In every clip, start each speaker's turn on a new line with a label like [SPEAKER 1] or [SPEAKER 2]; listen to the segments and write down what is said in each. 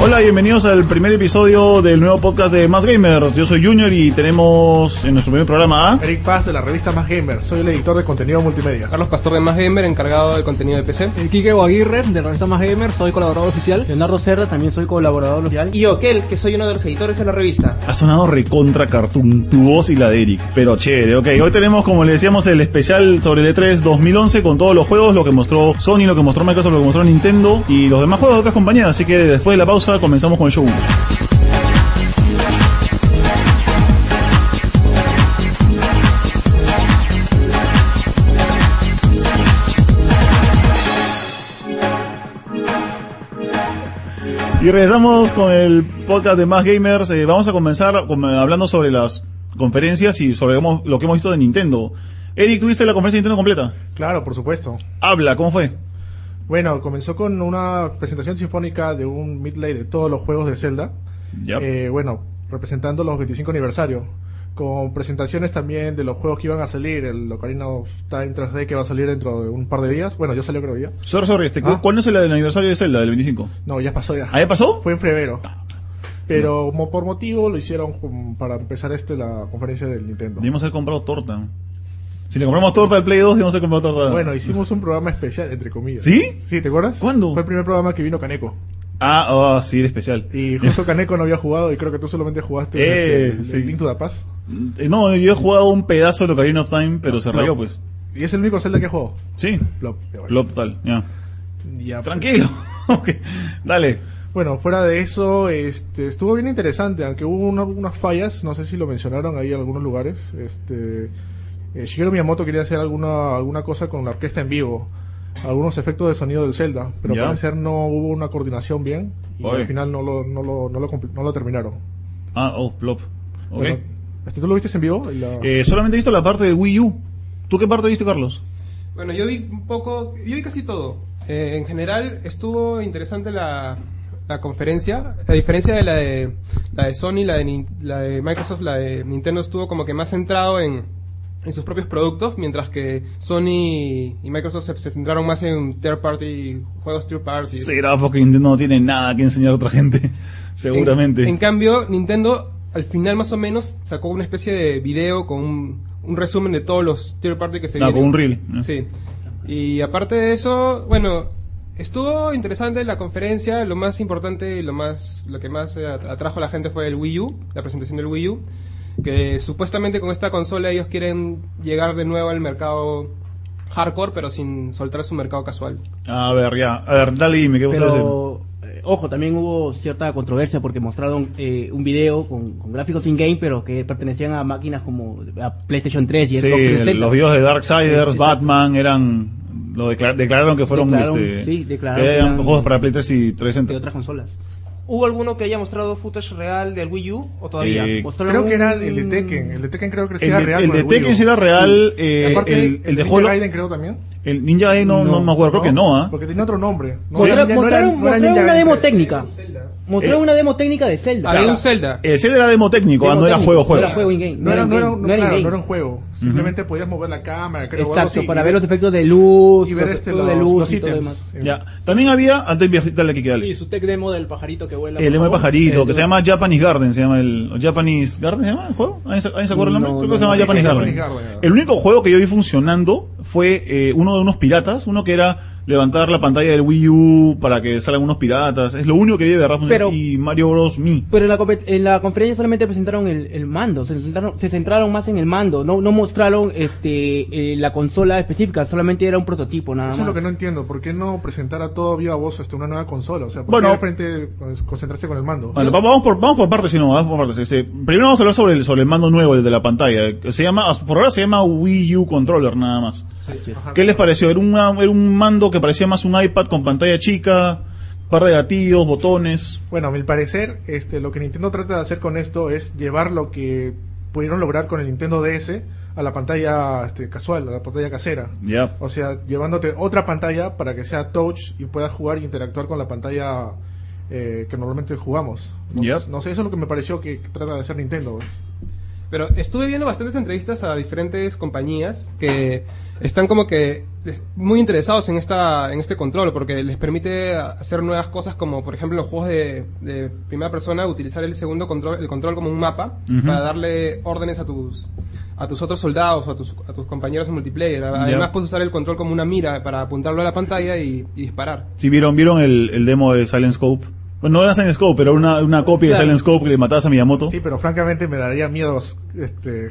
[SPEAKER 1] Hola, bienvenidos al primer episodio del nuevo podcast de Más Gamers. Yo soy Junior y tenemos en nuestro primer programa a...
[SPEAKER 2] Eric Paz de la revista Más Gamer, soy el editor de contenido multimedia.
[SPEAKER 3] Carlos Pastor de Más Gamer, encargado del contenido de PC.
[SPEAKER 4] Eh, Quique Aguirre, de Revista Más Gamer, soy colaborador oficial.
[SPEAKER 5] Leonardo Serra, también soy colaborador oficial.
[SPEAKER 6] Y yo, Kel, que soy uno de los editores de la revista.
[SPEAKER 1] Ha sonado recontra cartoon, tu voz y la de Eric. Pero chévere, ok. Hoy tenemos, como le decíamos, el especial sobre el E E3 2011 con todos los juegos, lo que mostró Sony, lo que mostró Microsoft, lo que mostró Nintendo y los demás juegos de otras compañías. Así que después de la pausa comenzamos con el show. Y regresamos con el podcast de Más Gamers. Eh, vamos a comenzar con- eh, hablando sobre las conferencias y sobre cómo- lo que hemos visto de Nintendo. Eric, ¿tuviste la conferencia de Nintendo completa?
[SPEAKER 2] Claro, por supuesto.
[SPEAKER 1] Habla, ¿cómo fue?
[SPEAKER 2] Bueno, comenzó con una presentación sinfónica de un midlay de todos los juegos de Zelda.
[SPEAKER 1] Ya.
[SPEAKER 2] Eh, bueno, representando los 25 aniversarios. Con presentaciones también de los juegos que iban a salir, el Ocarina of Time 3D que va a salir dentro de un par de días. Bueno, ya salió creo ya.
[SPEAKER 1] Sorry, sorry, este,
[SPEAKER 2] Ah.
[SPEAKER 1] ¿cuándo es el, aniversario de Zelda, del 25?
[SPEAKER 2] No, ya pasó ya.
[SPEAKER 1] ¿Ah, ya pasó?
[SPEAKER 2] Fue en febrero. Pero mo- por motivo lo hicieron con- para empezar este la conferencia del Nintendo.
[SPEAKER 1] Debimos haber comprado torta. Si le compramos torta al Play 2, debimos haber comprado torta.
[SPEAKER 2] Bueno, hicimos un programa especial, entre comillas.
[SPEAKER 1] ¿Sí?
[SPEAKER 2] Sí, ¿te acuerdas?
[SPEAKER 1] ¿Cuándo?
[SPEAKER 2] Fue el primer programa que vino Caneco.
[SPEAKER 1] Ah, ah, sí, era especial.
[SPEAKER 2] Y justo Caneco no había jugado y creo que tú solamente jugaste
[SPEAKER 1] Eh,
[SPEAKER 2] el, el
[SPEAKER 1] sí.
[SPEAKER 2] Link to the Paz.
[SPEAKER 1] Eh, No, yo he jugado un pedazo de Ocarina of Time, pero se rayó, pues.
[SPEAKER 2] Y es el único Zelda que jugó.
[SPEAKER 1] Sí.
[SPEAKER 2] Plop. Ya, Ah, bueno.
[SPEAKER 1] Flop total, ya.
[SPEAKER 2] Ya, pues.
[SPEAKER 1] Tranquilo. ok. Dale.
[SPEAKER 2] Bueno, fuera de eso, este, estuvo bien interesante, aunque hubo una- algunas fallas, no sé si lo mencionaron ahí en algunos lugares. Este, eh, Shigeru Miyamoto quería hacer alguna, alguna cosa con la orquesta en vivo, algunos efectos de sonido del Zelda, pero
[SPEAKER 1] Ya.
[SPEAKER 2] al parecer no hubo una coordinación bien y
[SPEAKER 1] Oye.
[SPEAKER 2] al final no lo, no lo, no lo, compl- no lo terminaron.
[SPEAKER 1] Ah, oh, flop. Ok.
[SPEAKER 2] Bueno, este, ¿Tú lo viste en vivo? La-
[SPEAKER 1] Eh, solamente he visto la parte de Wii U. ¿Tú qué parte viste, Carlos?
[SPEAKER 3] Bueno, yo vi un poco, yo vi casi todo. Eh, en general estuvo interesante la, la conferencia, a diferencia de la de, la de Sony, la de, Nin- la de Microsoft, la de Nintendo estuvo como que más centrado en, en sus propios productos, mientras que Sony y Microsoft se, se centraron más en third party, juegos third party.
[SPEAKER 1] Será porque Nintendo no tiene nada que enseñar a otra gente. Seguramente.
[SPEAKER 3] En, en cambio, Nintendo al final más o menos sacó una especie de video con un, un resumen de todos los third party que se
[SPEAKER 1] Ah,
[SPEAKER 3] vienen.
[SPEAKER 1] con un reel, ¿no?
[SPEAKER 3] Sí. Y aparte de eso, bueno, estuvo interesante la conferencia, lo más importante y lo más lo que más eh, at- atrajo a la gente fue el Wii U, la presentación del Wii U, que supuestamente con esta consola ellos quieren llegar de nuevo al mercado hardcore, pero sin soltar su mercado casual.
[SPEAKER 1] A ver, ya. A ver, dale, dime, ¿qué vas a decir?
[SPEAKER 5] Pero, eh, ojo, también hubo cierta controversia porque mostraron eh, un video con, con gráficos in-game, pero que pertenecían a máquinas como a PlayStation 3 y
[SPEAKER 1] Sí,
[SPEAKER 5] Xbox 360.
[SPEAKER 1] los videos de Darksiders,
[SPEAKER 5] Sí, sí,
[SPEAKER 1] Batman, eran. Lo declar- declararon que fueron.
[SPEAKER 5] Declararon,
[SPEAKER 1] este,
[SPEAKER 5] sí, declararon
[SPEAKER 1] que
[SPEAKER 5] que
[SPEAKER 1] eran
[SPEAKER 5] eran-
[SPEAKER 1] juegos para Play 3 y
[SPEAKER 5] de
[SPEAKER 1] 360.
[SPEAKER 5] otras consolas.
[SPEAKER 6] ¿Hubo alguno que haya mostrado footage real del Wii U o todavía?
[SPEAKER 1] Eh,
[SPEAKER 5] Mostraron
[SPEAKER 2] creo que era el de
[SPEAKER 5] un-
[SPEAKER 2] Tekken, el de Tekken creo que sí
[SPEAKER 1] el
[SPEAKER 2] era
[SPEAKER 1] de,
[SPEAKER 2] real.
[SPEAKER 1] el
[SPEAKER 2] con
[SPEAKER 1] de
[SPEAKER 2] Wii U.
[SPEAKER 1] Tekken sí era real, eh,
[SPEAKER 2] Y aparte,
[SPEAKER 1] el, el de
[SPEAKER 2] Ninja
[SPEAKER 1] Holo,
[SPEAKER 2] Gaiden creo también.
[SPEAKER 1] el Ninja Gaiden no, no,
[SPEAKER 5] No,
[SPEAKER 1] me acuerdo, creo que no, ¿ah?
[SPEAKER 2] Porque tenía otro nombre. No,
[SPEAKER 1] Sí.
[SPEAKER 2] era-
[SPEAKER 5] Mostraron,
[SPEAKER 2] ya no era-
[SPEAKER 5] mostraron-
[SPEAKER 2] no era
[SPEAKER 5] mostraron
[SPEAKER 2] Ninja
[SPEAKER 5] una
[SPEAKER 2] Gaiden
[SPEAKER 5] demo
[SPEAKER 2] tres.
[SPEAKER 5] técnica. Mostraron
[SPEAKER 1] Eh,
[SPEAKER 5] una demo técnica de Zelda.
[SPEAKER 3] Había un Zelda.
[SPEAKER 1] Ese era demo técnico, ah,
[SPEAKER 5] Demo
[SPEAKER 1] no era
[SPEAKER 5] técnico,
[SPEAKER 1] juego,
[SPEAKER 5] no
[SPEAKER 1] juego.
[SPEAKER 5] era juego in-game.
[SPEAKER 2] No era, no era,
[SPEAKER 5] in-game, no era
[SPEAKER 2] claro,
[SPEAKER 5] in-game.
[SPEAKER 2] no era un juego. Simplemente podías mover la cámara, creo. o algo
[SPEAKER 5] Exacto,
[SPEAKER 2] así,
[SPEAKER 5] para
[SPEAKER 2] y
[SPEAKER 5] ver
[SPEAKER 2] ve-
[SPEAKER 5] los efectos de luz,
[SPEAKER 2] y ver
[SPEAKER 5] los
[SPEAKER 2] este,
[SPEAKER 5] efectos de
[SPEAKER 2] los-
[SPEAKER 5] luz
[SPEAKER 2] los
[SPEAKER 5] y todo
[SPEAKER 2] ítems.
[SPEAKER 5] demás.
[SPEAKER 1] Ya. También había, antes de viajar, dale, que
[SPEAKER 4] Y
[SPEAKER 1] dale.
[SPEAKER 4] su tech demo del pajarito que vuela.
[SPEAKER 1] El demo de
[SPEAKER 4] por favor.
[SPEAKER 1] pajarito,
[SPEAKER 4] Eh,
[SPEAKER 1] que se llama Japanese Garden, se llama el, o Japanese Garden, ¿se llama el juego? ¿Alguien se alguien se acuerda el nombre?
[SPEAKER 5] No,
[SPEAKER 1] Creo que
[SPEAKER 5] no,
[SPEAKER 1] se llama
[SPEAKER 2] no,
[SPEAKER 1] Japanese
[SPEAKER 2] sí,
[SPEAKER 1] Garden.
[SPEAKER 2] Japanese Garden.
[SPEAKER 1] El único juego que yo vi funcionando fue eh, uno de unos piratas, uno que era levantar la pantalla del Wii U para que salgan unos piratas. Es lo único que vi de verdad funcionando.
[SPEAKER 5] Pero-
[SPEAKER 1] y Mario Bros. Me.
[SPEAKER 5] Pero en la, compet- en la conferencia solamente presentaron el, el mando, se centraron, se centraron más en el mando, no, no mostraron este eh, la consola específica, solamente era un prototipo nada
[SPEAKER 2] Eso es
[SPEAKER 5] más.
[SPEAKER 2] lo que no entiendo. ¿Por qué no presentar a todo viva voz este, una nueva consola? O sea, ¿por
[SPEAKER 1] Bueno.
[SPEAKER 2] qué de frente pues, concentrarse con el mando?
[SPEAKER 1] Bueno, va- vamos por, vamos por partes, si no, vamos por partes. Este, primero vamos a hablar sobre el, sobre el mando nuevo, el de la pantalla. que Se llama, por ahora se llama Wii U Controller, nada más.
[SPEAKER 5] Así es.
[SPEAKER 1] ¿Qué les pareció? Era un, era un mando que parecía más un iPad con pantalla chica, par de gatillos, botones.
[SPEAKER 2] Bueno, a mi parecer, este, lo que Nintendo trata de hacer con esto es llevar lo que pudieron lograr con el Nintendo DS a la pantalla este, casual, a la pantalla casera.
[SPEAKER 1] Ya.
[SPEAKER 2] O sea, llevándote otra pantalla para que sea touch y puedas jugar e interactuar con la pantalla eh, que normalmente jugamos. No,
[SPEAKER 1] Yep.
[SPEAKER 2] no sé, eso es lo que me pareció que trata de hacer Nintendo.
[SPEAKER 3] Pero estuve viendo bastantes entrevistas a diferentes compañías que están como que es- muy interesados en esta en este control porque les permite hacer nuevas cosas como por ejemplo en los juegos de, de primera persona utilizar el segundo control el control como un mapa
[SPEAKER 1] Ujú.
[SPEAKER 3] para darle órdenes a tus a tus otros soldados o a tus a tus compañeros en multiplayer. Además
[SPEAKER 1] Ya.
[SPEAKER 3] puedes usar el control como una mira para apuntarlo a la pantalla y, y disparar.
[SPEAKER 1] Si vieron, vieron el, el demo de Silent Scope. Bueno, no era Silent Scope, pero era una, una copia de
[SPEAKER 5] Claro.
[SPEAKER 1] Silent Scope que le matabas a Miyamoto.
[SPEAKER 2] Sí, pero francamente me daría miedo este,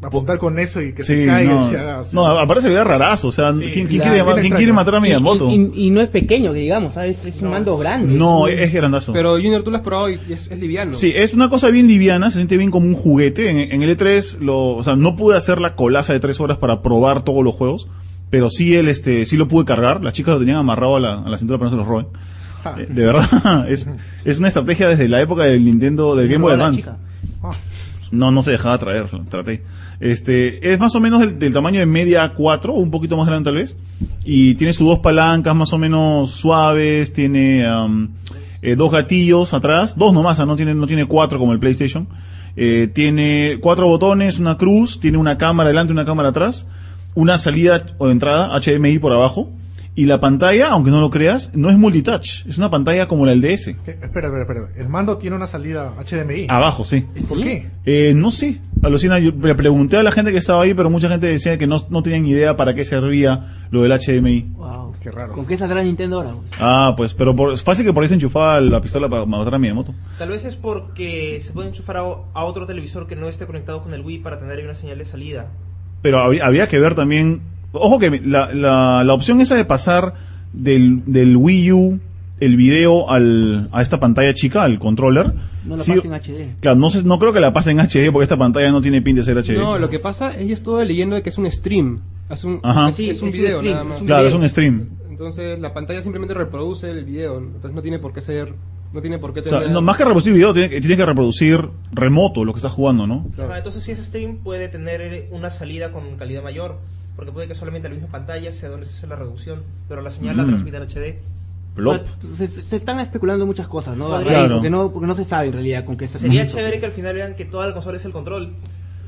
[SPEAKER 2] apuntar con eso y que
[SPEAKER 1] Sí,
[SPEAKER 2] se caiga
[SPEAKER 1] no,
[SPEAKER 2] y se haga. o sea,
[SPEAKER 1] no, aparte se veía rarazo, o sea, ¿quién, quién
[SPEAKER 2] claro,
[SPEAKER 1] quiere, llamar-
[SPEAKER 2] bien
[SPEAKER 1] quién quiere
[SPEAKER 2] extraño.
[SPEAKER 1] matar a
[SPEAKER 5] Y-
[SPEAKER 1] Miyamoto?
[SPEAKER 5] Y, y no es pequeño, que digamos, ¿sabes? Es un mando grande.
[SPEAKER 1] no,
[SPEAKER 5] es un-
[SPEAKER 1] es grandazo.
[SPEAKER 3] Pero Junior tú lo has probado y es, es liviano.
[SPEAKER 1] Sí, es una cosa bien liviana, se siente bien como un juguete. En, en el E3, lo, o sea, no pude hacer la colaza de tres horas para probar todos los juegos, pero sí el, este, sí lo pude cargar. Las chicas lo tenían amarrado a la, a la cintura para no se los roben. Eh, De verdad, es, es una estrategia desde la época del Nintendo, del Game Boy
[SPEAKER 5] Roba la
[SPEAKER 1] Advance.
[SPEAKER 5] chica.
[SPEAKER 1] No, no se dejaba traer, traté. Este, es más o menos del, del tamaño de media A4, un poquito más grande tal vez. Y tiene sus dos palancas más o menos suaves, tiene am, eh, dos gatillos atrás, dos nomás, ah, no tiene, no tiene cuatro como el PlayStation. Eh, tiene cuatro botones, una cruz, tiene una cámara delante, una cámara atrás, una salida o entrada HDMI por abajo. Y la pantalla, aunque no lo creas, no es multitouch, es una pantalla como la del DS.
[SPEAKER 2] que- Eh, espera, espera, espera. El mando tiene una salida HDMI.
[SPEAKER 1] Abajo, sí.
[SPEAKER 2] ¿Por qué?
[SPEAKER 1] Eh, no sé, alucina, yo le pregunté a la gente que estaba ahí, pero mucha gente decía que no, no tenían idea para qué servía lo del HDMI.
[SPEAKER 5] Wow.
[SPEAKER 2] Qué raro.
[SPEAKER 5] ¿Con qué saldrá Nintendo ahora? güey?
[SPEAKER 1] Ah, pues, pero por, fácil que por ahí se enchufaba la pistola para matar a Miyamoto.
[SPEAKER 6] Tal vez es porque se puede enchufar a, o- a otro televisor que no esté conectado con el Wii para tener ahí una señal de salida.
[SPEAKER 1] Pero habría, habría que ver también, ojo que la, la, la opción esa de pasar del, del Wii U el video al, a esta pantalla chica, al controller.
[SPEAKER 5] No lo
[SPEAKER 1] sí-
[SPEAKER 5] pasen HD.
[SPEAKER 1] Claro, no, sé, no creo que la pasen en HD porque esta pantalla no tiene pinta de ser HD.
[SPEAKER 3] No, lo que pasa es que yo estuve leyendo de que es un stream. Es un,
[SPEAKER 1] Ajá.
[SPEAKER 3] es-
[SPEAKER 5] Sí,
[SPEAKER 3] es un
[SPEAKER 5] es un
[SPEAKER 3] video
[SPEAKER 5] stream,
[SPEAKER 3] nada más.
[SPEAKER 5] es
[SPEAKER 1] Ah.
[SPEAKER 5] un
[SPEAKER 1] claro, es
[SPEAKER 5] video.
[SPEAKER 1] un stream.
[SPEAKER 3] Entonces la pantalla simplemente reproduce el video, entonces no tiene por qué ser, no tiene por qué
[SPEAKER 1] O
[SPEAKER 3] tener.
[SPEAKER 1] sea, no, más que reproducir video, tiene que- tienes que reproducir remoto lo que estás jugando, ¿no?
[SPEAKER 3] Claro.
[SPEAKER 6] Ah, Entonces si es stream puede tener eh, una salida con calidad mayor, porque puede que solamente la misma pantalla sea donde se hace la reducción, pero la señal la
[SPEAKER 1] Mm.
[SPEAKER 6] transmite en HD.
[SPEAKER 1] Plop.
[SPEAKER 5] Bueno, Se, se están especulando muchas cosas, ¿no?
[SPEAKER 6] Claro.
[SPEAKER 5] Gabriel? Porque no, porque no se sabe en realidad con qué se
[SPEAKER 6] Sería chévere que al final vean que toda la consola es el control.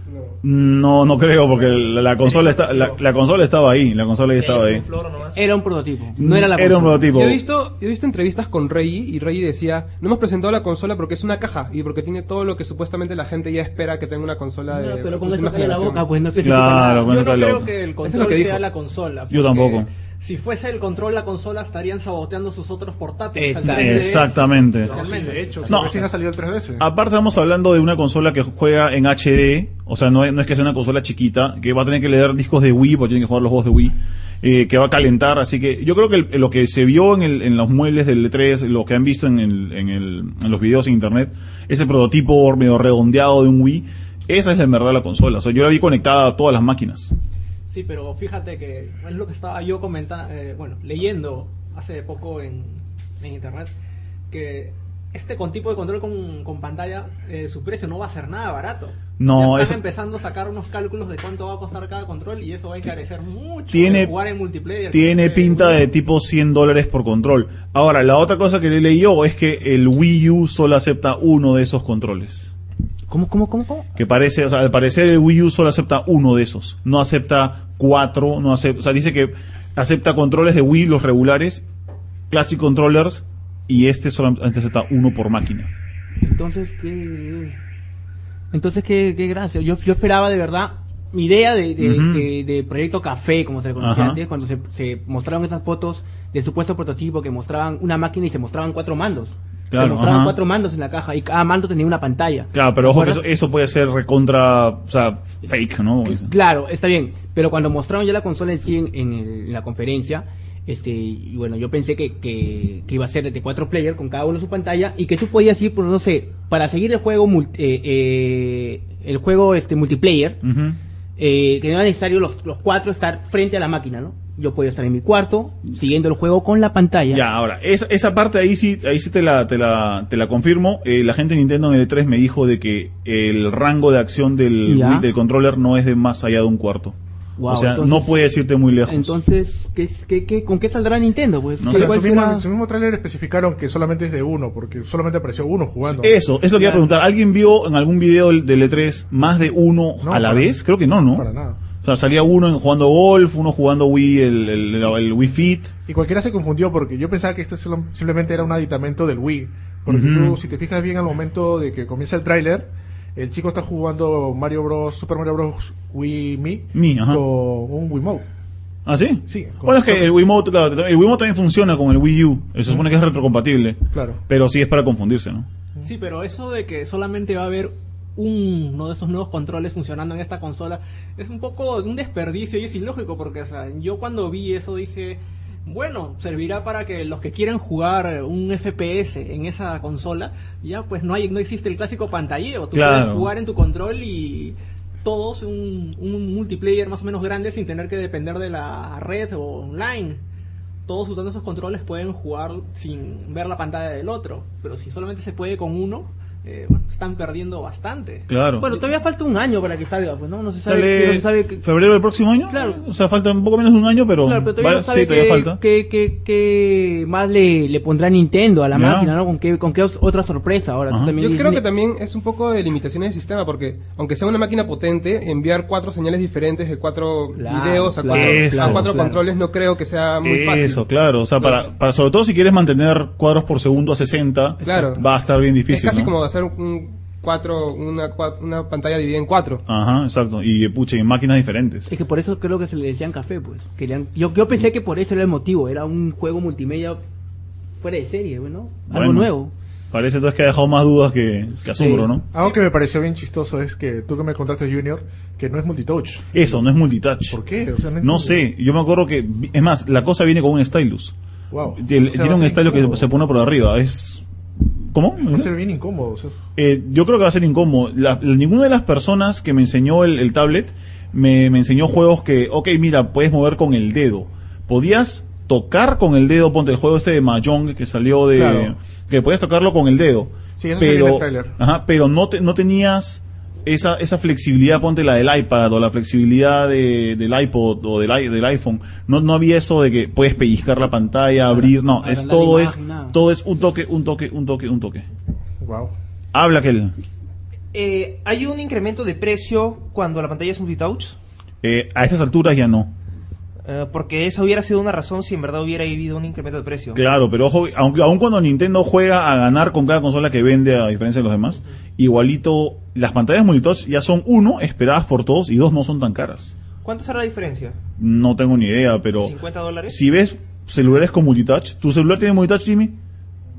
[SPEAKER 3] No.
[SPEAKER 1] No, no creo, porque la, la consola está, la, la consola estaba ahí, la consola ya estaba
[SPEAKER 6] Es
[SPEAKER 1] ahí.
[SPEAKER 6] un floro nomás.
[SPEAKER 5] Era un prototipo, no era la
[SPEAKER 1] Mm, Era un
[SPEAKER 5] consola.
[SPEAKER 1] prototipo.
[SPEAKER 3] Yo he visto, yo he visto entrevistas con Reggie y Reggie decía, no hemos presentado la consola porque es una caja y porque tiene todo lo que supuestamente la gente ya espera que tenga una consola de
[SPEAKER 5] No, pero con eso
[SPEAKER 3] última
[SPEAKER 5] calla la
[SPEAKER 3] generación".
[SPEAKER 5] boca, pues no especifica
[SPEAKER 1] Claro,
[SPEAKER 5] nada.
[SPEAKER 1] bueno,
[SPEAKER 4] Yo
[SPEAKER 1] está
[SPEAKER 4] no creo
[SPEAKER 1] loco.
[SPEAKER 4] que el
[SPEAKER 3] Eso es
[SPEAKER 4] control
[SPEAKER 3] lo que dijo.
[SPEAKER 4] sea la consola.
[SPEAKER 1] Yo
[SPEAKER 4] porque
[SPEAKER 1] tampoco.
[SPEAKER 4] Si fuese el control la consola, estarían saboteando sus otros portátiles. al 3DS.
[SPEAKER 1] Exactamente.
[SPEAKER 2] No, sí, de hecho, si
[SPEAKER 1] No.
[SPEAKER 2] recién ha salido el 3DS.
[SPEAKER 1] Aparte estamos hablando de una consola que juega en HD, o sea, no es, no es que sea una consola chiquita, que va a tener que leer discos de Wii, porque tienen que jugar los juegos de Wii, eh, que va a calentar, así que yo creo que el- lo que se vio en, el- en los muebles del E3, lo que han visto en, el- en el- en los videos en internet, ese prototipo medio redondeado de un Wii, esa es la en verdad la consola, o sea, yo la vi conectada a todas las máquinas.
[SPEAKER 4] Sí, pero fíjate que es lo que estaba yo comentando, bueno, leyendo hace poco en, en internet, que este con tipo de control con, con pantalla, eh, su precio no va a ser nada barato.
[SPEAKER 1] No,
[SPEAKER 4] Ya están
[SPEAKER 1] eso-
[SPEAKER 4] empezando a sacar unos cálculos de cuánto va a costar cada control y eso va a encarecer mucho
[SPEAKER 1] tiene-
[SPEAKER 4] el jugar en multiplayer.
[SPEAKER 1] Tiene
[SPEAKER 4] Entonces,
[SPEAKER 1] pinta
[SPEAKER 4] bueno,
[SPEAKER 1] de tipo 100 dólares por control. Ahora, la otra cosa que le leí yo es que el Wii U solo acepta uno de esos controles.
[SPEAKER 5] ¿Cómo, cómo, cómo, cómo?
[SPEAKER 1] Que parece, o sea, al parecer el Wii U solo acepta uno de esos. No acepta cuatro, no acepta, o sea, dice que acepta controles de Wii, los regulares, Classic Controllers, y este solamente acepta uno por máquina.
[SPEAKER 5] Entonces, ¿qué? Entonces, ¿qué, qué gracia? Yo, yo esperaba de verdad mi idea de, de,
[SPEAKER 1] Ujú.
[SPEAKER 5] de- de Proyecto Café, como se le conocía
[SPEAKER 1] Ajá.
[SPEAKER 5] antes, cuando se, se mostraron esas fotos de supuesto prototipo que mostraban una máquina y se mostraban cuatro mandos.
[SPEAKER 1] Claro,
[SPEAKER 5] se mostraban
[SPEAKER 1] ajá.
[SPEAKER 5] cuatro mandos en la caja y cada mando tenía una pantalla.
[SPEAKER 1] Claro, pero ojo que eso,
[SPEAKER 5] ¿Recuerdas?
[SPEAKER 1] eso puede ser recontra, o sea, fake, ¿no? Como dicen.
[SPEAKER 5] Claro, está bien. Pero cuando mostraron ya la consola en sí en, en el- en la conferencia, este, y bueno, yo pensé que, que, que iba a ser de cuatro player con cada uno su pantalla y que tú podías ir, por no sé, para seguir el juego, mult- eh, eh, el juego este multiplayer,
[SPEAKER 1] Ujú.
[SPEAKER 5] eh, que no era necesario los, los cuatro estar frente a la máquina, ¿no? Yo podía estar en mi cuarto siguiendo el juego con la pantalla.
[SPEAKER 1] Ya, ahora, esa, esa parte ahí sí, ahí sí te la, te la, te la confirmo. Eh, la gente de Nintendo en el E3 me dijo de que el rango de acción del,
[SPEAKER 5] Ya.
[SPEAKER 1] Wii- del controller no es de más allá de un cuarto.
[SPEAKER 5] Wow,
[SPEAKER 1] o sea,
[SPEAKER 5] entonces-
[SPEAKER 1] no puedes irte muy lejos.
[SPEAKER 5] Entonces, ¿qué, es- qué, qué, con qué saldrá Nintendo? Pues,
[SPEAKER 1] No
[SPEAKER 5] ¿Qué-
[SPEAKER 1] sé,
[SPEAKER 5] cuál
[SPEAKER 2] su, mismo,
[SPEAKER 5] será?
[SPEAKER 2] en su mismo tráiler especificaron que solamente es de uno, porque solamente apareció uno jugando.
[SPEAKER 1] Eso, es lo que iba a
[SPEAKER 5] Claro.
[SPEAKER 1] preguntar. ¿Alguien vio en algún video del E3 más de uno
[SPEAKER 2] No,
[SPEAKER 1] a la
[SPEAKER 2] para-
[SPEAKER 1] vez? Creo que no, ¿no?
[SPEAKER 2] Para nada.
[SPEAKER 1] O sea, salía uno en jugando golf, uno jugando Wii, el, el, el- el Wii Fit.
[SPEAKER 2] Y cualquiera se confundió porque yo pensaba que este solo- simplemente era un aditamento del Wii. Porque
[SPEAKER 1] Ujú.
[SPEAKER 2] tú, si te fijas bien al momento de que comienza el tráiler, el chico está jugando Mario Bros, Super Mario Bros Wii Me
[SPEAKER 1] Mi, ajá.
[SPEAKER 2] con un Wiimote.
[SPEAKER 1] ¿Ah, sí?
[SPEAKER 2] Sí,
[SPEAKER 1] Bueno, es que el Wiimote, claro, el Wiimote también funciona con el Wii U. Se supone que es retrocompatible.
[SPEAKER 2] Claro.
[SPEAKER 1] Pero sí es para confundirse, ¿no?
[SPEAKER 4] Sí, pero eso de que solamente va a haber un- uno de esos nuevos controles funcionando en esta consola es un poco un desperdicio y es ilógico porque o sea, yo cuando vi eso dije, bueno, servirá para que los que quieran jugar un FPS en esa consola, ya pues no hay no existe el clásico pantalleo, tú
[SPEAKER 1] Claro.
[SPEAKER 4] puedes jugar en tu control y todos un, un multiplayer más o menos grande sin tener que depender de la red o online todos usando esos controles pueden jugar sin ver la pantalla del otro, pero si solamente se puede con uno, eh, bueno, están perdiendo bastante.
[SPEAKER 1] Claro.
[SPEAKER 5] Bueno, todavía falta un año para que salga, pues, ¿no? No se sabe, no
[SPEAKER 1] ¿Sale
[SPEAKER 5] se sabe que-
[SPEAKER 1] febrero del próximo año?
[SPEAKER 5] Claro.
[SPEAKER 1] O sea, falta un poco menos de un año, pero...
[SPEAKER 5] Claro, pero todavía
[SPEAKER 1] vale,
[SPEAKER 5] no sabe
[SPEAKER 1] sí, todavía
[SPEAKER 5] qué-
[SPEAKER 1] falta.
[SPEAKER 5] qué- qué- qué más le, le pondrá Nintendo a la
[SPEAKER 1] Ya.
[SPEAKER 5] máquina, ¿no? ¿Con qué, con qué os- otra sorpresa ahora? tú
[SPEAKER 1] Ajá.
[SPEAKER 5] también
[SPEAKER 3] Yo
[SPEAKER 5] dices,
[SPEAKER 3] creo que
[SPEAKER 5] "Ne-
[SPEAKER 3] también es un poco de limitaciones del sistema, porque aunque sea una máquina potente, enviar cuatro señales diferentes de cuatro
[SPEAKER 5] Claro,
[SPEAKER 3] videos a
[SPEAKER 5] claro,
[SPEAKER 3] cuatro, a
[SPEAKER 1] Eso.
[SPEAKER 3] cuatro
[SPEAKER 5] claro.
[SPEAKER 3] controles no creo que sea muy fácil.
[SPEAKER 1] Eso, claro. O sea, para, para sobre todo si quieres mantener cuadros por segundo a 60,
[SPEAKER 3] Claro.
[SPEAKER 1] va a estar bien difícil.
[SPEAKER 3] es casi
[SPEAKER 1] ¿no?
[SPEAKER 3] como hacer un cuatro, una, cua- una pantalla dividida en cuatro.
[SPEAKER 1] Ajá, exacto. Y eh, pucha, y en máquinas diferentes.
[SPEAKER 5] Es que por eso creo que se le decían café, pues. Querían, yo, yo pensé que por eso era el motivo, era un juego multimedia fuera de serie, bueno,
[SPEAKER 1] Bueno.
[SPEAKER 5] algo nuevo.
[SPEAKER 1] Parece entonces que ha dejado más dudas que, que asombro,
[SPEAKER 5] Sí.
[SPEAKER 1] ¿no?
[SPEAKER 2] Algo que me pareció bien chistoso es que tú que me contaste, Junior, que no es multitouch.
[SPEAKER 1] Eso, no es multitouch.
[SPEAKER 2] ¿Por qué? O sea,
[SPEAKER 1] No
[SPEAKER 2] entiendo.
[SPEAKER 1] sé, yo me acuerdo que, vi- es más, la cosa viene con un stylus.
[SPEAKER 2] Wow.
[SPEAKER 1] Tiene-
[SPEAKER 2] O sea, va
[SPEAKER 1] tiene
[SPEAKER 2] a
[SPEAKER 1] un
[SPEAKER 2] ser
[SPEAKER 1] stylus que
[SPEAKER 2] incómodo.
[SPEAKER 1] se pone por arriba, es... ¿Cómo?
[SPEAKER 2] Va a ser bien incómodo. o sea.
[SPEAKER 1] Eh, yo creo que va a ser incómodo. La- la- ninguna de las personas que me enseñó el, el tablet me, me enseñó juegos que, ok, mira, puedes mover con el dedo. Podías tocar con el dedo, ponte el juego este de Mahjong que salió de...
[SPEAKER 2] Claro.
[SPEAKER 1] que podías tocarlo con el dedo.
[SPEAKER 2] Sí, eso salió en
[SPEAKER 1] pero,
[SPEAKER 2] el tráiler.
[SPEAKER 1] ajá, pero no, te- no tenías esa, esa flexibilidad, ponte la del iPad o la flexibilidad de- del iPod o del, i- del iPhone. No, no había eso de que puedes pellizcar la pantalla, abrir, no, es
[SPEAKER 5] agrandar la
[SPEAKER 1] todo
[SPEAKER 5] imagen,
[SPEAKER 1] es,
[SPEAKER 5] nada.
[SPEAKER 1] todo es un toque, un toque, un toque, un toque.
[SPEAKER 2] Wow.
[SPEAKER 1] Habla aquel.
[SPEAKER 6] Eh, ¿Hay un incremento de precio cuando la pantalla es multitouch?
[SPEAKER 1] Eh, a estas alturas ya no.
[SPEAKER 6] Eh, porque esa hubiera sido una razón si en verdad hubiera habido un incremento de precio.
[SPEAKER 1] Claro, pero ojo, aunque, aun cuando Nintendo juega a ganar con cada consola que vende, a diferencia de los demás, igualito, las pantallas multitouch ya son, uno, esperadas por todos, y dos, no son tan caras.
[SPEAKER 6] ¿Cuánto será la diferencia?
[SPEAKER 1] No tengo ni idea, pero
[SPEAKER 6] ¿50 dólares?
[SPEAKER 1] si ves celulares con multitouch, ¿tu celular tiene multitouch, Jimmy?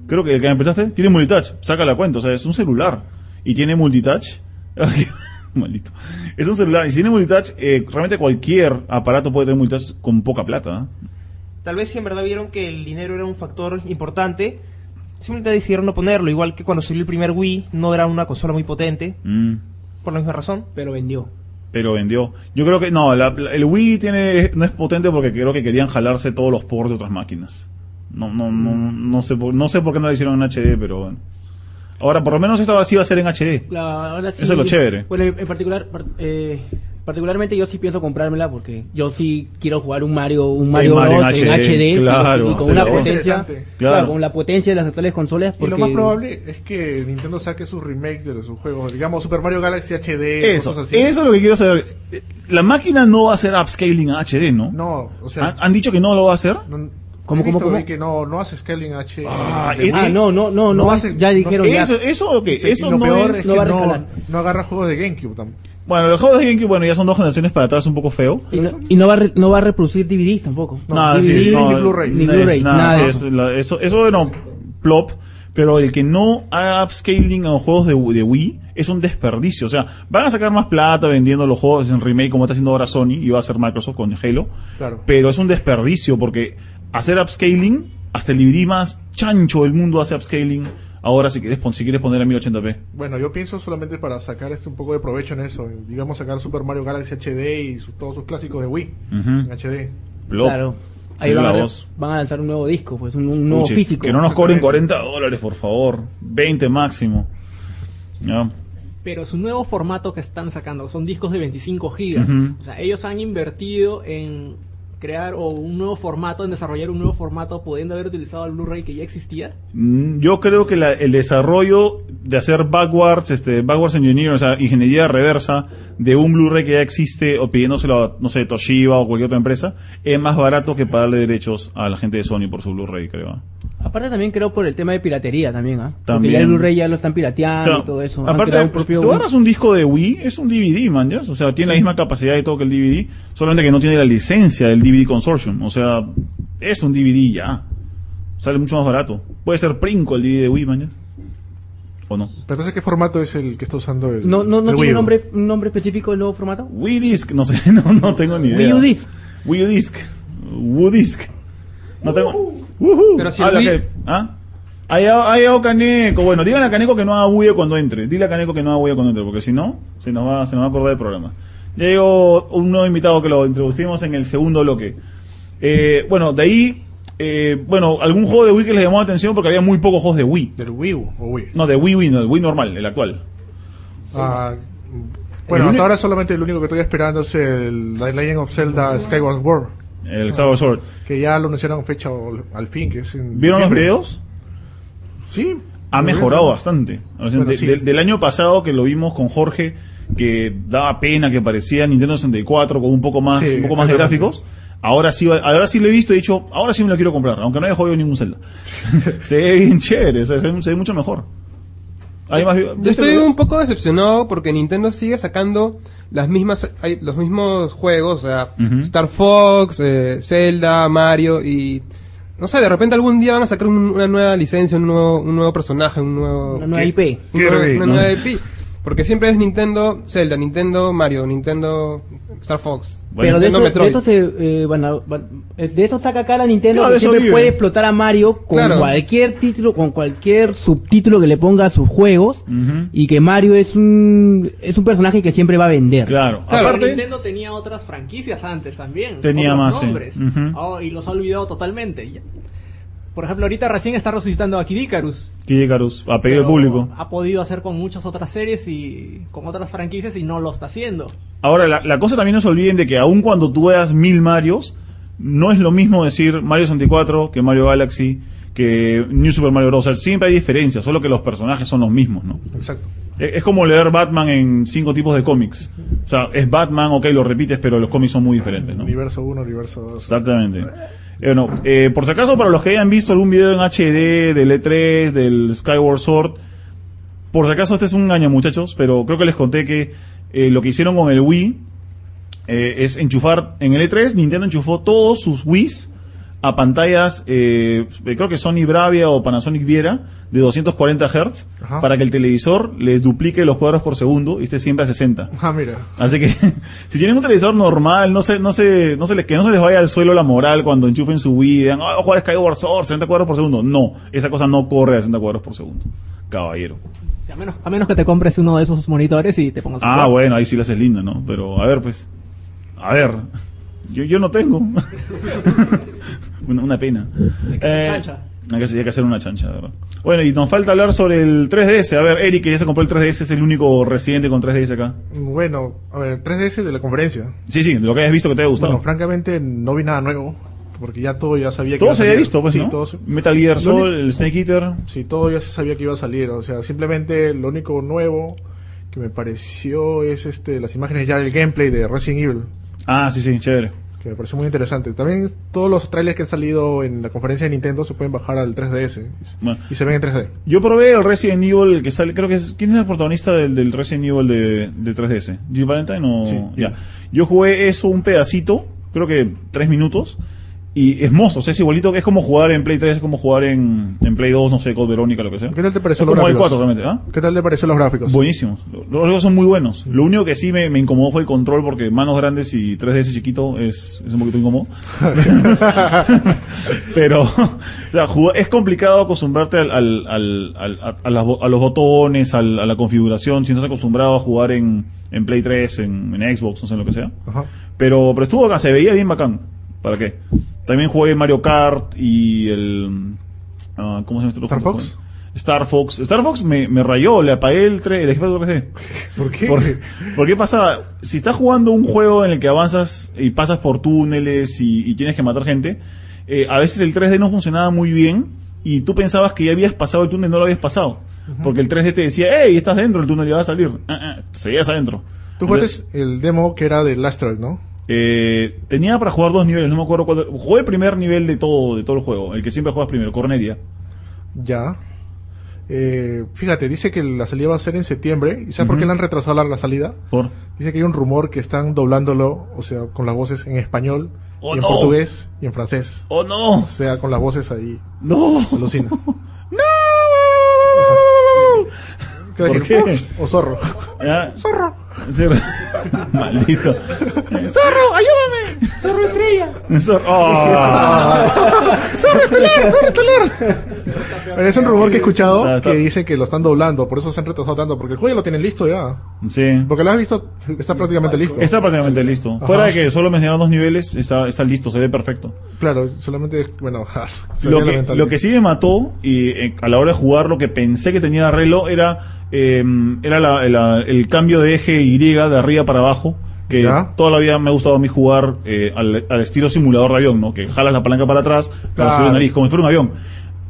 [SPEAKER 1] Creo que el que empezaste tiene multitouch, saca la cuenta, o sea, es un celular y tiene multitouch. Maldito. Es un celular y si tiene multitouch, eh, realmente cualquier aparato puede tener multitouch con poca plata. ¿eh?
[SPEAKER 6] Tal vez si en verdad vieron que el dinero era un factor importante, simplemente decidieron no ponerlo. Igual que cuando salió el primer Wii, no era una consola muy potente,
[SPEAKER 1] Mm.
[SPEAKER 6] por la misma razón.
[SPEAKER 5] Pero vendió.
[SPEAKER 1] Pero vendió. Yo creo que no, la- la- el Wii tiene no es potente porque creo que querían jalarse todos los ports de otras máquinas. No no no no sé por, no sé por qué no lo hicieron en HD, pero bueno. Ahora por lo menos esta sí va a ser en HD.
[SPEAKER 5] La- ahora sí-
[SPEAKER 1] Eso es lo chévere.
[SPEAKER 5] Bueno, en particular, par- eh, particularmente yo sí pienso comprármela porque yo sí quiero jugar un Mario, un Mario,
[SPEAKER 1] Mario en
[SPEAKER 5] Bros en
[SPEAKER 1] HD,
[SPEAKER 5] HD, sí,
[SPEAKER 1] claro,
[SPEAKER 5] y con
[SPEAKER 1] sí,
[SPEAKER 5] una
[SPEAKER 1] sí.
[SPEAKER 5] potencia,
[SPEAKER 2] Interesante.
[SPEAKER 1] Claro.
[SPEAKER 5] claro, con la potencia de las actuales consolas.
[SPEAKER 2] Y lo
[SPEAKER 5] porque-
[SPEAKER 2] más probable es que Nintendo saque sus remakes de sus juegos, digamos Super Mario Galaxy HD,
[SPEAKER 1] Eso,
[SPEAKER 2] cosas así.
[SPEAKER 1] eso es lo que quiero saber. Eh, La máquina no va a hacer upscaling a HD, ¿no?
[SPEAKER 2] No, o sea,
[SPEAKER 1] ¿Han, han dicho que no lo va a hacer?
[SPEAKER 2] no,
[SPEAKER 5] Ah, ¿Cómo,
[SPEAKER 2] he visto
[SPEAKER 5] cómo, cómo?
[SPEAKER 2] que no, no hace scaling H.
[SPEAKER 1] Ah,
[SPEAKER 2] Eh,
[SPEAKER 1] eh,
[SPEAKER 5] Ah, no, no,
[SPEAKER 2] No
[SPEAKER 5] no, no,
[SPEAKER 2] hace-
[SPEAKER 5] ya
[SPEAKER 2] no-
[SPEAKER 5] dijeron ya.
[SPEAKER 1] Eso eso que
[SPEAKER 2] y
[SPEAKER 1] eso
[SPEAKER 2] lo
[SPEAKER 1] no
[SPEAKER 2] peor
[SPEAKER 1] es-
[SPEAKER 2] es,
[SPEAKER 5] no
[SPEAKER 2] que
[SPEAKER 5] va a
[SPEAKER 2] no,
[SPEAKER 5] rescalar.
[SPEAKER 2] no agarra juegos de GameCube tampoco.
[SPEAKER 1] Bueno, los juegos de GameCube bueno, ya son dos generaciones para atrás un poco feo.
[SPEAKER 5] Y no, y no va a re- no va a reproducir DVDs tampoco.
[SPEAKER 2] No,
[SPEAKER 1] nada,
[SPEAKER 2] DVD,
[SPEAKER 1] sí, no,
[SPEAKER 2] ni Blu-ray.
[SPEAKER 5] Ni
[SPEAKER 1] na-
[SPEAKER 5] Blu-ray, nada
[SPEAKER 1] sí,
[SPEAKER 5] de
[SPEAKER 1] eso.
[SPEAKER 5] eso.
[SPEAKER 1] la- eso, eso, bueno, plop. Pero el que no haga upscaling a los juegos de, de Wii es un desperdicio. O sea, van a sacar más plata vendiendo los juegos en remake como está haciendo ahora Sony y va a hacer Microsoft con Halo.
[SPEAKER 2] Claro.
[SPEAKER 1] Pero es un desperdicio porque hacer upscaling, hasta el DVD más chancho del mundo hace upscaling. Ahora si quieres, pon- si quieres poner a 1080p.
[SPEAKER 2] Bueno, yo pienso solamente para sacar este un poco de provecho en eso, en, digamos sacar Super Mario Galaxy HD y su- todos sus clásicos de Wii en
[SPEAKER 1] Ujú.
[SPEAKER 2] HD.
[SPEAKER 1] Plop.
[SPEAKER 5] Claro. Ahí
[SPEAKER 1] Salió
[SPEAKER 5] van
[SPEAKER 1] la
[SPEAKER 5] a,
[SPEAKER 1] voz.
[SPEAKER 5] van a lanzar un nuevo disco, pues un, un nuevo
[SPEAKER 1] Puche,
[SPEAKER 5] físico.
[SPEAKER 1] Que no nos cobren 40 dólares, por favor. 20 máximo. Ya.
[SPEAKER 4] Pero su nuevo formato que están sacando son discos de 25 gigas.
[SPEAKER 1] Ujú.
[SPEAKER 4] O sea, ellos han invertido en crear o un nuevo formato, en desarrollar un nuevo formato, pudiendo haber utilizado el Blu-ray que ya existía.
[SPEAKER 1] Mm, Yo creo que la- el desarrollo de hacer backwards, este, backwards engineering, o sea, ingeniería reversa de un Blu-ray que ya existe o pidiéndoselo a, no sé, Toshiba o cualquier otra empresa, es más barato que pagarle derechos a la gente de Sony por su Blu-ray, creo. ¿eh?
[SPEAKER 5] Aparte también creo por el tema de piratería también, ¿ah? Porque
[SPEAKER 1] También.
[SPEAKER 5] ya el Blu-ray ya lo están pirateando
[SPEAKER 1] Claro.
[SPEAKER 5] y todo eso. Han
[SPEAKER 1] Aparte,
[SPEAKER 5] creado un
[SPEAKER 1] si
[SPEAKER 5] propio-
[SPEAKER 1] tú agarras un disco de Wii, es un DVD, man, ¿ya? O sea, tiene la misma capacidad de todo que el DVD, solamente que no tiene la licencia del DVD Consortium. O sea, es un DVD ya. Sale mucho más barato. Puede ser princo el DVD de Wii, man, ¿ya? ¿O no?
[SPEAKER 2] Pero entonces, ¿qué formato es el que está usando el.
[SPEAKER 5] No, no, no
[SPEAKER 2] el
[SPEAKER 5] tiene
[SPEAKER 2] Wii
[SPEAKER 5] un
[SPEAKER 2] U?
[SPEAKER 5] nombre, un nombre específico el nuevo formato.
[SPEAKER 1] Wii Disc, no sé, no, no tengo ni idea.
[SPEAKER 5] Wii U Disc.
[SPEAKER 1] Wii U Disc. Woo Disc. No tengo. Ujú.
[SPEAKER 3] Pero si el
[SPEAKER 1] Habla
[SPEAKER 3] Wii-
[SPEAKER 1] que- ¿Ah? Ahí ha- ahí hago Caneco. Bueno, díganle a Caneco que no haga bulla cuando entre. Dile a Caneco que no haga bulla cuando entre, porque si no, se nos va, se nos va a acordar el programa. Ya llegó un nuevo invitado que lo introducimos en el segundo bloque. Eh, bueno, de ahí, eh, bueno, algún juego de Wii que les llamó la atención porque había muy pocos juegos de Wii.
[SPEAKER 2] Del Wii U o Wii.
[SPEAKER 1] No, de Wii, Wii, no, el Wii normal, el actual.
[SPEAKER 2] Ah, bueno,
[SPEAKER 1] El
[SPEAKER 2] hasta
[SPEAKER 1] único-
[SPEAKER 2] ahora solamente el único que estoy esperando es el The Legend of Zelda Skyward Sword,
[SPEAKER 1] El Skyward Sword.
[SPEAKER 2] que ya lo anunciaron fecha al al fin, que es en
[SPEAKER 1] ¿Vieron los
[SPEAKER 2] diciembre.
[SPEAKER 1] videos?
[SPEAKER 2] Sí.
[SPEAKER 1] ha
[SPEAKER 2] Lo vi.
[SPEAKER 1] mejorado bastante. O sea,
[SPEAKER 2] Bueno,
[SPEAKER 1] de-
[SPEAKER 2] sí.
[SPEAKER 1] de- del año pasado que lo vimos con Jorge, que daba pena que parecía Nintendo 64 con un poco más,
[SPEAKER 2] Sí,
[SPEAKER 1] un poco más de
[SPEAKER 2] exactamente.
[SPEAKER 1] gráficos. Ahora sí, ahora sí lo he visto y he dicho, ahora sí me lo quiero comprar, aunque no haya jugado ningún Zelda. se ve bien chévere, o sea, se, ve, se ve mucho mejor. Hay más vi- ¿viste
[SPEAKER 3] Yo estoy
[SPEAKER 1] el video?
[SPEAKER 3] un poco decepcionado porque Nintendo sigue sacando las mismas, hay los mismos juegos, o sea,
[SPEAKER 1] Ujú.
[SPEAKER 3] Star Fox, eh, Zelda, Mario y no sé, de repente algún día van a sacar un- una nueva licencia, un nuevo, un nuevo personaje, un nuevo,
[SPEAKER 5] Una nueva
[SPEAKER 1] ¿Qué?
[SPEAKER 5] IP.
[SPEAKER 3] un
[SPEAKER 1] Kirby,
[SPEAKER 3] nuevo- una
[SPEAKER 1] ¿no?
[SPEAKER 3] nueva IP, porque siempre es Nintendo, Zelda, Nintendo, Mario, Nintendo, Star Fox.
[SPEAKER 1] Bueno,
[SPEAKER 5] Pero de
[SPEAKER 3] Nintendo
[SPEAKER 5] eso,
[SPEAKER 3] Metroid.
[SPEAKER 5] de eso se, eh, van a- van- eh, de eso saca acá la Nintendo
[SPEAKER 1] Claro, de
[SPEAKER 5] que
[SPEAKER 1] eso
[SPEAKER 5] siempre
[SPEAKER 1] vive.
[SPEAKER 5] puede explotar a Mario con
[SPEAKER 3] Claro.
[SPEAKER 5] cualquier título, con cualquier subtítulo que le ponga a sus juegos
[SPEAKER 1] Ujú.
[SPEAKER 5] y que Mario es un es un personaje que siempre va a vender.
[SPEAKER 1] Claro,
[SPEAKER 3] Claro.
[SPEAKER 1] aparte,
[SPEAKER 4] Nintendo tenía otras franquicias antes también.
[SPEAKER 1] Tenía
[SPEAKER 4] otros
[SPEAKER 1] más, sí.
[SPEAKER 4] nombres.
[SPEAKER 1] Ujú.
[SPEAKER 4] Oh, y los ha olvidado totalmente. Ya. Por ejemplo, ahorita recién está resucitando a Kid Icarus.
[SPEAKER 1] Kid Icarus, a pedido del
[SPEAKER 4] pero
[SPEAKER 1] público.
[SPEAKER 4] Ha podido hacer con muchas otras series y con otras franquicias y no lo está haciendo.
[SPEAKER 1] Ahora, la, la cosa también no se olviden de que aun cuando tú veas mil Marios, no es lo mismo decir Mario 64 que Mario Galaxy, que New Super Mario Bros. O sea, siempre hay diferencias, solo que los personajes son los mismos, ¿no? E,
[SPEAKER 2] Exacto.
[SPEAKER 1] Es, es como leer Batman en cinco tipos de cómics. O sea, es Batman, ok, lo repites, pero los cómics son muy diferentes, ¿no?
[SPEAKER 2] Universo 1, universo 2.
[SPEAKER 1] Exactamente. Eh, Bueno, eh, por si acaso, para los que hayan visto algún video en HD, del E3, del Skyward Sword, por si acaso este es un engaño, muchachos, pero creo que les conté que eh, lo que hicieron con el Wii eh, es enchufar, en el E3 Nintendo enchufó todos sus Wiis a pantallas, eh, creo que Sony Bravia o Panasonic Viera, de 240 Hz,
[SPEAKER 2] Ajá.
[SPEAKER 1] para que el televisor les duplique los cuadros por segundo y esté siempre a 60.
[SPEAKER 2] Ah, mira.
[SPEAKER 1] Así que si tienen un televisor normal, no se, no se, no se les, que no se les vaya al suelo la moral cuando enchufen su Wii y digan, oh, jugar Skyward Sword, 60 cuadros por segundo. No, esa cosa no corre a 60 cuadros por segundo. Caballero.
[SPEAKER 4] O sea, a, menos, a menos que te compres uno de esos monitores y te pongas a
[SPEAKER 1] Ah,
[SPEAKER 4] jugar.
[SPEAKER 1] bueno, ahí sí la haces linda, ¿no? Pero a ver, pues. A ver. Yo, yo no tengo. una, una pena. Eh,
[SPEAKER 4] Hay que hacer chancha.
[SPEAKER 1] hay que hacer- hay que hacer una chancha, de verdad. Bueno, y nos falta hablar sobre el 3DS. A ver, Eric, que ya se compró el 3DS, es el único residente con 3DS acá.
[SPEAKER 2] Bueno, a ver, 3DS de la conferencia.
[SPEAKER 1] Sí, sí, lo que hayas visto que te haya gustado.
[SPEAKER 2] Bueno, francamente no vi nada nuevo, porque ya todo ya sabía que
[SPEAKER 1] Todo
[SPEAKER 2] iba a
[SPEAKER 1] se había
[SPEAKER 2] salir.
[SPEAKER 1] visto, pues,
[SPEAKER 2] sí,
[SPEAKER 1] ¿no?
[SPEAKER 2] todo se-
[SPEAKER 1] Metal Gear
[SPEAKER 2] Lo
[SPEAKER 1] Solid,
[SPEAKER 2] uni-
[SPEAKER 1] el Snake Eater.
[SPEAKER 2] sí, todo ya se sabía que iba a salir, o sea, simplemente lo único nuevo que me pareció es este las imágenes ya del gameplay de Resident Evil,
[SPEAKER 1] Ah, sí, sí, chévere.
[SPEAKER 2] que me pareció muy interesante. También todos los trailers que han salido en la conferencia de Nintendo se pueden bajar al 3DS
[SPEAKER 1] Bueno.
[SPEAKER 2] y se ven en 3D.
[SPEAKER 1] Yo probé el Resident Evil que sale, creo que es, ¿quién es el protagonista del, del Resident Evil de, de 3DS? ¿Jill Valentine o...?
[SPEAKER 2] Sí.
[SPEAKER 1] ya. Yo jugué eso un pedacito, creo que tres minutos, y es mozo, o sea, es igualito, que es como jugar en Play 3, es como jugar en, en Play 2, no sé, Code Verónica, lo que sea.
[SPEAKER 2] ¿Qué tal te
[SPEAKER 1] Es
[SPEAKER 2] pareció los
[SPEAKER 1] como el
[SPEAKER 2] gráficos?
[SPEAKER 1] 4 realmente, ¿ah?
[SPEAKER 2] ¿Qué tal te pareció los gráficos?
[SPEAKER 1] Buenísimos. Los juegos son muy buenos. Lo único que sí me, me incomodó fue el control porque manos grandes y 3DS chiquito es, es un poquito incómodo. Pero o sea, jug- es complicado acostumbrarte al, al- al- al- a, a las bo- a los botones, al- a la configuración, si no estás acostumbrado a jugar en, en Play 3, en, en Xbox, no sé, en lo que sea.
[SPEAKER 2] Ajá.
[SPEAKER 1] Pero, pero estuvo acá, se veía bien bacán. ¿Para qué? También jugué Mario Kart y el... ah, ¿Cómo se llama este otro
[SPEAKER 2] ¿Star
[SPEAKER 1] juego?
[SPEAKER 2] Fox?
[SPEAKER 1] Star Fox. Star Fox me, me rayó, le apagué el, tre- el Xbox 360.
[SPEAKER 2] ¿Por qué?
[SPEAKER 1] Porque, porque pasaba, si estás jugando un juego en el que avanzas y pasas por túneles y, y tienes que matar gente, eh, a veces el 3D no funcionaba muy bien y tú pensabas que ya habías pasado el túnel y no lo habías pasado. Porque el 3D te decía, hey, estás dentro, el túnel ya va a salir. Ah, ah, seguías adentro.
[SPEAKER 2] Tú jugaste el demo que era de Last Track, ¿no?
[SPEAKER 1] Eh, tenía para jugar dos niveles, no me acuerdo cuál. Jugué el primer nivel de todo, de todo el juego, el que siempre juegas primero, Cornelia.
[SPEAKER 2] Ya. Eh, fíjate, dice que la salida va a ser en septiembre. ¿Y sabes por qué
[SPEAKER 1] Ujú.
[SPEAKER 2] le han retrasado la, la salida?
[SPEAKER 1] Por.
[SPEAKER 2] Dice que hay un rumor que están doblándolo, o sea, con las voces en español,
[SPEAKER 1] Oh,
[SPEAKER 2] y en
[SPEAKER 1] no.
[SPEAKER 2] portugués y en francés.
[SPEAKER 1] ¡Oh no!
[SPEAKER 2] O sea, con las voces ahí,
[SPEAKER 1] ¡No!
[SPEAKER 2] alucina. ¿Qué va a
[SPEAKER 1] ¿Por
[SPEAKER 2] decir?
[SPEAKER 1] qué?
[SPEAKER 2] O zorro.
[SPEAKER 1] Ya,
[SPEAKER 2] ¡Zorro!
[SPEAKER 1] sí, Maldito.
[SPEAKER 2] ¡Zorro, ayúdame! ¡Zorro estrella!
[SPEAKER 1] Zorro. Oh.
[SPEAKER 2] ¡Zorro estelar! ¡Zorro estelar! Pero es un rumor que
[SPEAKER 1] Está,
[SPEAKER 2] he escuchado
[SPEAKER 1] Ah, está.
[SPEAKER 2] que dice que lo están doblando, por eso se han retrasado tanto, porque el juego ya lo tienen listo ya.
[SPEAKER 1] Sí.
[SPEAKER 2] Porque lo has visto, está prácticamente listo.
[SPEAKER 1] Está prácticamente listo.
[SPEAKER 2] Ajá.
[SPEAKER 1] Fuera de que solo me enseñaron dos niveles, está, está listo, se ve perfecto.
[SPEAKER 2] Claro, solamente, bueno, sería
[SPEAKER 1] lo, que,
[SPEAKER 2] lamentable.
[SPEAKER 1] lo que sí me mató y eh, a la hora de jugar lo que pensé que tenía de arreglo era eh, era la- la- el cambio de eje Y de arriba para abajo que
[SPEAKER 2] Ya.
[SPEAKER 1] toda la vida me ha gustado a mí jugar eh, al, al estilo simulador de avión no que jalas la palanca para atrás para
[SPEAKER 2] Claro.
[SPEAKER 1] subir la nariz como si fuera un avión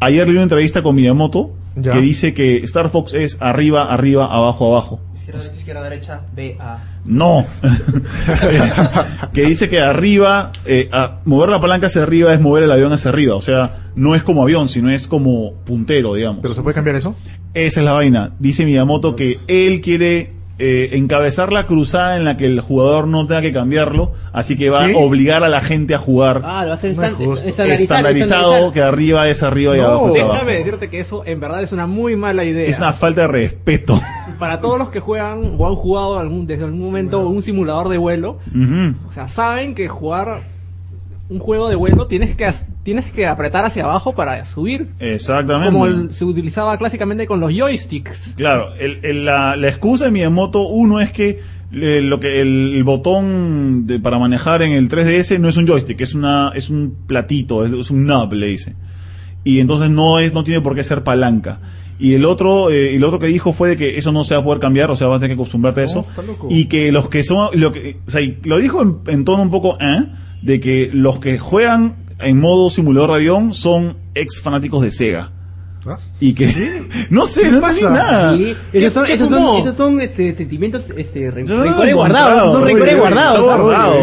[SPEAKER 1] ayer leí una entrevista con Miyamoto
[SPEAKER 2] Ya.
[SPEAKER 1] que dice que Star Fox es arriba arriba abajo abajo
[SPEAKER 6] Izquierda, derecha, izquierda, derecha, B, A.
[SPEAKER 1] no. que dice que arriba, eh, a- mover la palanca hacia arriba es mover el avión hacia arriba. O sea, no es como avión, sino es como puntero, digamos.
[SPEAKER 2] ¿Pero se puede cambiar eso?
[SPEAKER 1] Esa es la vaina. Dice Miyamoto que él quiere eh, encabezar la cruzada en la que el jugador no tenga que cambiarlo, así que va
[SPEAKER 2] ¿Qué?
[SPEAKER 1] a obligar a la gente a jugar
[SPEAKER 5] Ah, lo va a ser
[SPEAKER 2] No es
[SPEAKER 5] estan-
[SPEAKER 2] justo.
[SPEAKER 1] estandarizado, que arriba es arriba y
[SPEAKER 2] No,
[SPEAKER 1] abajo es abajo.
[SPEAKER 4] Déjame decirte que eso en verdad es una muy mala idea.
[SPEAKER 1] Es una falta de respeto.
[SPEAKER 4] Para todos los que juegan o han jugado algún, desde algún momento un simulador de vuelo,
[SPEAKER 1] Ujú.
[SPEAKER 4] o sea, saben que jugar un juego de vuelo tienes que, as- tienes que apretar hacia abajo para subir.
[SPEAKER 1] Exactamente.
[SPEAKER 4] Como el- se utilizaba clásicamente con los joysticks.
[SPEAKER 1] Claro, el- el- la, la excusa de Miyamoto, uno es que eh, lo que el, el botón de- para manejar en el 3DS no es un joystick, es una es un platito, es, es un knob, le dice. Y entonces no es no tiene por qué ser palanca. Y el otro eh, el otro que dijo fue de que eso no se va a poder cambiar, o sea, vas a tener que acostumbrarte a
[SPEAKER 2] No,
[SPEAKER 1] eso.
[SPEAKER 2] Oh, está loco.
[SPEAKER 1] Y que los que son lo que o sea, y lo dijo en, en tono un poco ¿eh? de que los que juegan en modo simulador de avión son ex fanáticos de Sega.
[SPEAKER 2] ¿Ah?
[SPEAKER 1] Y que no sé, no entendí
[SPEAKER 2] pasa?
[SPEAKER 1] nada.
[SPEAKER 5] Sí,
[SPEAKER 4] ¿Qué-
[SPEAKER 5] esos son,
[SPEAKER 4] qué
[SPEAKER 5] esos son-
[SPEAKER 4] fumó?
[SPEAKER 5] esos son, este, sentimientos este, re-
[SPEAKER 1] Yo no lo he
[SPEAKER 5] rencores
[SPEAKER 1] encontrado.
[SPEAKER 5] guardados. esos son
[SPEAKER 1] Oye,
[SPEAKER 5] rencores
[SPEAKER 1] oye,
[SPEAKER 5] guardados.
[SPEAKER 1] está
[SPEAKER 5] ¿sabes?
[SPEAKER 1] guardado.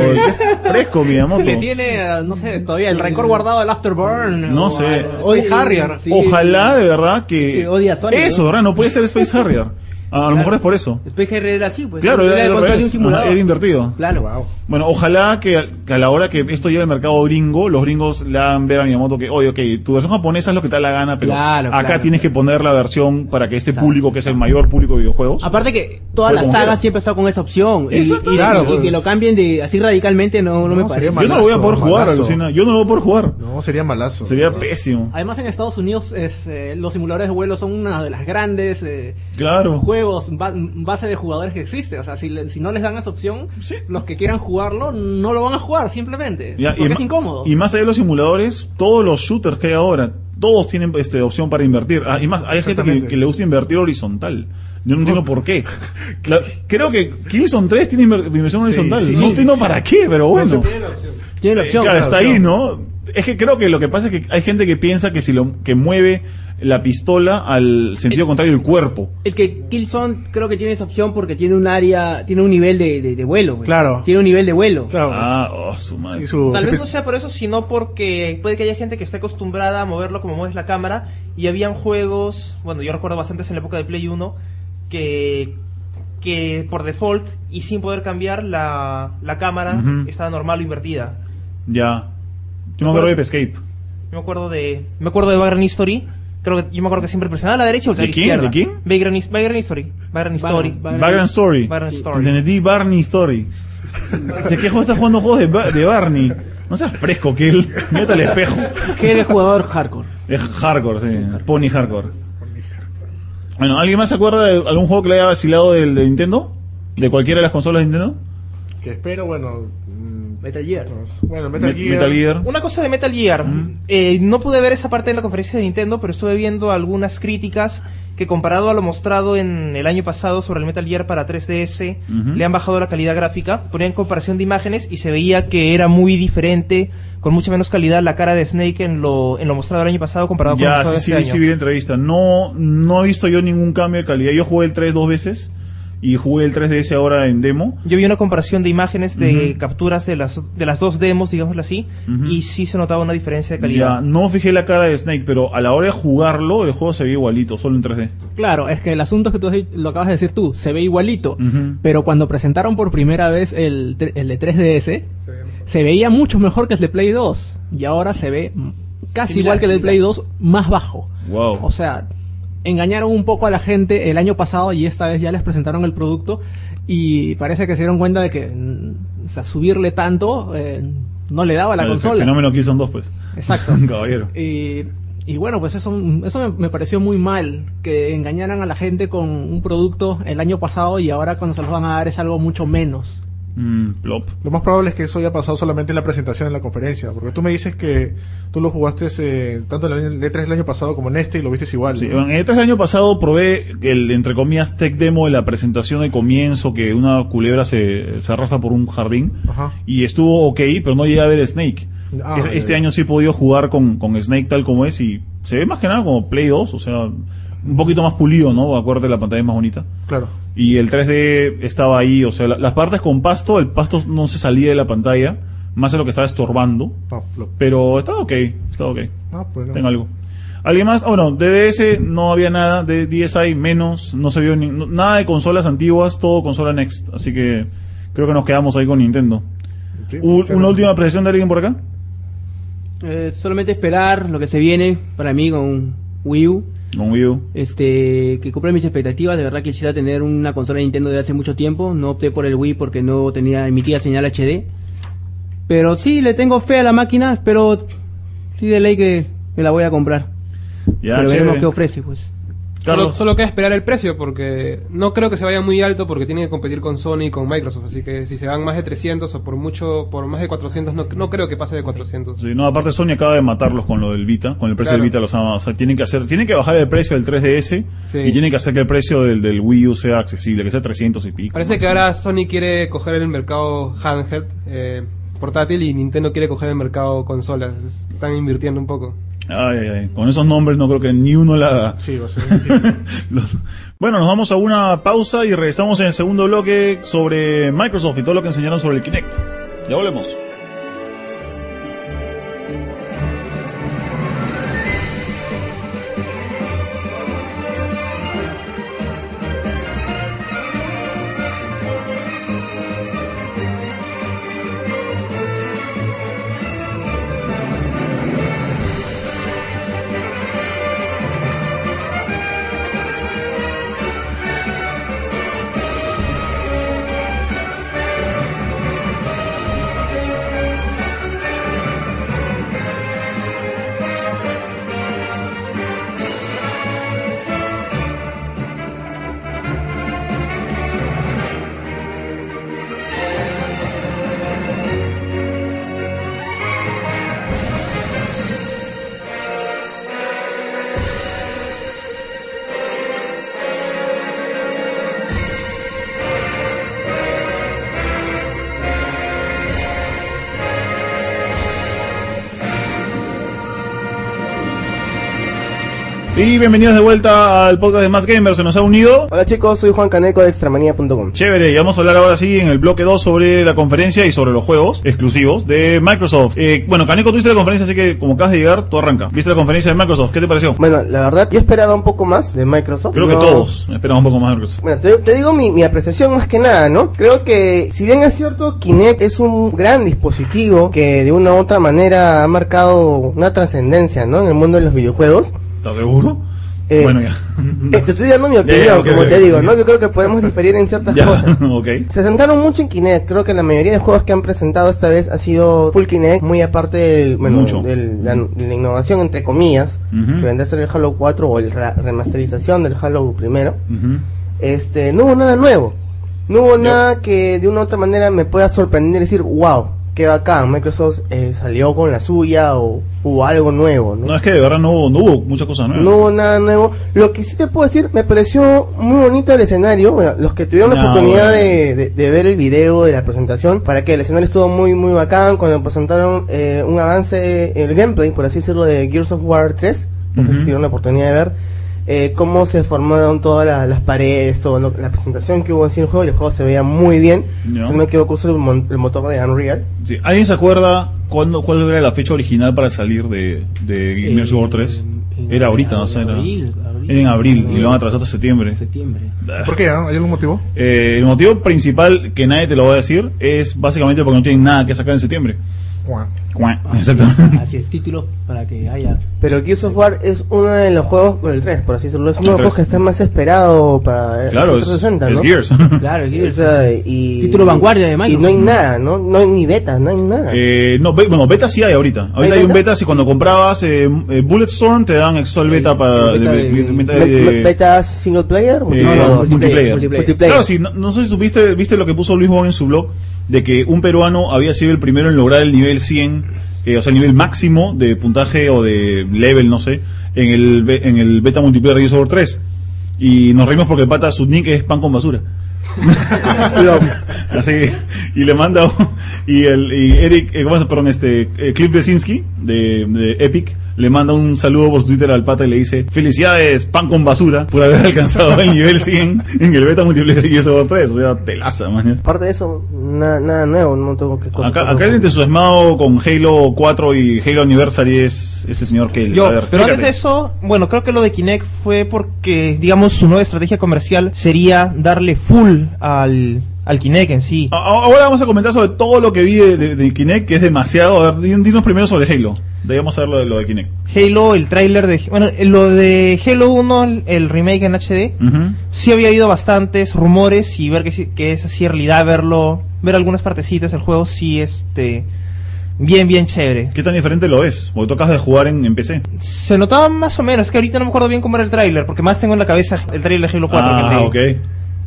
[SPEAKER 1] Qué Fresco, Miyamoto.
[SPEAKER 4] Le tiene, no sé, todavía el rencor guardado al Afterburn.
[SPEAKER 1] No
[SPEAKER 4] o
[SPEAKER 1] sé.
[SPEAKER 4] al Space
[SPEAKER 5] Oye,
[SPEAKER 4] Harrier.
[SPEAKER 5] sí.
[SPEAKER 1] Ojalá, de verdad, que...
[SPEAKER 5] Sí, odia a Sonic,
[SPEAKER 1] eso,
[SPEAKER 5] ¿no?
[SPEAKER 1] ¿verdad? No puede ser Space Harrier. Ah, A, lo mejor es por eso.
[SPEAKER 5] Después GR era así, pues.
[SPEAKER 1] Claro, era,
[SPEAKER 5] el
[SPEAKER 1] era, al
[SPEAKER 5] control de
[SPEAKER 1] revés.
[SPEAKER 5] un simulador.
[SPEAKER 1] Ajá, era invertido.
[SPEAKER 5] Claro.
[SPEAKER 2] Wow.
[SPEAKER 1] Bueno, ojalá que, al- que a la hora que esto llegue al mercado gringo, los gringos le hagan ver a Miyamoto que, oye, ok, tu versión japonesa es lo que te da la gana, pero
[SPEAKER 5] Claro,
[SPEAKER 1] acá
[SPEAKER 5] claro,
[SPEAKER 1] tienes
[SPEAKER 5] claro.
[SPEAKER 1] que poner la versión para que este
[SPEAKER 5] Claro,
[SPEAKER 1] público, que es el mayor público de videojuegos...
[SPEAKER 5] Aparte que toda
[SPEAKER 1] Fue
[SPEAKER 5] la
[SPEAKER 1] como
[SPEAKER 5] saga
[SPEAKER 1] quiera.
[SPEAKER 5] siempre ha estado con esa opción. Y, y-
[SPEAKER 2] Exacto.
[SPEAKER 5] y-
[SPEAKER 2] Claro,
[SPEAKER 5] y
[SPEAKER 2] pues.
[SPEAKER 5] que lo cambien de así radicalmente no, no, me
[SPEAKER 2] No,
[SPEAKER 5] parece.
[SPEAKER 2] sería
[SPEAKER 1] yo no lo voy a
[SPEAKER 2] malazo,
[SPEAKER 1] poder jugar,
[SPEAKER 2] malazo.
[SPEAKER 1] alucina. Yo no lo voy a poder jugar.
[SPEAKER 2] No, sería malazo.
[SPEAKER 1] Sería pésimo.
[SPEAKER 4] Además en Estados Unidos es, eh, los simuladores de vuelo son una de las grandes eh,
[SPEAKER 1] Claro.
[SPEAKER 4] juegos ba- base de jugadores que existe. O sea, si, le- si no les dan esa opción,
[SPEAKER 1] Sí.
[SPEAKER 4] los que quieran jugarlo no lo van a jugar simplemente.
[SPEAKER 1] Ya,
[SPEAKER 4] porque es
[SPEAKER 1] ma-
[SPEAKER 4] incómodo.
[SPEAKER 1] y más allá de los simuladores, todos los shooters que hay ahora, todos tienen este, opción para invertir. Ah, y más, hay gente que,
[SPEAKER 2] Exactamente.
[SPEAKER 1] que le gusta invertir horizontal. Yo no entiendo por qué. La- creo que Killzone 3 tiene inver- inversión horizontal.
[SPEAKER 2] sí.
[SPEAKER 1] no entiendo para qué, pero bueno.
[SPEAKER 3] Tiene la opción.
[SPEAKER 5] Tiene la
[SPEAKER 1] Eh,
[SPEAKER 5] opción.
[SPEAKER 1] claro,
[SPEAKER 5] claro.
[SPEAKER 1] está ahí, ¿no? Es que creo que lo que pasa es que hay gente que piensa que si lo que mueve la pistola al sentido contrario del cuerpo.
[SPEAKER 5] El que Killzone creo que tiene esa opción porque tiene un área, tiene un nivel de, de, de vuelo. güey.
[SPEAKER 2] Claro.
[SPEAKER 5] Tiene un nivel de vuelo.
[SPEAKER 2] Claro.
[SPEAKER 1] Ah, oh, su
[SPEAKER 2] sí,
[SPEAKER 1] madre.
[SPEAKER 2] su-
[SPEAKER 6] Tal
[SPEAKER 2] su-
[SPEAKER 6] vez no sea por eso, sino porque puede que haya gente que esté acostumbrada a moverlo como mueves la cámara. Y habían juegos, bueno, yo recuerdo bastantes en la época de Play 1, que, que por default y sin poder cambiar la, la cámara
[SPEAKER 1] Ujú.
[SPEAKER 6] estaba normal o invertida.
[SPEAKER 1] Ya. Yo me acuerdo de Escape.
[SPEAKER 6] Yo me acuerdo de. Me acuerdo de Vagrant History. Creo que, yo me acuerdo que siempre presionaba a la derecha y volteaba a
[SPEAKER 1] ¿De
[SPEAKER 6] la
[SPEAKER 1] quién?
[SPEAKER 6] izquierda.
[SPEAKER 1] ¿De quién?
[SPEAKER 6] Vagrant, His- Vagrant History. Vagrant History.
[SPEAKER 5] Vagrant-
[SPEAKER 1] Vagrant Story.
[SPEAKER 6] Vagrant Story.
[SPEAKER 1] Entendí Barney Story. Se quejó, está jugando juegos de, Ba- de Barney. No seas fresco, que él meta el espejo.
[SPEAKER 5] Que eres jugador hardcore.
[SPEAKER 1] Es hardcore, sí. Pony hardcore. Bueno, ¿alguien más se acuerda de algún juego que le haya vacilado del de Nintendo? ¿De cualquiera de las consolas de Nintendo?
[SPEAKER 2] que espero, bueno, mm,
[SPEAKER 5] Metal Gear.
[SPEAKER 2] Entonces, Bueno, Metal
[SPEAKER 1] Metal
[SPEAKER 2] Gear.
[SPEAKER 1] Metal Gear.
[SPEAKER 6] Una cosa de Metal Gear.
[SPEAKER 1] Mm.
[SPEAKER 6] Eh, no pude ver esa parte de la conferencia de Nintendo, pero estuve viendo algunas críticas que comparado a lo mostrado en el año pasado sobre el Metal Gear para 3DS,
[SPEAKER 1] Ujú.
[SPEAKER 6] le han bajado la calidad gráfica. Ponían comparación de imágenes y se veía que era muy diferente, con mucha menos calidad la cara de Snake en lo, en lo mostrado el año pasado comparado con
[SPEAKER 1] Ya,
[SPEAKER 6] lo
[SPEAKER 1] sí,
[SPEAKER 6] mostrado
[SPEAKER 1] sí,
[SPEAKER 6] este
[SPEAKER 1] sí
[SPEAKER 6] año.
[SPEAKER 1] vi la entrevista. No, no he visto yo ningún cambio de calidad. Yo jugué el 3 dos veces y jugué el 3DS ahora en demo.
[SPEAKER 6] Yo vi una comparación de imágenes de
[SPEAKER 1] Ujú.
[SPEAKER 6] capturas de las, de las dos demos, digámoslo así,
[SPEAKER 1] Ujú.
[SPEAKER 6] y sí se notaba una diferencia de
[SPEAKER 1] Ya,
[SPEAKER 6] calidad.
[SPEAKER 1] no fijé la cara de Snake, pero a la hora de jugarlo, el juego se ve igualito, solo en 3D.
[SPEAKER 5] Claro, es que el asunto es que tú has dicho- lo acabas de decir tú, se ve igualito.
[SPEAKER 1] Ujú.
[SPEAKER 5] Pero cuando presentaron por primera vez el, tre- el de 3DS,
[SPEAKER 3] Se veía mejor.
[SPEAKER 5] se veía mucho mejor que el de Play 2. Y ahora se ve mm, casi
[SPEAKER 4] Similar,
[SPEAKER 5] igual que el de
[SPEAKER 4] similar.
[SPEAKER 5] Play 2, más bajo.
[SPEAKER 1] Wow.
[SPEAKER 5] O sea, engañaron un poco a la gente el año pasado y esta vez ya les presentaron el producto y parece que se dieron cuenta de que mm, o sea, subirle tanto eh, no le
[SPEAKER 4] Ah,
[SPEAKER 5] daba a la
[SPEAKER 1] El
[SPEAKER 5] consola.
[SPEAKER 1] fenómeno Killzone 2, pues.
[SPEAKER 5] Exacto.
[SPEAKER 1] Caballero.
[SPEAKER 5] Y, y bueno, pues eso, eso me, me pareció muy mal, que engañaran a la gente con un producto el año pasado y ahora cuando se los van a dar es algo mucho menos.
[SPEAKER 1] Mm, plop.
[SPEAKER 2] Lo más probable es que eso haya pasado solamente en la presentación de la conferencia, porque tú me dices que tú lo jugaste eh, tanto en el año- E3 el año pasado como en este y lo viste igual.
[SPEAKER 1] Sí,
[SPEAKER 2] ¿no?
[SPEAKER 1] en E el E3 del año pasado probé el, entre comillas, tech demo de la presentación de comienzo, que una culebra se, se arrastra por un jardín.
[SPEAKER 2] Ajá.
[SPEAKER 1] Y estuvo ok, pero no llegué a ver Snake.
[SPEAKER 2] Ah,
[SPEAKER 1] Es-
[SPEAKER 2] ya,
[SPEAKER 1] este
[SPEAKER 2] ya.
[SPEAKER 1] año sí he podido jugar con, con Snake tal como es y se ve más que nada como Play 2, o sea, un poquito más pulido, ¿no? Acuérdate, la pantalla es más bonita.
[SPEAKER 2] Claro.
[SPEAKER 1] Y el 3D estaba ahí, o sea, la- las partes con pasto, el pasto no se salía de la pantalla, más de lo que estaba estorbando,
[SPEAKER 2] Ah, flop.
[SPEAKER 1] pero estaba ok, estaba ok.
[SPEAKER 2] Ah, pues no.
[SPEAKER 1] Tengo algo. ¿Alguien más? Oh, no, DDS no había nada, de DSi menos, no se vio ni- no- nada de consolas antiguas, todo consola Next, así que creo que nos quedamos ahí con Nintendo.
[SPEAKER 2] Sí,
[SPEAKER 1] U-
[SPEAKER 2] sí,
[SPEAKER 1] ¿Una
[SPEAKER 2] no.
[SPEAKER 1] última apreciación de alguien por acá?
[SPEAKER 5] Eh, solamente esperar lo que se viene para mí con Wii U.
[SPEAKER 1] Con Wii U.
[SPEAKER 5] Este, que cumple mis expectativas, de verdad quisiera tener una consola de Nintendo de hace mucho tiempo, no opté por el Wii porque no tenía emitida señal HD. Pero sí, le tengo fe a la máquina, espero sí de ley que me la voy a comprar.
[SPEAKER 1] Ya,
[SPEAKER 5] Pero veremos
[SPEAKER 1] chévere.
[SPEAKER 5] qué ofrece, pues.
[SPEAKER 1] Carlos.
[SPEAKER 3] Solo, solo queda esperar el precio porque no creo que se vaya muy alto porque tiene que competir con Sony y con Microsoft. Así que si se van más de 300 o por mucho, por más de 400, no, no creo que pase de 400.
[SPEAKER 1] Sí, no, aparte Sony acaba de matarlos con lo del Vita, con el precio
[SPEAKER 3] Claro.
[SPEAKER 1] del Vita los ama. O sea, tienen que hacer, tienen que bajar el precio del 3DS
[SPEAKER 3] Sí.
[SPEAKER 1] y tienen que hacer que el precio del, del Wii U sea accesible, que sea 300 y pico.
[SPEAKER 3] Parece que
[SPEAKER 1] máximo.
[SPEAKER 3] ahora Sony quiere coger el mercado handheld eh, portátil y Nintendo quiere coger el mercado consolas. Están invirtiendo un poco.
[SPEAKER 1] Ay, ay, ay. Con esos nombres no creo que ni uno la haga.
[SPEAKER 2] Sí, va a ser.
[SPEAKER 1] Los- bueno, nos vamos a una pausa y regresamos en el segundo bloque sobre Microsoft y todo lo que enseñaron sobre el Kinect. Ya volvemos. Y bienvenidos de vuelta al podcast de Más Gamer. Se nos ha unido.
[SPEAKER 7] Hola chicos, soy Juan Caneco de extramanía.com.
[SPEAKER 1] Chévere, y vamos a hablar ahora sí en el bloque 2 sobre la conferencia y sobre los juegos exclusivos de Microsoft. Eh, bueno, Caneco, tú viste la conferencia, así que como acabas de llegar, tú arranca. ¿Viste la conferencia de Microsoft? ¿Qué te pareció?
[SPEAKER 7] Bueno, la verdad yo esperaba un poco más de Microsoft.
[SPEAKER 1] Creo que
[SPEAKER 7] No-
[SPEAKER 1] todos esperamos un poco más de Microsoft.
[SPEAKER 7] Bueno, te, te digo mi, mi apreciación más que nada, ¿no? Creo que, si bien es cierto, Kinect es un gran dispositivo que de una u otra manera ha marcado una trascendencia, ¿no? En el mundo de los videojuegos.
[SPEAKER 1] ¿Estás seguro?
[SPEAKER 7] Eh,
[SPEAKER 1] bueno, ya.
[SPEAKER 7] Eh, Te estoy dando mi opinión,
[SPEAKER 1] ya, ok,
[SPEAKER 7] como
[SPEAKER 1] ok,
[SPEAKER 7] te
[SPEAKER 1] ok.
[SPEAKER 7] digo, ¿no? Yo creo que podemos diferir en ciertas cosas.
[SPEAKER 1] ya, ok.
[SPEAKER 7] Se centraron mucho en Kinect, creo que la mayoría de juegos que han presentado esta vez ha sido full Kinect, muy aparte del, bueno,
[SPEAKER 1] Mucho.
[SPEAKER 7] del- la, la innovación entre comillas,
[SPEAKER 1] Ujú.
[SPEAKER 7] que vendrá a ser el Halo 4 o la remasterización del Halo primero.
[SPEAKER 1] Ujú.
[SPEAKER 7] Este, no hubo nada nuevo, no hubo
[SPEAKER 1] Ya.
[SPEAKER 7] nada que de una u otra manera me pueda sorprender y decir, wow, qué bacán, Microsoft eh, salió con la suya o hubo algo nuevo, ¿no?
[SPEAKER 1] No, es que de verdad no hubo, no hubo muchas cosas nuevas.
[SPEAKER 7] No hubo nada nuevo. Lo que sí te puedo decir, me pareció muy bonito el escenario. Bueno, los que tuvieron la
[SPEAKER 1] No,
[SPEAKER 7] oportunidad
[SPEAKER 1] bueno.
[SPEAKER 7] de, de- de ver el video de la presentación, para que el escenario estuvo muy, muy bacán. Cuando presentaron eh, un avance, el gameplay, por así decirlo, de Gears of War 3, no sé si
[SPEAKER 1] Ujú.
[SPEAKER 7] tuvieron la oportunidad de ver. eh, cómo se formaron todas la- las paredes, todo lo- la presentación que hubo en sí del juego, y el juego se veía muy bien.
[SPEAKER 1] Ya.
[SPEAKER 7] Si no me equivoco, usó el, mon- el motor de Unreal.
[SPEAKER 1] Sí. ¿Alguien se acuerda cuándo, cuál era la fecha original para salir de, de Gears of War 3?
[SPEAKER 5] en-
[SPEAKER 1] Era ahorita, no sé. Era,
[SPEAKER 5] abril, abril.
[SPEAKER 1] era en abril y lo han atrasado hasta septiembre.
[SPEAKER 5] septiembre.
[SPEAKER 2] ¿Por qué? ah? ¿Hay algún motivo?
[SPEAKER 1] Eh, el motivo principal que nadie te lo va a decir es básicamente porque no tienen nada que sacar en septiembre.
[SPEAKER 2] Bueno,
[SPEAKER 1] Cuá,
[SPEAKER 5] Ah,
[SPEAKER 1] Exactamente.
[SPEAKER 5] Así es, títulos para que haya.
[SPEAKER 7] Pero Gears of War es uno de los juegos, bueno, el 3, por así decirlo, es uno de los
[SPEAKER 1] El
[SPEAKER 7] juegos que
[SPEAKER 1] 3.
[SPEAKER 7] está más esperado para el
[SPEAKER 1] Claro, es,
[SPEAKER 7] 360,
[SPEAKER 1] es
[SPEAKER 7] ¿no?
[SPEAKER 1] Gears.
[SPEAKER 5] Claro, el
[SPEAKER 7] O sea, y,
[SPEAKER 5] Título vanguardia de
[SPEAKER 7] Y
[SPEAKER 5] Microsoft.
[SPEAKER 7] no hay nada, ¿no? No hay ni beta, no hay nada.
[SPEAKER 1] Eh, no, be- bueno, beta sí hay ahorita. Ahorita
[SPEAKER 7] ¿Hay
[SPEAKER 1] hay un
[SPEAKER 7] beta?
[SPEAKER 1] beta, si cuando comprabas eh, eh, Bulletstorm te dan extra el beta
[SPEAKER 5] El-
[SPEAKER 1] para...
[SPEAKER 5] el beta
[SPEAKER 1] Eh, de-
[SPEAKER 5] del-
[SPEAKER 1] beta
[SPEAKER 7] Me-
[SPEAKER 1] de-
[SPEAKER 7] me- ¿Beta single player?
[SPEAKER 1] Eh,
[SPEAKER 7] multijugador?
[SPEAKER 1] multiplayer.
[SPEAKER 7] Multiplayer.
[SPEAKER 1] Claro, sí, no, no sé si supiste, viste lo que puso Luis Bon en su blog, de que un peruano había sido el primero en lograr el nivel 100, eh, o sea, el nivel máximo de puntaje o de level, no sé, en el, be- en el beta multiplayer de Gears of War 3. Y nos reímos porque el pata su nick es pan con basura. Así que, y le manda un- y el y Eric, eh, ¿cómo se- perdón, este eh, Cliff Blesinski de, de Epic le manda un saludo por su Twitter al pata y le dice, "Felicidades, pan con basura por haber alcanzado el nivel 100 en el beta multiplayer y eso 3", o sea, telaza, man.
[SPEAKER 7] Aparte de eso, na- nada nuevo, no tengo que cosa.
[SPEAKER 1] Acá, acá el entusiasmado con Halo 4 y Halo Anniversary es ese señor que
[SPEAKER 6] Yo,
[SPEAKER 1] a ver,
[SPEAKER 6] pero antes de
[SPEAKER 1] explícate.
[SPEAKER 6] eso, bueno, creo que lo de Kinect fue porque, digamos, su nueva estrategia comercial sería darle full al, al Kinect en sí.
[SPEAKER 1] A- a- Ahora vamos a comentar sobre todo lo que vi de, de- de Kinect, que es demasiado. A ver, di- dinos primero sobre Halo. Debíamos saber lo de, lo de Kinect.
[SPEAKER 6] Halo, el tráiler de... Bueno, lo de Halo 1, el- el remake en HD,
[SPEAKER 1] Ujú.
[SPEAKER 6] sí había habido bastantes rumores y ver que, sí- que es así realidad, verlo, ver algunas partecitas del juego, sí, este, bien, bien chévere.
[SPEAKER 1] ¿Qué tan diferente lo es? Porque tú acabas de jugar en, en PC.
[SPEAKER 6] Se notaba más o menos, es que ahorita no me acuerdo bien cómo era el tráiler, porque más tengo en la cabeza el tráiler de Halo 4 que el
[SPEAKER 1] ah,
[SPEAKER 6] de-
[SPEAKER 1] ok.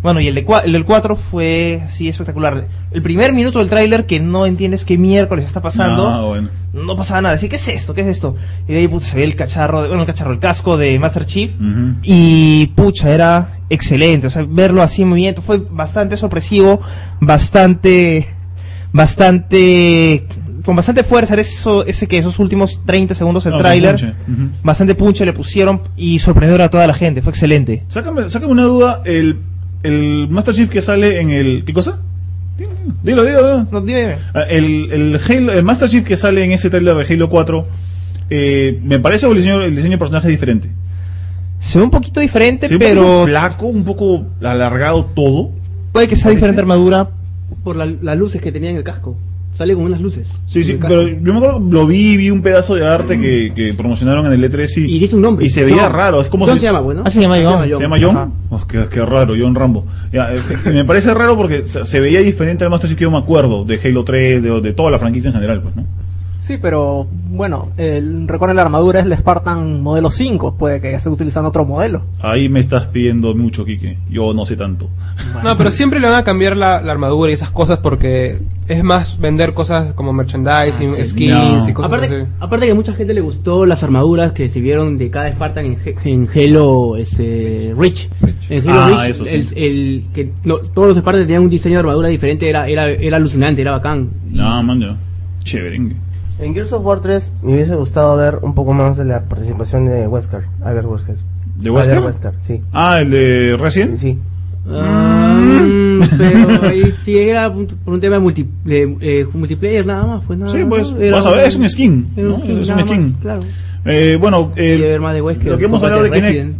[SPEAKER 6] Bueno, y el, de cua- el del 4 fue así espectacular. El primer minuto del tráiler que no entiendes qué miércoles está pasando,
[SPEAKER 1] Ah, bueno.
[SPEAKER 6] no pasaba nada. Así, ¿qué es esto? ¿Qué es esto? Y de ahí puta, se ve el cacharro, de- bueno, el cacharro, el casco de Master Chief.
[SPEAKER 1] Ujú.
[SPEAKER 6] Y pucha, era excelente. O sea, verlo así en movimiento fue bastante sorpresivo, bastante, bastante, con bastante fuerza. Era eso, ese que esos últimos 30 segundos del
[SPEAKER 1] Ah,
[SPEAKER 6] tráiler.
[SPEAKER 1] con punche. Ujú.
[SPEAKER 6] Bastante punche le pusieron y sorprendieron a toda la gente. Fue excelente.
[SPEAKER 1] Sácame, sácame una duda. El, el Master Chief que sale en el. ¿Qué cosa? Dilo, dilo, dilo.
[SPEAKER 6] No, dime, dime.
[SPEAKER 1] Ah, El, el, Halo- el Master Chief que sale en ese trailer de Halo 4, eh, me parece o el diseño, el diseño de personaje es diferente.
[SPEAKER 6] Se ve un poquito diferente,
[SPEAKER 1] Sí, un
[SPEAKER 6] Este pero
[SPEAKER 1] poco flaco, un poco alargado todo.
[SPEAKER 6] puede que sea diferente armadura.
[SPEAKER 5] Por la- las luces que tenía en el casco. Sale con unas luces.
[SPEAKER 1] Sí, sí,
[SPEAKER 5] En el casco.
[SPEAKER 1] pero yo me acuerdo, lo vi, vi un pedazo de arte que, que promocionaron en el E3 y,
[SPEAKER 5] Y dice un nombre.
[SPEAKER 1] y se veía
[SPEAKER 5] John.
[SPEAKER 1] raro. Es como
[SPEAKER 5] John
[SPEAKER 1] si-
[SPEAKER 5] se llama, bueno.
[SPEAKER 6] Ah, se llama John.
[SPEAKER 1] ¿Se llama John? Oh, qué, qué raro, John Rambo. Ya, eh, me parece raro porque se, se veía diferente al Master Chief que yo me acuerdo, de Halo 3, de, de toda la franquicia en general, pues, ¿no?
[SPEAKER 8] Sí, pero bueno, el, recuerden la armadura es la Spartan modelo 5, puede que esté utilizando otro modelo.
[SPEAKER 1] Ahí me estás pidiendo mucho, Quique. Yo no sé tanto.
[SPEAKER 3] No, pero siempre le van a cambiar la, la armadura y esas cosas porque es más vender cosas como merchandising, skins
[SPEAKER 1] Ah, No.
[SPEAKER 3] y cosas
[SPEAKER 5] Ah, Aparte,
[SPEAKER 3] así.
[SPEAKER 5] aparte que a mucha gente le gustó las armaduras que se vieron de cada Spartan en, He- en Halo este, Reach. En Halo
[SPEAKER 1] Ah,
[SPEAKER 5] Reach,
[SPEAKER 1] eso sí.
[SPEAKER 5] el, el que no- todos los Spartans tenían un diseño de armadura diferente, era, era, era alucinante, era bacán. Y-
[SPEAKER 1] No, man, ya. Chéverengue.
[SPEAKER 7] En Gears of War 3 me hubiese gustado ver un poco más de la participación de Wesker, Albert Wesker.
[SPEAKER 1] ¿De Wesker?
[SPEAKER 7] Albert Ah, Wesker, sí.
[SPEAKER 1] Ah, el de Resident.
[SPEAKER 7] Sí.
[SPEAKER 5] Ah, pero ahí sí era un- por un tema de, multi- de, eh, multiplayer nada más. Pues, nada,
[SPEAKER 1] Sí, pues,
[SPEAKER 5] era
[SPEAKER 1] vas a ver, es un skin,
[SPEAKER 5] era
[SPEAKER 1] ¿no? Es un
[SPEAKER 5] nada más,
[SPEAKER 1] skin.
[SPEAKER 5] claro.
[SPEAKER 1] Eh, bueno, eh,
[SPEAKER 5] Quería ver más de Wesker,
[SPEAKER 1] lo que hemos
[SPEAKER 5] cosas
[SPEAKER 1] hablado de
[SPEAKER 5] de
[SPEAKER 1] Kinect.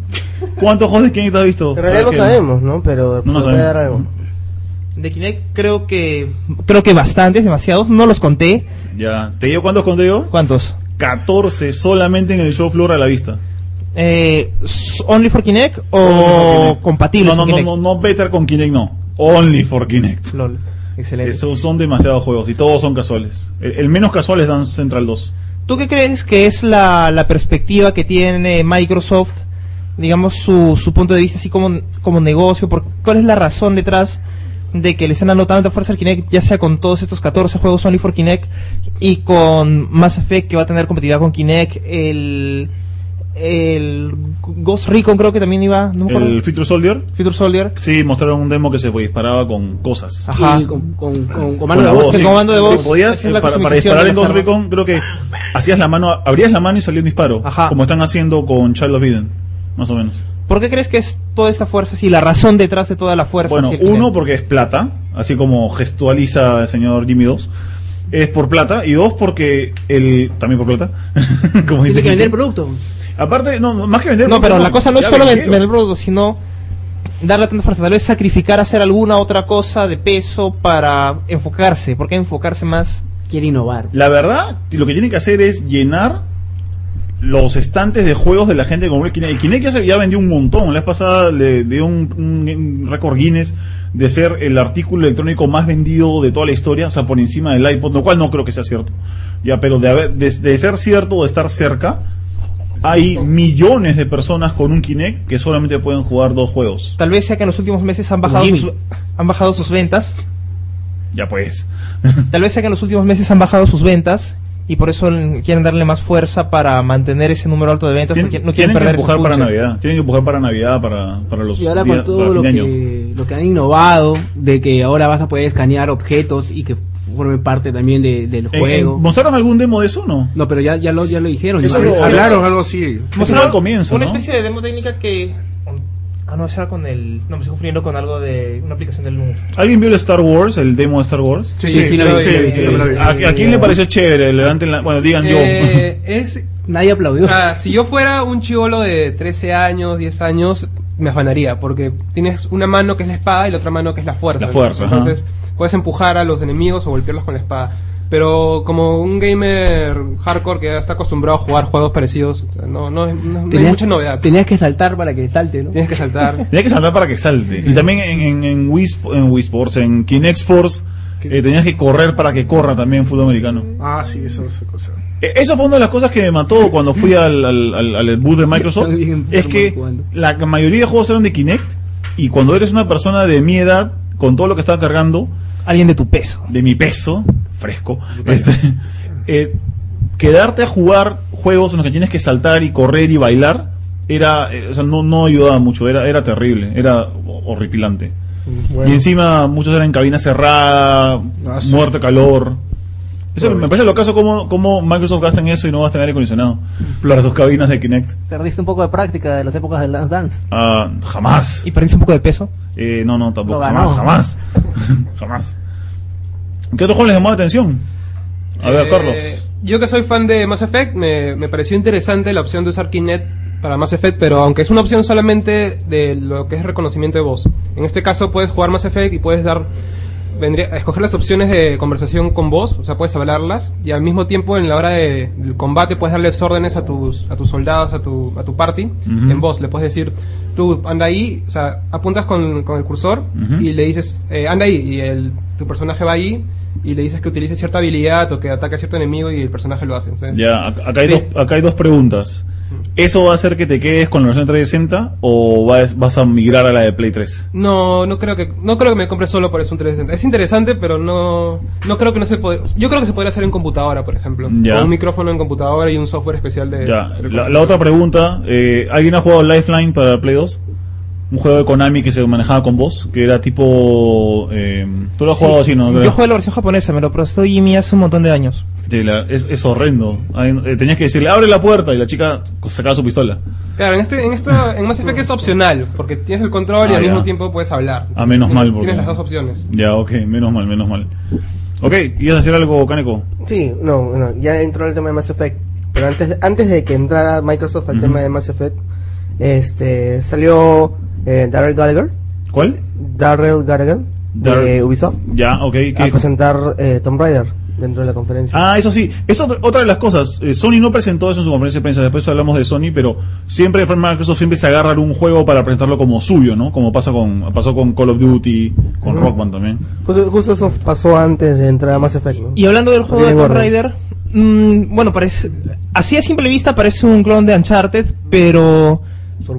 [SPEAKER 1] ¿Cuántos juegos de Kinect has visto?
[SPEAKER 7] En realidad
[SPEAKER 1] Para
[SPEAKER 7] no
[SPEAKER 1] que-
[SPEAKER 7] sabemos, ¿no? Pero pues,
[SPEAKER 1] No
[SPEAKER 7] se puede
[SPEAKER 1] sabemos.
[SPEAKER 7] dar algo.
[SPEAKER 6] De Kinect Mm. creo que creo que bastantes, demasiados, no los conté.
[SPEAKER 1] Ya. ¿Te digo cuántos conté yo?
[SPEAKER 6] ¿Cuántos?
[SPEAKER 1] 14 solamente en el show floor a la vista.
[SPEAKER 6] Eh, s- ¿Only for Kinect
[SPEAKER 1] Only for
[SPEAKER 6] o
[SPEAKER 1] Kinect. No,
[SPEAKER 6] compatibles
[SPEAKER 1] no,
[SPEAKER 6] con
[SPEAKER 1] no,
[SPEAKER 6] Kinect?
[SPEAKER 1] no, no, Better con Kinect no. Only for Kinect.
[SPEAKER 6] Lol, excelente.
[SPEAKER 1] Esos son demasiados juegos y todos son casuales. El, el menos casual es Dance Central 2.
[SPEAKER 6] ¿Tú qué crees que es la, la perspectiva que tiene Microsoft? Digamos su, su punto de vista así como, como negocio, por, ¿cuál es la razón detrás de que le están dando tanta fuerza al Kinect, ya sea con todos estos 14 juegos Only for Kinect y con Mass Effect que va a tener competitividad con Kinect, el, el Ghost Recon creo que también iba, no me acuerdo,
[SPEAKER 1] El Future Soldier.
[SPEAKER 6] Future Soldier.
[SPEAKER 1] Sí, mostraron un demo que se disparaba con cosas.
[SPEAKER 6] Ajá.
[SPEAKER 5] Y con, con, con, con mano
[SPEAKER 1] Con
[SPEAKER 5] de
[SPEAKER 1] la
[SPEAKER 5] voz.
[SPEAKER 1] voz, sí.
[SPEAKER 6] el comando de voz.
[SPEAKER 1] Sí, podías,
[SPEAKER 6] Esa es
[SPEAKER 1] eh,
[SPEAKER 6] la
[SPEAKER 1] para, para
[SPEAKER 6] customización
[SPEAKER 1] disparar
[SPEAKER 6] de
[SPEAKER 1] en
[SPEAKER 6] las
[SPEAKER 1] Ghost
[SPEAKER 6] armas.
[SPEAKER 1] Recon, creo que hacías la mano, abrías la mano y salía un disparo.
[SPEAKER 6] Ajá.
[SPEAKER 1] Como están haciendo con Child of Eden, más o menos.
[SPEAKER 6] ¿Por qué crees que es toda esta fuerza y la razón detrás de toda la fuerza?
[SPEAKER 1] Bueno,
[SPEAKER 6] hacia el
[SPEAKER 1] uno
[SPEAKER 6] Kinect?
[SPEAKER 1] porque es plata, así como gestualiza el señor Jimmy 2. Es por plata. Y dos porque el... También por plata. como
[SPEAKER 5] Tiene
[SPEAKER 1] dice
[SPEAKER 5] que vender
[SPEAKER 1] Quinto.
[SPEAKER 5] producto.
[SPEAKER 1] Aparte, no, no, más que vender
[SPEAKER 6] No, pero la cosa no es solo
[SPEAKER 1] vender
[SPEAKER 6] vender el producto, sino darle tanta fuerza, tal vez sacrificar hacer alguna otra cosa de peso para enfocarse. ¿Por qué enfocarse más?
[SPEAKER 5] Quiere innovar.
[SPEAKER 1] La verdad, lo que tienen que hacer es llenar los estantes de juegos de la gente que compró el Kinect. El Kinect ya, se- ya vendió un montón. La vez pasada le dio un, un- un récord Guinness de ser el artículo electrónico más vendido de toda la historia, o sea, por encima del iPod, lo cual no creo que sea cierto. Ya, pero de, haber- de- de ser cierto o de estar cerca, hay millones de personas con un Kinect que solamente pueden jugar dos juegos.
[SPEAKER 6] Tal vez sea que en los últimos meses han bajado,
[SPEAKER 5] Jimmy.
[SPEAKER 6] sus, han bajado sus ventas.
[SPEAKER 1] Ya pues.
[SPEAKER 6] Tal vez sea que en los últimos meses han bajado sus ventas y por eso quieren darle más fuerza para mantener ese número alto de ventas. no
[SPEAKER 1] Tien-
[SPEAKER 6] qui- no quieren
[SPEAKER 1] tienen que
[SPEAKER 6] perder ese
[SPEAKER 1] empujar para
[SPEAKER 6] punch.
[SPEAKER 1] Navidad. Tienen que empujar para Navidad, para, para los
[SPEAKER 5] Y ahora
[SPEAKER 1] días- para
[SPEAKER 5] con todo
[SPEAKER 1] fin
[SPEAKER 5] lo
[SPEAKER 1] de año. Eh,
[SPEAKER 5] que, lo que han innovado, de que ahora vas a poder escanear objetos y que formen parte también de- del
[SPEAKER 1] Eh, eh,
[SPEAKER 5] juego.
[SPEAKER 1] ¿Mostraron algún demo de eso o no?
[SPEAKER 5] no, pero ya, ya, lo, ya lo dijeron.
[SPEAKER 1] Eso
[SPEAKER 5] ya.
[SPEAKER 1] lo-
[SPEAKER 2] Hablaron algo así.
[SPEAKER 1] Mostraron al comienzo,
[SPEAKER 6] Una
[SPEAKER 1] ¿no?
[SPEAKER 6] especie de demo técnica que... Ah, no, esa era con el... No, me estoy confundiendo con algo de una aplicación del...
[SPEAKER 1] ¿Alguien vio el Star Wars, el demo de Star Wars?
[SPEAKER 2] Sí,
[SPEAKER 5] Sí, sí, la vi,
[SPEAKER 2] sí,
[SPEAKER 5] la vi,
[SPEAKER 2] sí,
[SPEAKER 5] sí,
[SPEAKER 2] yo me la vi.
[SPEAKER 1] ¿A, a quién le pareció chévere? Levanten la... Bueno, digan
[SPEAKER 3] Eh, es,
[SPEAKER 5] Nadie aplaudió.
[SPEAKER 3] o sea, si yo fuera un chivolo de 13 años, 10 años, me afanaría, porque tienes una mano que es la espada y la otra mano que es la fuerza.
[SPEAKER 1] La fuerza, ajá.
[SPEAKER 3] Entonces, puedes empujar a los enemigos o golpearlos con la espada. Pero como un gamer hardcore que ya está acostumbrado a jugar juegos parecidos, o sea, no, no, es- no- no hay
[SPEAKER 5] Tenías-
[SPEAKER 3] mucha novedad.
[SPEAKER 5] Tenías que saltar para que salte, ¿no?
[SPEAKER 3] Tienes que
[SPEAKER 1] yo.
[SPEAKER 3] saltar.
[SPEAKER 1] Tenía que saltar para que salte. Y también en, en, en, Wii, Sp- en Wii Sports, en Kinect Sports, eh, tenías que correr para que corra también fútbol americano.
[SPEAKER 2] Ah, sí, eso es cosa.
[SPEAKER 1] Eh, Esa fue una de las cosas que me mató cuando fui al, al, al, al booth de Microsoft.
[SPEAKER 5] Están bien
[SPEAKER 1] Es que
[SPEAKER 5] jugando.
[SPEAKER 1] la mayoría de juegos eran de Kinect. Y cuando eres una persona de mi edad, con todo lo que estaba cargando,
[SPEAKER 6] Alguien de tu peso.
[SPEAKER 1] de mi peso, fresco, este, eh, quedarte a jugar juegos en los que tienes que saltar y correr y bailar, era, eh, o sea, no, no ayudaba mucho, era, era terrible, era ho- horripilante. Y
[SPEAKER 2] Bueno.
[SPEAKER 1] encima muchos eran en cabina cerrada,
[SPEAKER 2] Ah, sí.
[SPEAKER 1] muerto de calor. Eso
[SPEAKER 2] Pobre.
[SPEAKER 1] me parece lo caso como, como Microsoft gasta en eso y no gasta en aire acondicionado para sus cabinas de Kinect.
[SPEAKER 8] Perdiste un poco de práctica de las épocas del Dance Dance.
[SPEAKER 1] Ah, jamás.
[SPEAKER 6] ¿Y perdiste un poco de peso?
[SPEAKER 1] Eh, no, no, tampoco.
[SPEAKER 8] Lo ganó.
[SPEAKER 1] Jamás, jamás. jamás. ¿Qué otro juego les llamó la atención? A ver,
[SPEAKER 3] Eh,
[SPEAKER 1] Carlos.
[SPEAKER 3] Yo que soy fan de Mass Effect, me, me pareció interesante la opción de usar Kinect para Mass Effect, pero aunque es una opción solamente de lo que es reconocimiento de voz. En este caso puedes jugar Mass Effect y puedes dar vendría a escoger las opciones de conversación con voz, o sea, puedes hablarlas y al mismo tiempo en la hora de- del combate puedes darles órdenes a tus a tus soldados, a tu a tu party
[SPEAKER 1] Ujú.
[SPEAKER 3] en voz, le puedes decir tú anda ahí, o sea, apuntas con, con el cursor
[SPEAKER 1] Ujú.
[SPEAKER 3] y le dices eh, anda ahí y el tu personaje va ahí y le dices que utilice cierta habilidad o que ataque a cierto enemigo y el personaje lo hace. ¿sabes?
[SPEAKER 1] Ya, ac- acá hay,
[SPEAKER 3] Sí.
[SPEAKER 1] dos, acá hay dos preguntas. ¿Eso va a hacer que te quedes con la versión 360 o vas, vas a migrar a la de Play 3?
[SPEAKER 3] No, no creo que no creo que me compre solo por eso un 360. Es interesante, pero no no creo que no se puede. Yo creo que se podría hacer en computadora, por ejemplo,
[SPEAKER 1] Ya.
[SPEAKER 3] con un micrófono en computadora y un software especial de.
[SPEAKER 1] Ya,
[SPEAKER 3] de-
[SPEAKER 1] la, la otra pregunta, eh, ¿alguien ha jugado Lifeline para Play 2? Un juego de Konami que se manejaba con voz, que era tipo... eh, Tú lo has jugado así, ¿no?
[SPEAKER 6] Yo jugué la versión japonesa, me lo prestó Jimmy hace un montón de años.
[SPEAKER 1] Sí, la- es, es horrendo. Ahí, eh, tenías que decirle, abre la puerta y la chica sacaba su pistola.
[SPEAKER 3] Claro, en este en esto en Mass Effect es opcional, porque tienes el control y
[SPEAKER 1] Ah,
[SPEAKER 3] al
[SPEAKER 1] ya.
[SPEAKER 3] mismo tiempo puedes hablar.
[SPEAKER 1] Ah, menos
[SPEAKER 3] Tienes-
[SPEAKER 1] mal, porque-
[SPEAKER 3] Tienes las dos opciones.
[SPEAKER 1] Ya, ok, menos mal, menos mal. Ok, ¿ibas a hacer algo, Caneco?
[SPEAKER 7] Sí, no, bueno, ya entró el tema de Mass Effect. Pero antes, antes de que entrara Microsoft al
[SPEAKER 1] Ujú.
[SPEAKER 7] tema de Mass Effect, este, salió eh, Darrell Gallagher,
[SPEAKER 1] ¿Cuál?
[SPEAKER 7] Darrell Gallagher de
[SPEAKER 1] Darrell-
[SPEAKER 7] Ubisoft,
[SPEAKER 1] Ya, ok.
[SPEAKER 7] a
[SPEAKER 1] ¿qué-
[SPEAKER 7] presentar eh, Tomb Raider dentro de la conferencia.
[SPEAKER 1] Ah, eso sí, es otra otra de las cosas. Eh, Sony no presentó eso en su conferencia de prensa, después hablamos de Sony, pero siempre Microsoft siempre se agarra un juego para presentarlo como suyo, ¿no? Como pasa con pasó con Call of Duty, con Rock Band también.
[SPEAKER 7] Justo, justo eso pasó antes de entrar a Mass Effect. ¿no?
[SPEAKER 6] Y hablando del juego de
[SPEAKER 7] Bien,
[SPEAKER 6] Tomb
[SPEAKER 7] gordo.
[SPEAKER 6] Raider, mm, bueno, parece, así a simple vista parece un clon de Uncharted, pero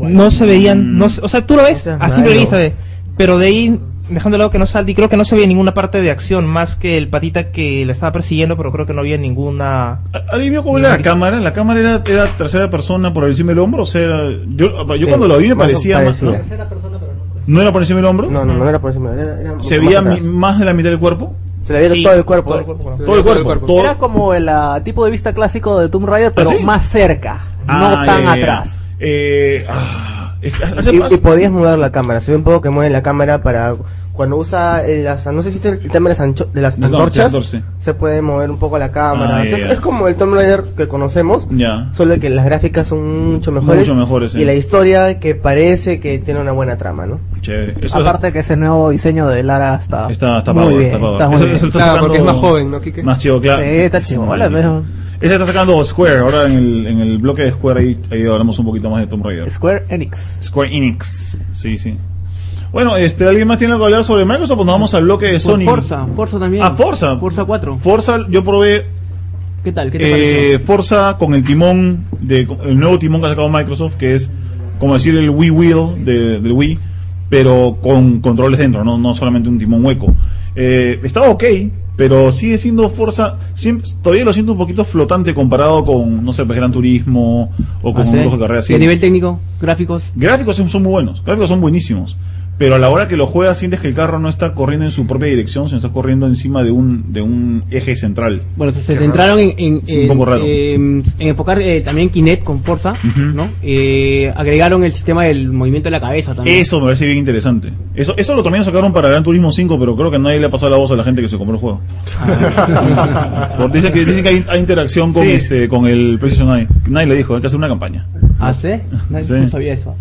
[SPEAKER 6] no se veían,
[SPEAKER 1] Mm.
[SPEAKER 6] no, se- o sea, tú lo ves
[SPEAKER 7] No seas
[SPEAKER 6] a simple
[SPEAKER 7] malo.
[SPEAKER 6] vista, de- pero de ahí dejando de lado que no saldi, creo que no se veía ninguna parte de acción más que el patita que la estaba persiguiendo, pero creo que no había ninguna.
[SPEAKER 1] ¿Al- ¿Alguien vio cómo era la cámara? La cámara era, era tercera persona por encima del hombro, o sea, era- yo, yo
[SPEAKER 7] Sí,
[SPEAKER 1] cuando lo vi me
[SPEAKER 7] más o-
[SPEAKER 1] parecía más, ¿no?
[SPEAKER 7] parecía.
[SPEAKER 4] Tercera persona, pero no.
[SPEAKER 1] ¿No era por encima del hombro?
[SPEAKER 7] No, no, no era por encima. Era, era un
[SPEAKER 1] ¿Se
[SPEAKER 7] poco
[SPEAKER 1] veía
[SPEAKER 7] más
[SPEAKER 1] mi-
[SPEAKER 7] atrás.
[SPEAKER 1] más de la mitad del cuerpo?
[SPEAKER 7] Se le veía
[SPEAKER 6] Sí,
[SPEAKER 7] todo el cuerpo.
[SPEAKER 6] todo el cuerpo,
[SPEAKER 3] Sí,
[SPEAKER 1] Todo el cuerpo. todo-
[SPEAKER 8] Era como el ah, tipo de vista clásico de Tomb Raider, pero
[SPEAKER 1] ¿Ah, sí?
[SPEAKER 8] más cerca,
[SPEAKER 1] Ah,
[SPEAKER 8] no tan
[SPEAKER 1] ya, ya, ya.
[SPEAKER 8] atrás.
[SPEAKER 1] Eh, ah, es que hace
[SPEAKER 7] Y,
[SPEAKER 1] paso-
[SPEAKER 7] y podías mudar la cámara. Se ve un poco que mueve la cámara para. Cuando usa eh, las. No sé si viste el tema de las, ancho- de las
[SPEAKER 1] Las
[SPEAKER 7] antorchas.
[SPEAKER 1] antorchas, sí.
[SPEAKER 7] Se puede mover un poco la cámara.
[SPEAKER 1] Ah,
[SPEAKER 7] O sea,
[SPEAKER 1] ya, ya.
[SPEAKER 7] Es como el Tomb Raider que conocemos.
[SPEAKER 1] Ya.
[SPEAKER 7] Solo que las gráficas son mucho mejores.
[SPEAKER 1] Mucho mejores, sí.
[SPEAKER 7] Y la historia que parece que tiene una buena trama, ¿no?
[SPEAKER 1] Chévere. Eso
[SPEAKER 8] Aparte que ese nuevo diseño de Lara está,
[SPEAKER 1] Está, está
[SPEAKER 8] muy
[SPEAKER 1] pavor,
[SPEAKER 8] bien.
[SPEAKER 1] está pavor.
[SPEAKER 8] está muy
[SPEAKER 1] Eso-
[SPEAKER 8] bien.
[SPEAKER 1] eso está
[SPEAKER 3] Claro,
[SPEAKER 1] sacando-
[SPEAKER 3] porque es más joven, ¿no, Quique?
[SPEAKER 1] Más chido, claro.
[SPEAKER 8] Sí, está chivola, pero-
[SPEAKER 1] Ese está sacando Square, ahora en el, en el bloque de Square, ahí, ahí hablamos un poquito más de Tomb Raider.
[SPEAKER 8] Square Enix.
[SPEAKER 1] Square Enix. Sí, sí. Bueno, este, ¿alguien más tiene algo que hablar sobre Microsoft? Pues nos vamos al bloque de Sony.
[SPEAKER 5] Forza, Forza también.
[SPEAKER 1] Ah, Forza.
[SPEAKER 5] Forza 4.
[SPEAKER 1] Forza, yo probé
[SPEAKER 5] ¿Qué tal? ¿Qué te
[SPEAKER 1] eh, Forza con el timón, de, el nuevo timón que ha sacado Microsoft, que es como decir el Wii Wheel de, del Wii, pero con controles dentro, no, no solamente un timón hueco. Eh, estaba ok, pero sigue siendo Forza, siempre- todavía lo siento un poquito flotante comparado con, no sé, pues, Gran Turismo o con
[SPEAKER 5] pareció?
[SPEAKER 1] un
[SPEAKER 5] Ah,
[SPEAKER 1] juego
[SPEAKER 5] ¿sí?
[SPEAKER 1] de carrera así.
[SPEAKER 5] ¿Y a nivel técnico? ¿Gráficos?
[SPEAKER 1] Gráficos son son muy buenos, gráficos son buenísimos. Pero a la hora que lo juegas sientes que el carro no está corriendo en su propia dirección, sino está corriendo encima de un, de un eje central.
[SPEAKER 5] Bueno, se centraron en, en,
[SPEAKER 1] Sí, un
[SPEAKER 5] en-
[SPEAKER 1] poco raro.
[SPEAKER 5] en- en enfocar eh, también Kinect con Forza,
[SPEAKER 1] Ujú.
[SPEAKER 5] ¿no? Eh, agregaron el sistema del movimiento de la cabeza también.
[SPEAKER 1] Eso me parece bien interesante. Eso, eso lo también sacaron para Gran Turismo 5, pero creo que nadie le ha pasado la voz a la gente que se compró el juego. Porque dicen que, dicen que hay, hay interacción con
[SPEAKER 5] Ah. Sí.
[SPEAKER 1] este con el Precision Eye. Nadie le dijo, hay que hacer una campaña.
[SPEAKER 5] ¿Ah, sí? No,
[SPEAKER 1] Sí.
[SPEAKER 5] no sabía eso.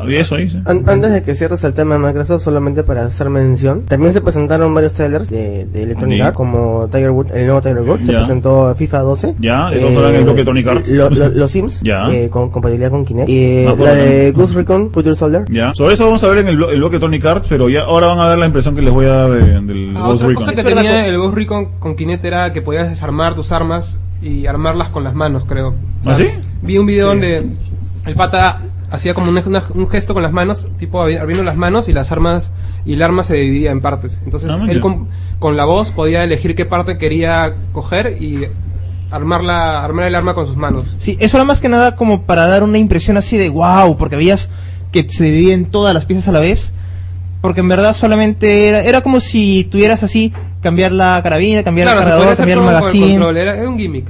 [SPEAKER 1] Había eso ahí, sí.
[SPEAKER 7] An- antes de que cierres el tema de Microsoft, solamente para hacer mención, también se presentaron varios trailers de, de Electronic
[SPEAKER 1] Sí.
[SPEAKER 7] Arts, como Tiger Woods, el nuevo Tiger Woods, se
[SPEAKER 1] Ya.
[SPEAKER 7] presentó FIFA 12.
[SPEAKER 1] Ya, eso fue en el bloque Electronic Arts.
[SPEAKER 7] lo- lo- los Sims,
[SPEAKER 1] Ya. Ah,
[SPEAKER 7] eh, con compatibilidad con Kinect. Y
[SPEAKER 1] Me acuerdo
[SPEAKER 7] la de
[SPEAKER 1] también.
[SPEAKER 7] Ghost Recon, Future Soldier.
[SPEAKER 1] Ya. Sobre eso vamos a ver en el, blo- el bloque Tony Cards, pero ya ahora van a ver la impresión que les voy a dar de- del
[SPEAKER 3] Ah,
[SPEAKER 1] Ghost
[SPEAKER 3] otra
[SPEAKER 1] Recon.
[SPEAKER 3] cosa que
[SPEAKER 6] Es verdad,
[SPEAKER 3] tenía
[SPEAKER 6] con-
[SPEAKER 3] el Ghost Recon con Kinect era que podías desarmar tus armas y armarlas con las manos, creo.
[SPEAKER 1] ¿Ah, sí?
[SPEAKER 3] Vi un video donde el pata hacía como una- una- un gesto con las manos, tipo abri- abriendo las manos y las armas y el arma se dividía en partes. Entonces
[SPEAKER 1] Ah, mira.
[SPEAKER 3] él con, con la voz podía elegir qué parte quería coger y armarla, armar el arma con sus manos.
[SPEAKER 6] Sí, eso era más que nada como para dar una impresión así de wow, porque veías que se dividían todas las piezas a la vez. Porque en verdad solamente era, era como si tuvieras así, cambiar la carabina, cambiar
[SPEAKER 3] Claro,
[SPEAKER 6] el
[SPEAKER 3] se podía
[SPEAKER 6] cargador,
[SPEAKER 3] hacer
[SPEAKER 6] cambiar el
[SPEAKER 3] todo con el
[SPEAKER 6] magazine.
[SPEAKER 3] control, era, era un gimmick.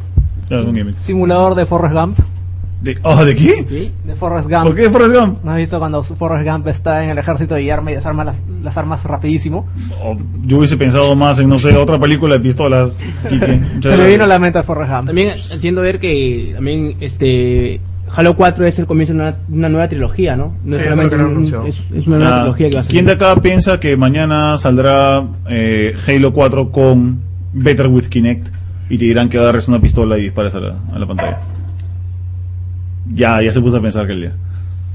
[SPEAKER 1] Ya, es un gimmick.
[SPEAKER 8] Simulador de Forrest Gump.
[SPEAKER 1] De, ah, ¿de qué?
[SPEAKER 5] Sí.
[SPEAKER 8] De Forrest
[SPEAKER 1] ¿Por
[SPEAKER 8] Gump.
[SPEAKER 1] qué Forrest Gump?
[SPEAKER 8] ¿No has visto cuando Forrest Gump está en el ejército y arma y desarma las, las armas rapidísimo?
[SPEAKER 1] Oh, yo hubiese pensado más en, no sé, otra película de pistolas. Quique. Muchas
[SPEAKER 8] Se le
[SPEAKER 1] gracias.
[SPEAKER 8] vino la mente a Forrest Gump.
[SPEAKER 5] También haciendo ver que también este Halo 4 es el comienzo de una, una nueva trilogía, ¿no? No
[SPEAKER 2] Sí, es lo que han
[SPEAKER 5] un-
[SPEAKER 2] anunciado.
[SPEAKER 5] es, es una nueva
[SPEAKER 1] Ah,
[SPEAKER 5] trilogía que va a salir.
[SPEAKER 1] ¿Quién de acá piensa que mañana saldrá eh, Halo 4 con Better with Kinect y te dirán que agarres una pistola y dispares a la, a la pantalla? Ya, ya se puso a pensar que el día.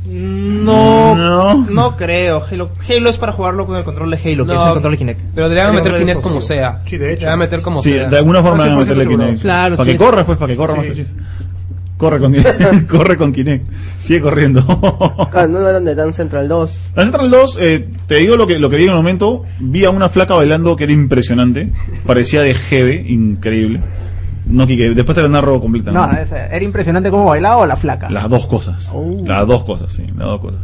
[SPEAKER 6] No,
[SPEAKER 1] No.
[SPEAKER 6] no, creo. Halo, Halo es para jugarlo con el control de Halo, que
[SPEAKER 3] No,
[SPEAKER 6] es el control de Kinect.
[SPEAKER 3] Pero le van a
[SPEAKER 6] El
[SPEAKER 3] meter
[SPEAKER 6] control
[SPEAKER 3] Kinect
[SPEAKER 6] de
[SPEAKER 3] como
[SPEAKER 6] explosivo.
[SPEAKER 3] sea.
[SPEAKER 2] Sí, de hecho.
[SPEAKER 3] Le van a meter como
[SPEAKER 1] Sí,
[SPEAKER 3] sea.
[SPEAKER 1] de alguna forma van
[SPEAKER 2] Ah,
[SPEAKER 1] a
[SPEAKER 2] sí, por
[SPEAKER 1] meterle
[SPEAKER 2] seguro.
[SPEAKER 1] Kinect.
[SPEAKER 5] Claro,
[SPEAKER 1] para
[SPEAKER 5] sí,
[SPEAKER 1] que
[SPEAKER 5] es-
[SPEAKER 1] corras, pues, para que corra
[SPEAKER 2] Sí.
[SPEAKER 1] Master Chief. Corre con Kinect. corre con Kinect. Sigue corriendo.
[SPEAKER 7] Ah, no eran de Dance Central 2.
[SPEAKER 1] La Central 2, eh, te digo lo que, lo que vi en el momento, vi a una flaca bailando que era impresionante, parecía de Jeve, increíble. No, Kike, después te la narro completa.
[SPEAKER 8] No, no, ese- era impresionante cómo bailaba o la flaca.
[SPEAKER 1] Las dos cosas.
[SPEAKER 8] Oh.
[SPEAKER 1] Las dos cosas, sí, las dos cosas.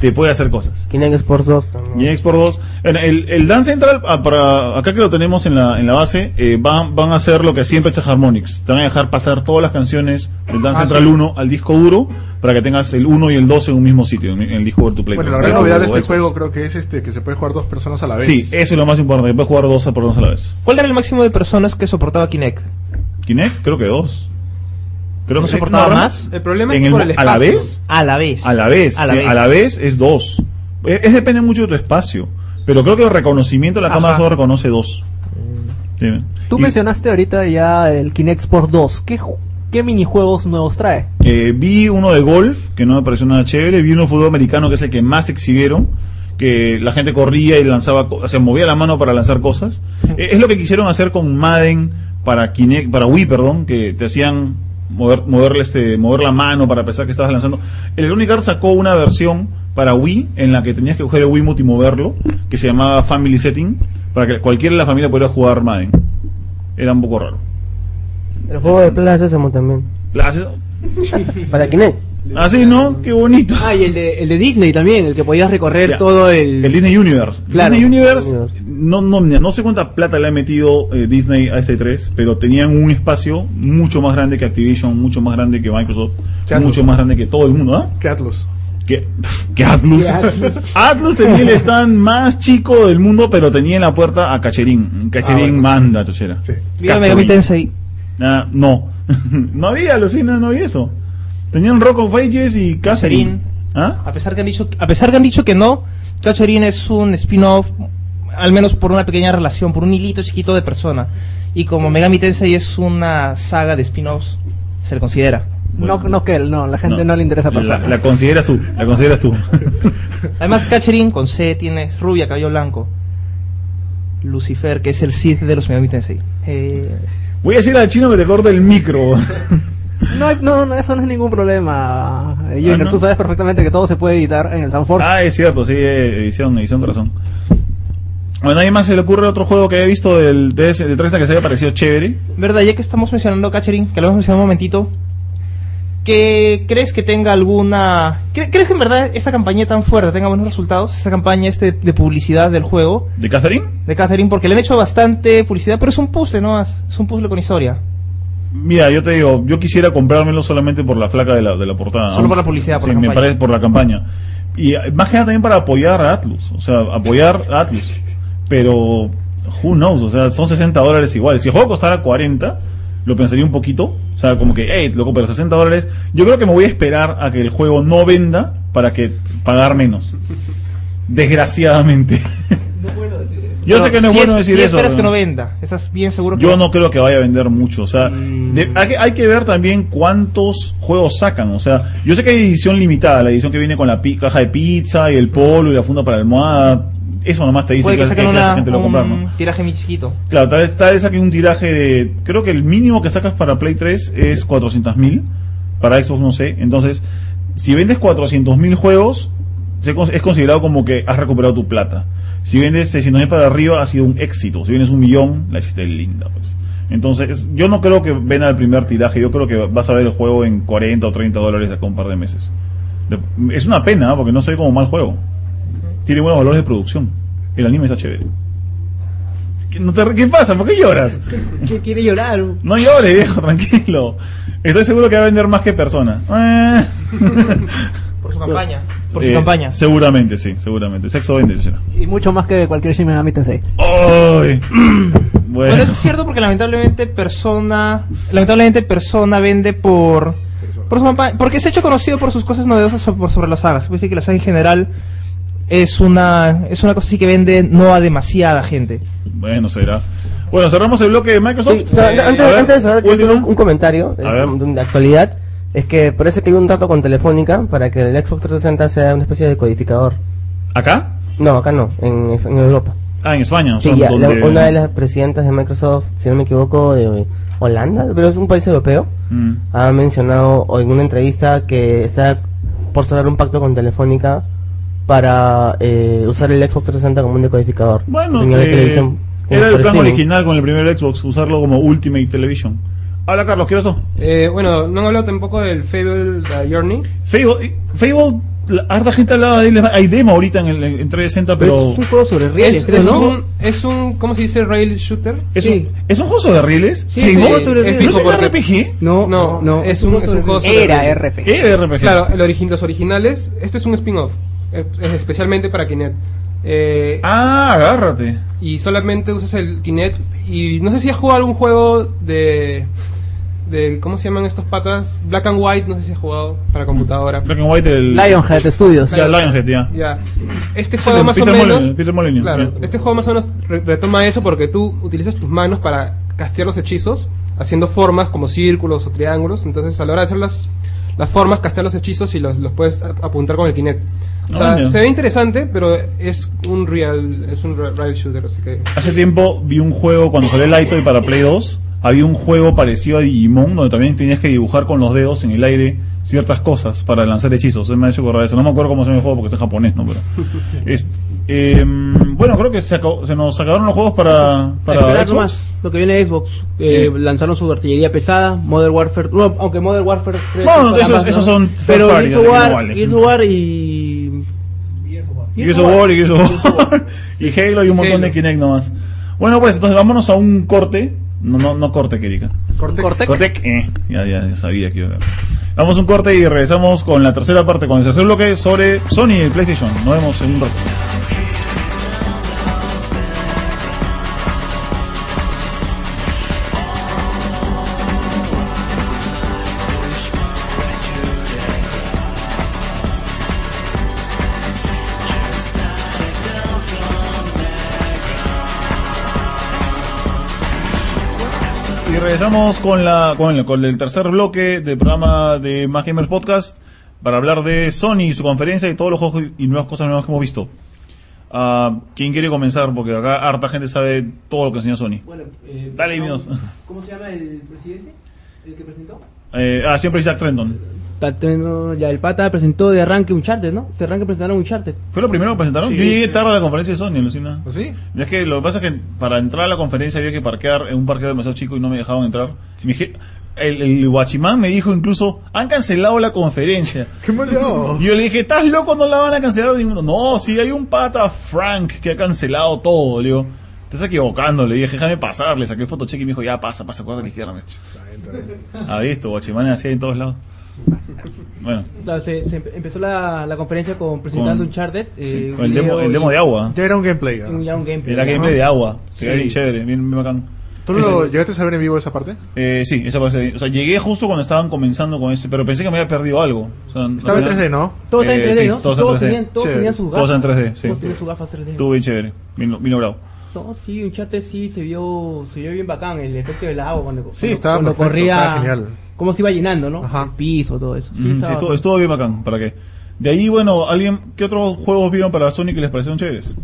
[SPEAKER 1] Te puede hacer cosas.
[SPEAKER 7] Kinect Sports 2.
[SPEAKER 1] Y en Export 2, en el, el Dance Central, ah, para, acá que lo tenemos en la, en la base, eh, van, van a hacer lo que siempre ha hecho Harmonix. Te van a dejar pasar todas las canciones del Dance
[SPEAKER 2] Ah,
[SPEAKER 1] Central
[SPEAKER 2] sí.
[SPEAKER 1] 1 al disco duro para que tengas el 1 y el 2 en un mismo sitio, en, en el disco Virtu Play.
[SPEAKER 2] Bueno, la gran novedad de este juego creo que es este que se puede jugar dos personas a la vez.
[SPEAKER 1] Sí, eso es lo más importante, puedes jugar dos por dos a la vez.
[SPEAKER 6] ¿Cuál era el máximo de personas que soportaba Kinect?
[SPEAKER 1] Kinect, creo que dos. Creo
[SPEAKER 6] ¿No
[SPEAKER 1] que
[SPEAKER 6] soportaba
[SPEAKER 1] ¿no?
[SPEAKER 6] más?
[SPEAKER 3] El problema
[SPEAKER 1] En
[SPEAKER 3] es
[SPEAKER 1] el-
[SPEAKER 3] por
[SPEAKER 1] ¿A
[SPEAKER 3] el espacio.
[SPEAKER 1] la vez?
[SPEAKER 6] A la vez.
[SPEAKER 1] A la vez. sí,
[SPEAKER 6] A la vez.
[SPEAKER 1] es dos. Eh, Es, es depende mucho de tu espacio. Pero creo que el reconocimiento, la
[SPEAKER 6] Ajá. Mm.
[SPEAKER 1] cámara solo reconoce dos. Dime.
[SPEAKER 8] Tú
[SPEAKER 1] Y,
[SPEAKER 8] mencionaste ahorita ya el Kinect Sport 2. ¿Qué, ju- qué minijuegos nuevos trae?
[SPEAKER 1] eh, vi uno de golf, que no me pareció nada chévere. Vi uno de fútbol americano, que es el que más exhibieron. Que la gente corría y lanzaba, co- o sea, movía la mano para lanzar cosas. Eh, es lo que quisieron hacer con Madden para Kinect, para Wii, perdón, que te hacían mover, moverle este, mover la mano para pensar que estabas lanzando. Electronic Arts sacó una versión para Wii en la que tenías que coger el Wiimote y moverlo, que se llamaba Family Setting, para que cualquiera de la familia pudiera jugar Madden. Era un poco raro.
[SPEAKER 7] El juego de Plaza Sésamo también.
[SPEAKER 1] ¿La haces?
[SPEAKER 7] Para Kinect.
[SPEAKER 1] Así, Ah, ¿no? Qué bonito.
[SPEAKER 5] Ah, y el de, el de Disney también, el que podías recorrer
[SPEAKER 1] Ya.
[SPEAKER 5] todo el...
[SPEAKER 1] El Disney Universe.
[SPEAKER 5] Claro.
[SPEAKER 1] Disney Universe,
[SPEAKER 7] Universe.
[SPEAKER 1] no, no, mira, no sé cuánta plata le ha metido eh, Disney a este 3, pero tenían un espacio mucho más grande que Activision, mucho más grande que Microsoft,
[SPEAKER 2] Que Atlus.
[SPEAKER 1] mucho más grande que todo el mundo, ¿ah?
[SPEAKER 2] Que Atlus.
[SPEAKER 1] Que, que Atlus. Atlus tenía el stand más chico del mundo, pero tenía en la puerta a Cacherín. Cacherín
[SPEAKER 2] bueno.
[SPEAKER 1] manda, chochera.
[SPEAKER 2] Sí.
[SPEAKER 1] Mira Megami Tensei. Ah, no. no había, Lucina, no había eso. Tenían Rock of Ages y Cacherín.
[SPEAKER 6] Cacherín.
[SPEAKER 1] ¿Ah?
[SPEAKER 6] A pesar que han dicho, a pesar que, han dicho que no, Catcherine es un spin-off, al menos por una pequeña relación, por un hilito chiquito de persona. Y como Megami Tensei es una saga de spin-offs, se le considera.
[SPEAKER 8] No, no que él, no, la gente no, le interesa
[SPEAKER 1] la,
[SPEAKER 8] pasar.
[SPEAKER 1] la consideras tú, la consideras tú.
[SPEAKER 6] Además, Catcherine con C tienes rubia, cabello blanco. Lucifer, que es el Sith de los Megami Tensei. Eh,
[SPEAKER 1] Voy a decir al chino que te corte el micro.
[SPEAKER 8] No, hay- no, no, eso no es ningún problema. eh, Junior,
[SPEAKER 1] Ah, no.
[SPEAKER 8] tú sabes perfectamente que todo se puede editar en el Sanford.
[SPEAKER 1] ah, es cierto, sí, eh, edición, edición corazón. Bueno, ¿a nadie más se le ocurre otro juego que haya visto del DS de 3 que se haya parecido chévere?
[SPEAKER 6] Verdad, ya que estamos mencionando Catchering, que lo hemos mencionado un momentito, ¿qué crees que tenga alguna... cre- ¿Crees que en verdad esta campaña tan fuerte tenga buenos resultados? Esta campaña este de publicidad del juego,
[SPEAKER 1] ¿De Catherine?
[SPEAKER 6] de Catherine, porque le han hecho bastante publicidad, pero es un puzzle, ¿no? Es un puzzle con historia.
[SPEAKER 1] Mira, yo te digo, yo quisiera comprármelo solamente por la flaca de la, de la portada.
[SPEAKER 6] Solo por la publicidad, por
[SPEAKER 1] Sí,
[SPEAKER 6] la
[SPEAKER 1] me
[SPEAKER 6] campaña.
[SPEAKER 1] parece por la campaña. Y eh, más que nada también para apoyar a Atlus, o sea, apoyar a Atlus. Pero, who knows, o sea, son 60 dólares igual. Si el juego costara 40, lo pensaría un poquito. O sea, como que, hey, loco, pero 60 dólares. Yo creo que me voy a esperar a que el juego no venda para que pagar menos. Desgraciadamente. Yo
[SPEAKER 6] Pero
[SPEAKER 1] sé que no es
[SPEAKER 6] si
[SPEAKER 1] bueno
[SPEAKER 6] es-
[SPEAKER 1] decir
[SPEAKER 6] si
[SPEAKER 1] eso.
[SPEAKER 6] esperas que
[SPEAKER 1] pero-
[SPEAKER 6] no venda, estás bien seguro que... Mm.
[SPEAKER 1] yo no creo que vaya a vender mucho. O sea, de- hay, que, hay que ver también cuántos juegos sacan. O sea, yo sé que hay edición limitada, la edición que viene con la pi- caja de pizza y el polo y la funda para la almohada. Eso nomás te dice
[SPEAKER 6] Puede que
[SPEAKER 1] qué- qué
[SPEAKER 6] saquen
[SPEAKER 1] clase de
[SPEAKER 6] una-
[SPEAKER 1] gente lo va a comprar, ¿no?
[SPEAKER 6] un tiraje muy chiquito.
[SPEAKER 1] Claro, tal vez, tal vez saquen un tiraje de. Creo que el mínimo que sacas para Play 3 es 400.000. Para Xbox no sé. Entonces, si vendes 400.000 juegos, se cons- es considerado como que has recuperado tu plata. Si vendes 600.000 para arriba, ha sido un éxito. Si vendes un millón, la hiciste linda, pues. Entonces, yo no creo que venda el primer tiraje. Yo creo que vas a ver el juego en 40 o 30 dólares de acá a un par de meses. De- es una pena, ¿eh? porque no se ve como mal juego. Tiene buenos valores de producción. El anime está chévere. ¿Qué, no te- ¿qué pasa? ¿Por qué lloras?
[SPEAKER 5] ¿Quién quiere llorar?
[SPEAKER 1] No llores, viejo, tranquilo. Estoy seguro que va a vender más que persona. Eh.
[SPEAKER 6] Por su campaña. Por su
[SPEAKER 1] Eh,
[SPEAKER 6] campaña.
[SPEAKER 1] Seguramente, sí, seguramente. Sexo vende, yo
[SPEAKER 8] Y mucho más que cualquier Shin Megami Tensei.
[SPEAKER 1] ¡Ay! Bueno,
[SPEAKER 6] Bueno, eso es cierto porque lamentablemente persona, lamentablemente persona vende por, por su mamá- porque se ha hecho conocido por sus cosas novedosas so- por sobre las sagas. Se puede decir que la saga en general es una es una cosa así que vende no a demasiada gente.
[SPEAKER 1] bueno, será. Bueno, cerramos el bloque de Microsoft.
[SPEAKER 7] Sí, o sea,
[SPEAKER 1] Eh,
[SPEAKER 7] antes,
[SPEAKER 1] a ver,
[SPEAKER 7] antes de cerrar, quiero hacer un,
[SPEAKER 1] último.
[SPEAKER 7] un comentario es,
[SPEAKER 1] A ver.
[SPEAKER 7] de, de actualidad. Es que parece que hay un trato con Telefónica para que el Xbox 360 sea una especie de codificador.
[SPEAKER 1] ¿Acá?
[SPEAKER 7] No, acá no, en, en Europa.
[SPEAKER 1] Ah, en España. o sea,
[SPEAKER 7] Sí, ya, la-
[SPEAKER 1] donde-
[SPEAKER 7] una de las presidentas de Microsoft, si no me equivoco, de Holanda, pero es un país europeo,
[SPEAKER 1] Mm.
[SPEAKER 7] ha mencionado o en una entrevista que está por cerrar un pacto con Telefónica para eh, usar el Xbox 360 como un decodificador.
[SPEAKER 1] Bueno,
[SPEAKER 7] Señal de
[SPEAKER 1] eh,
[SPEAKER 7] televisión,
[SPEAKER 1] era el
[SPEAKER 7] por
[SPEAKER 1] plan
[SPEAKER 7] streaming.
[SPEAKER 1] original con el primer Xbox, usarlo como Ultimate Television. Habla Carlos, ¿qué eso?
[SPEAKER 3] Eh, bueno, no han hablado tampoco del Fable eh, Journey.
[SPEAKER 1] Fable, eh, Fable, la- harta gente hablaba de él. Hay demo ahorita en el en 360, pero.
[SPEAKER 5] es un juego sobre rieles,
[SPEAKER 3] Es,
[SPEAKER 5] creo,
[SPEAKER 3] es
[SPEAKER 5] ¿no?
[SPEAKER 3] un, es un, ¿cómo se dice? Rail shooter.
[SPEAKER 1] ¿Es,
[SPEAKER 5] Sí.
[SPEAKER 1] un, ¿Es un juego sobre rieles?
[SPEAKER 5] Sí,
[SPEAKER 1] ¿Fable?
[SPEAKER 5] sí,
[SPEAKER 1] ¿No
[SPEAKER 5] es
[SPEAKER 1] es
[SPEAKER 3] fijo
[SPEAKER 1] un
[SPEAKER 3] porque-
[SPEAKER 1] RPG?
[SPEAKER 5] No,
[SPEAKER 3] No, es un- es un juego sobre
[SPEAKER 5] Era
[SPEAKER 3] rieles.
[SPEAKER 5] RPG.
[SPEAKER 1] ¿Qué RPG?
[SPEAKER 3] Claro, el origi- los originales, este es un spin-off, eh, es especialmente para Kinect. Eh,
[SPEAKER 1] Ah, agárrate.
[SPEAKER 3] Y solamente usas el Kinect. Y no sé si has jugado algún juego de, de. ¿Cómo se llaman estos patas? Black and White, no sé si has jugado para computadora.
[SPEAKER 1] Black and White, el.
[SPEAKER 8] Lionhead Studios.
[SPEAKER 1] Ya, Lionhead, ya.
[SPEAKER 3] Ya. Este
[SPEAKER 1] Sí,
[SPEAKER 3] juego
[SPEAKER 1] con
[SPEAKER 3] más
[SPEAKER 1] Peter
[SPEAKER 3] o menos.
[SPEAKER 1] Molyneux, Peter Molyneux,
[SPEAKER 3] claro,
[SPEAKER 1] ya.
[SPEAKER 3] este juego más o menos re- retoma eso porque tú utilizas tus manos para castear los hechizos, haciendo formas como círculos o triángulos. Entonces, a la hora de hacer las, las formas, castear los hechizos y los, los puedes a- apuntar con el Kinect. O
[SPEAKER 1] Ah,
[SPEAKER 3] sea,
[SPEAKER 1] mira.
[SPEAKER 3] se ve interesante, pero es un real, es un re- real shooter, así que.
[SPEAKER 1] Hace tiempo vi un juego cuando salió el Lightoy para Play 2 había un juego parecido a Digimon donde también tenías que dibujar con los dedos en el aire ciertas cosas para lanzar hechizos. Se me ha hecho acordar eso. No me acuerdo cómo se llama el juego porque está en japonés, ¿no? Pero, es- em, bueno, creo que se, acabó- se nos acabaron los juegos para, para
[SPEAKER 5] Esperar
[SPEAKER 1] Xbox.
[SPEAKER 5] nomás lo que viene de Xbox. Eh,
[SPEAKER 1] Bien.
[SPEAKER 5] lanzaron su artillería pesada, Modern Warfare. no, aunque Modern Warfare. tres
[SPEAKER 1] Bueno,
[SPEAKER 5] son para
[SPEAKER 1] esos- esos son third
[SPEAKER 5] Pero
[SPEAKER 1] parties, así
[SPEAKER 5] Gears of
[SPEAKER 1] que no
[SPEAKER 5] War,
[SPEAKER 1] vale.
[SPEAKER 5] Gears of War y.
[SPEAKER 1] Gears of War y Gears of War. y Halo y un montón
[SPEAKER 3] Halo.
[SPEAKER 1] de Kinect nomás. Bueno, pues entonces vámonos a un corte. No, no, no corte, que diga.
[SPEAKER 8] Cortec.
[SPEAKER 1] Cortec, eh, ya, ya, ya sabía que iba a haber. Vamos a un corte y regresamos con la tercera parte, con el tercer bloque sobre Sony y el PlayStation. Nos vemos en un rato. Y regresamos con la con el, con el tercer bloque del programa de Más Gamers Podcast para hablar de Sony, su conferencia y todos los juegos y nuevas cosas nuevas que hemos visto. Ah, ¿Quién quiere comenzar? Porque acá harta gente sabe todo lo que enseñó Sony.
[SPEAKER 5] Bueno, eh,
[SPEAKER 1] Dale,
[SPEAKER 5] ¿cómo-
[SPEAKER 1] Minos.
[SPEAKER 5] ¿Cómo se llama el presidente? ¿El que presentó?
[SPEAKER 1] Eh, ah, siempre Isaac Trenton.
[SPEAKER 5] Está teniendo- ya el pata presentó de arranque un charter, ¿no? De arranque presentaron un charter.
[SPEAKER 1] ¿Fue lo primero que presentaron?
[SPEAKER 2] Sí. ¿Ah,
[SPEAKER 1] Yo llegué tarde a la conferencia de Sony, Lucina.
[SPEAKER 2] ¿Así?
[SPEAKER 1] Es que lo que pasa es que para entrar a la conferencia había que parquear en un parqueo demasiado chico y no me dejaban entrar. Mi je- el, el guachimán me dijo incluso, han cancelado la conferencia.
[SPEAKER 2] ¡Qué mal llevado!
[SPEAKER 1] Y yo le dije, ¿estás loco? No la van a cancelar. Digo, no, si hay un pata Frank que ha cancelado todo. Le digo, te estás equivocando. Le dije, déjame pasar. Le saqué el fotocheque y me dijo, ya pasa, pasa, cuarta a la izquierda. me dijo. Ah, visto, guachimanes así en todos lados. Bueno,
[SPEAKER 5] Entonces, se empe- empezó la, la conferencia con presentando
[SPEAKER 1] Con-
[SPEAKER 5] un charter. eh,
[SPEAKER 1] sí,
[SPEAKER 5] un
[SPEAKER 1] con el demo,
[SPEAKER 5] video
[SPEAKER 1] el demo
[SPEAKER 5] y-
[SPEAKER 1] de agua.
[SPEAKER 2] Ya era un gameplay. ya.
[SPEAKER 5] y ya un gameplay.
[SPEAKER 1] Era gameplay de agua. Se veía
[SPEAKER 5] Sí.
[SPEAKER 1] bien chévere, bien, bien bacán.
[SPEAKER 2] ¿Tú lo llegaste a saber en vivo esa parte?
[SPEAKER 1] Eh, sí, esa parte. O sea, llegué justo cuando estaban comenzando con ese, pero pensé que me había perdido algo. O sea,
[SPEAKER 2] Estaba en
[SPEAKER 1] al
[SPEAKER 2] 3D,
[SPEAKER 1] final-
[SPEAKER 2] ¿no?
[SPEAKER 5] Todos
[SPEAKER 1] Eh,
[SPEAKER 5] en 3D,
[SPEAKER 1] sí,
[SPEAKER 5] ¿no?
[SPEAKER 1] todos
[SPEAKER 5] Todos,
[SPEAKER 1] en 3D.
[SPEAKER 5] tenían, todos
[SPEAKER 2] Chévere.
[SPEAKER 5] tenían sus gafas.
[SPEAKER 1] Todos en 3D, sí.
[SPEAKER 5] Todos tenían sus gafas 3D.
[SPEAKER 1] Estuvo bien chévere, bien, bien logrado.
[SPEAKER 5] No, sí, un charter sí se vio, se vio bien bacán el efecto del agua cuando,
[SPEAKER 2] Sí,
[SPEAKER 5] cuando-
[SPEAKER 2] estaba
[SPEAKER 5] cuando
[SPEAKER 2] perfecto,
[SPEAKER 5] corría,
[SPEAKER 2] estaba genial.
[SPEAKER 5] cómo se iba llenando, ¿no?
[SPEAKER 2] Ajá.
[SPEAKER 5] El piso, todo eso. Sí,
[SPEAKER 1] Ujú, Mm, sí,
[SPEAKER 5] estaba-
[SPEAKER 1] estuvo, estuvo bien bacán, ¿para qué? De ahí, bueno, alguien, ¿qué otros juegos vieron para Sony que les parecieron chéveres?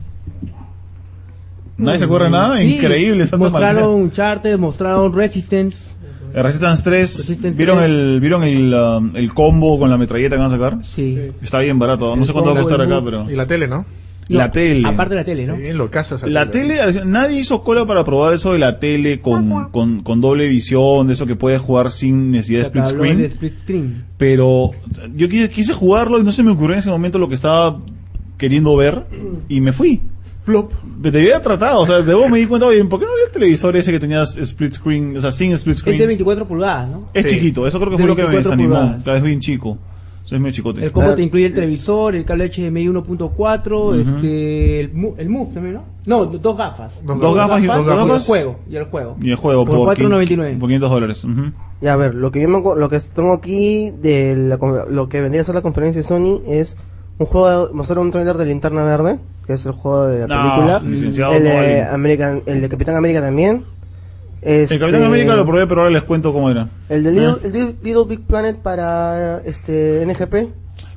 [SPEAKER 1] ¿Nadie se acuerda de nada?
[SPEAKER 5] Mm, Sí,
[SPEAKER 1] Increíble, Santa
[SPEAKER 5] Mostraron
[SPEAKER 1] María.
[SPEAKER 5] un charter, mostraron Resistance.
[SPEAKER 1] Eh, Resistance 3,
[SPEAKER 5] Resistance
[SPEAKER 1] ¿vieron,
[SPEAKER 5] 3.
[SPEAKER 1] El, ¿vieron el, um, el combo con la metralleta que van a sacar?
[SPEAKER 5] Sí.
[SPEAKER 1] Está bien barato, no sé cuánto va a
[SPEAKER 5] combo,
[SPEAKER 1] costar
[SPEAKER 5] el
[SPEAKER 1] acá,
[SPEAKER 5] boot.
[SPEAKER 1] pero...
[SPEAKER 2] Y la tele, ¿no?
[SPEAKER 5] No,
[SPEAKER 1] La tele.
[SPEAKER 5] Aparte de la tele, ¿no?
[SPEAKER 2] Sí, lo casas.
[SPEAKER 1] La tele, al- nadie hizo cola para probar eso de la tele con, con, con doble visión, de eso que puedes jugar sin necesidad de
[SPEAKER 5] Se
[SPEAKER 1] split
[SPEAKER 5] habló
[SPEAKER 1] screen.
[SPEAKER 5] del split screen.
[SPEAKER 1] pero yo quise, quise jugarlo y no se me ocurrió en ese momento lo que estaba queriendo ver y me fui. Flop. Me debía tratado, o sea, luego me di cuenta, oye, ¿por qué no vi el televisor ese que tenías split screen, o sea, sin split
[SPEAKER 5] Es de
[SPEAKER 1] screen?
[SPEAKER 5] 24 Este pulgadas, ¿no?
[SPEAKER 1] Es
[SPEAKER 2] Sí.
[SPEAKER 1] chiquito, eso creo que
[SPEAKER 5] De
[SPEAKER 1] fue lo que me
[SPEAKER 5] 24
[SPEAKER 1] desanimó.
[SPEAKER 5] pulgadas.
[SPEAKER 1] Cada vez bien chico. O sea, es medio
[SPEAKER 5] El
[SPEAKER 1] chicote.
[SPEAKER 5] combo
[SPEAKER 7] Claro.
[SPEAKER 5] te incluye el televisor, el cable HDMI 1.4,
[SPEAKER 1] Ujú.
[SPEAKER 5] este, el, mu- el Move también, ¿no? No, dos gafas.
[SPEAKER 2] Dos
[SPEAKER 1] Dos gafas y dos
[SPEAKER 5] y el
[SPEAKER 1] gafas.
[SPEAKER 5] juego. Y el juego.
[SPEAKER 1] Y el juego
[SPEAKER 5] por,
[SPEAKER 1] por, quin-
[SPEAKER 5] 4.99.
[SPEAKER 1] por 500 dólares. ujú.
[SPEAKER 7] Ya, a ver, lo que yo me acu- lo que tengo aquí de la con- lo que vendría a ser la conferencia de Sony es un juego, mostrar un trailer de Linterna Verde, que es el juego de la
[SPEAKER 1] No,
[SPEAKER 7] película.
[SPEAKER 1] licenciado,
[SPEAKER 7] el,
[SPEAKER 1] no
[SPEAKER 7] de
[SPEAKER 1] vale.
[SPEAKER 7] American, el de Capitán América también.
[SPEAKER 1] El Capitán
[SPEAKER 7] Este,
[SPEAKER 1] América lo probé, pero ahora les cuento cómo era.
[SPEAKER 7] El de Little,
[SPEAKER 1] Eh.
[SPEAKER 7] el de Little Big Planet para este NGP.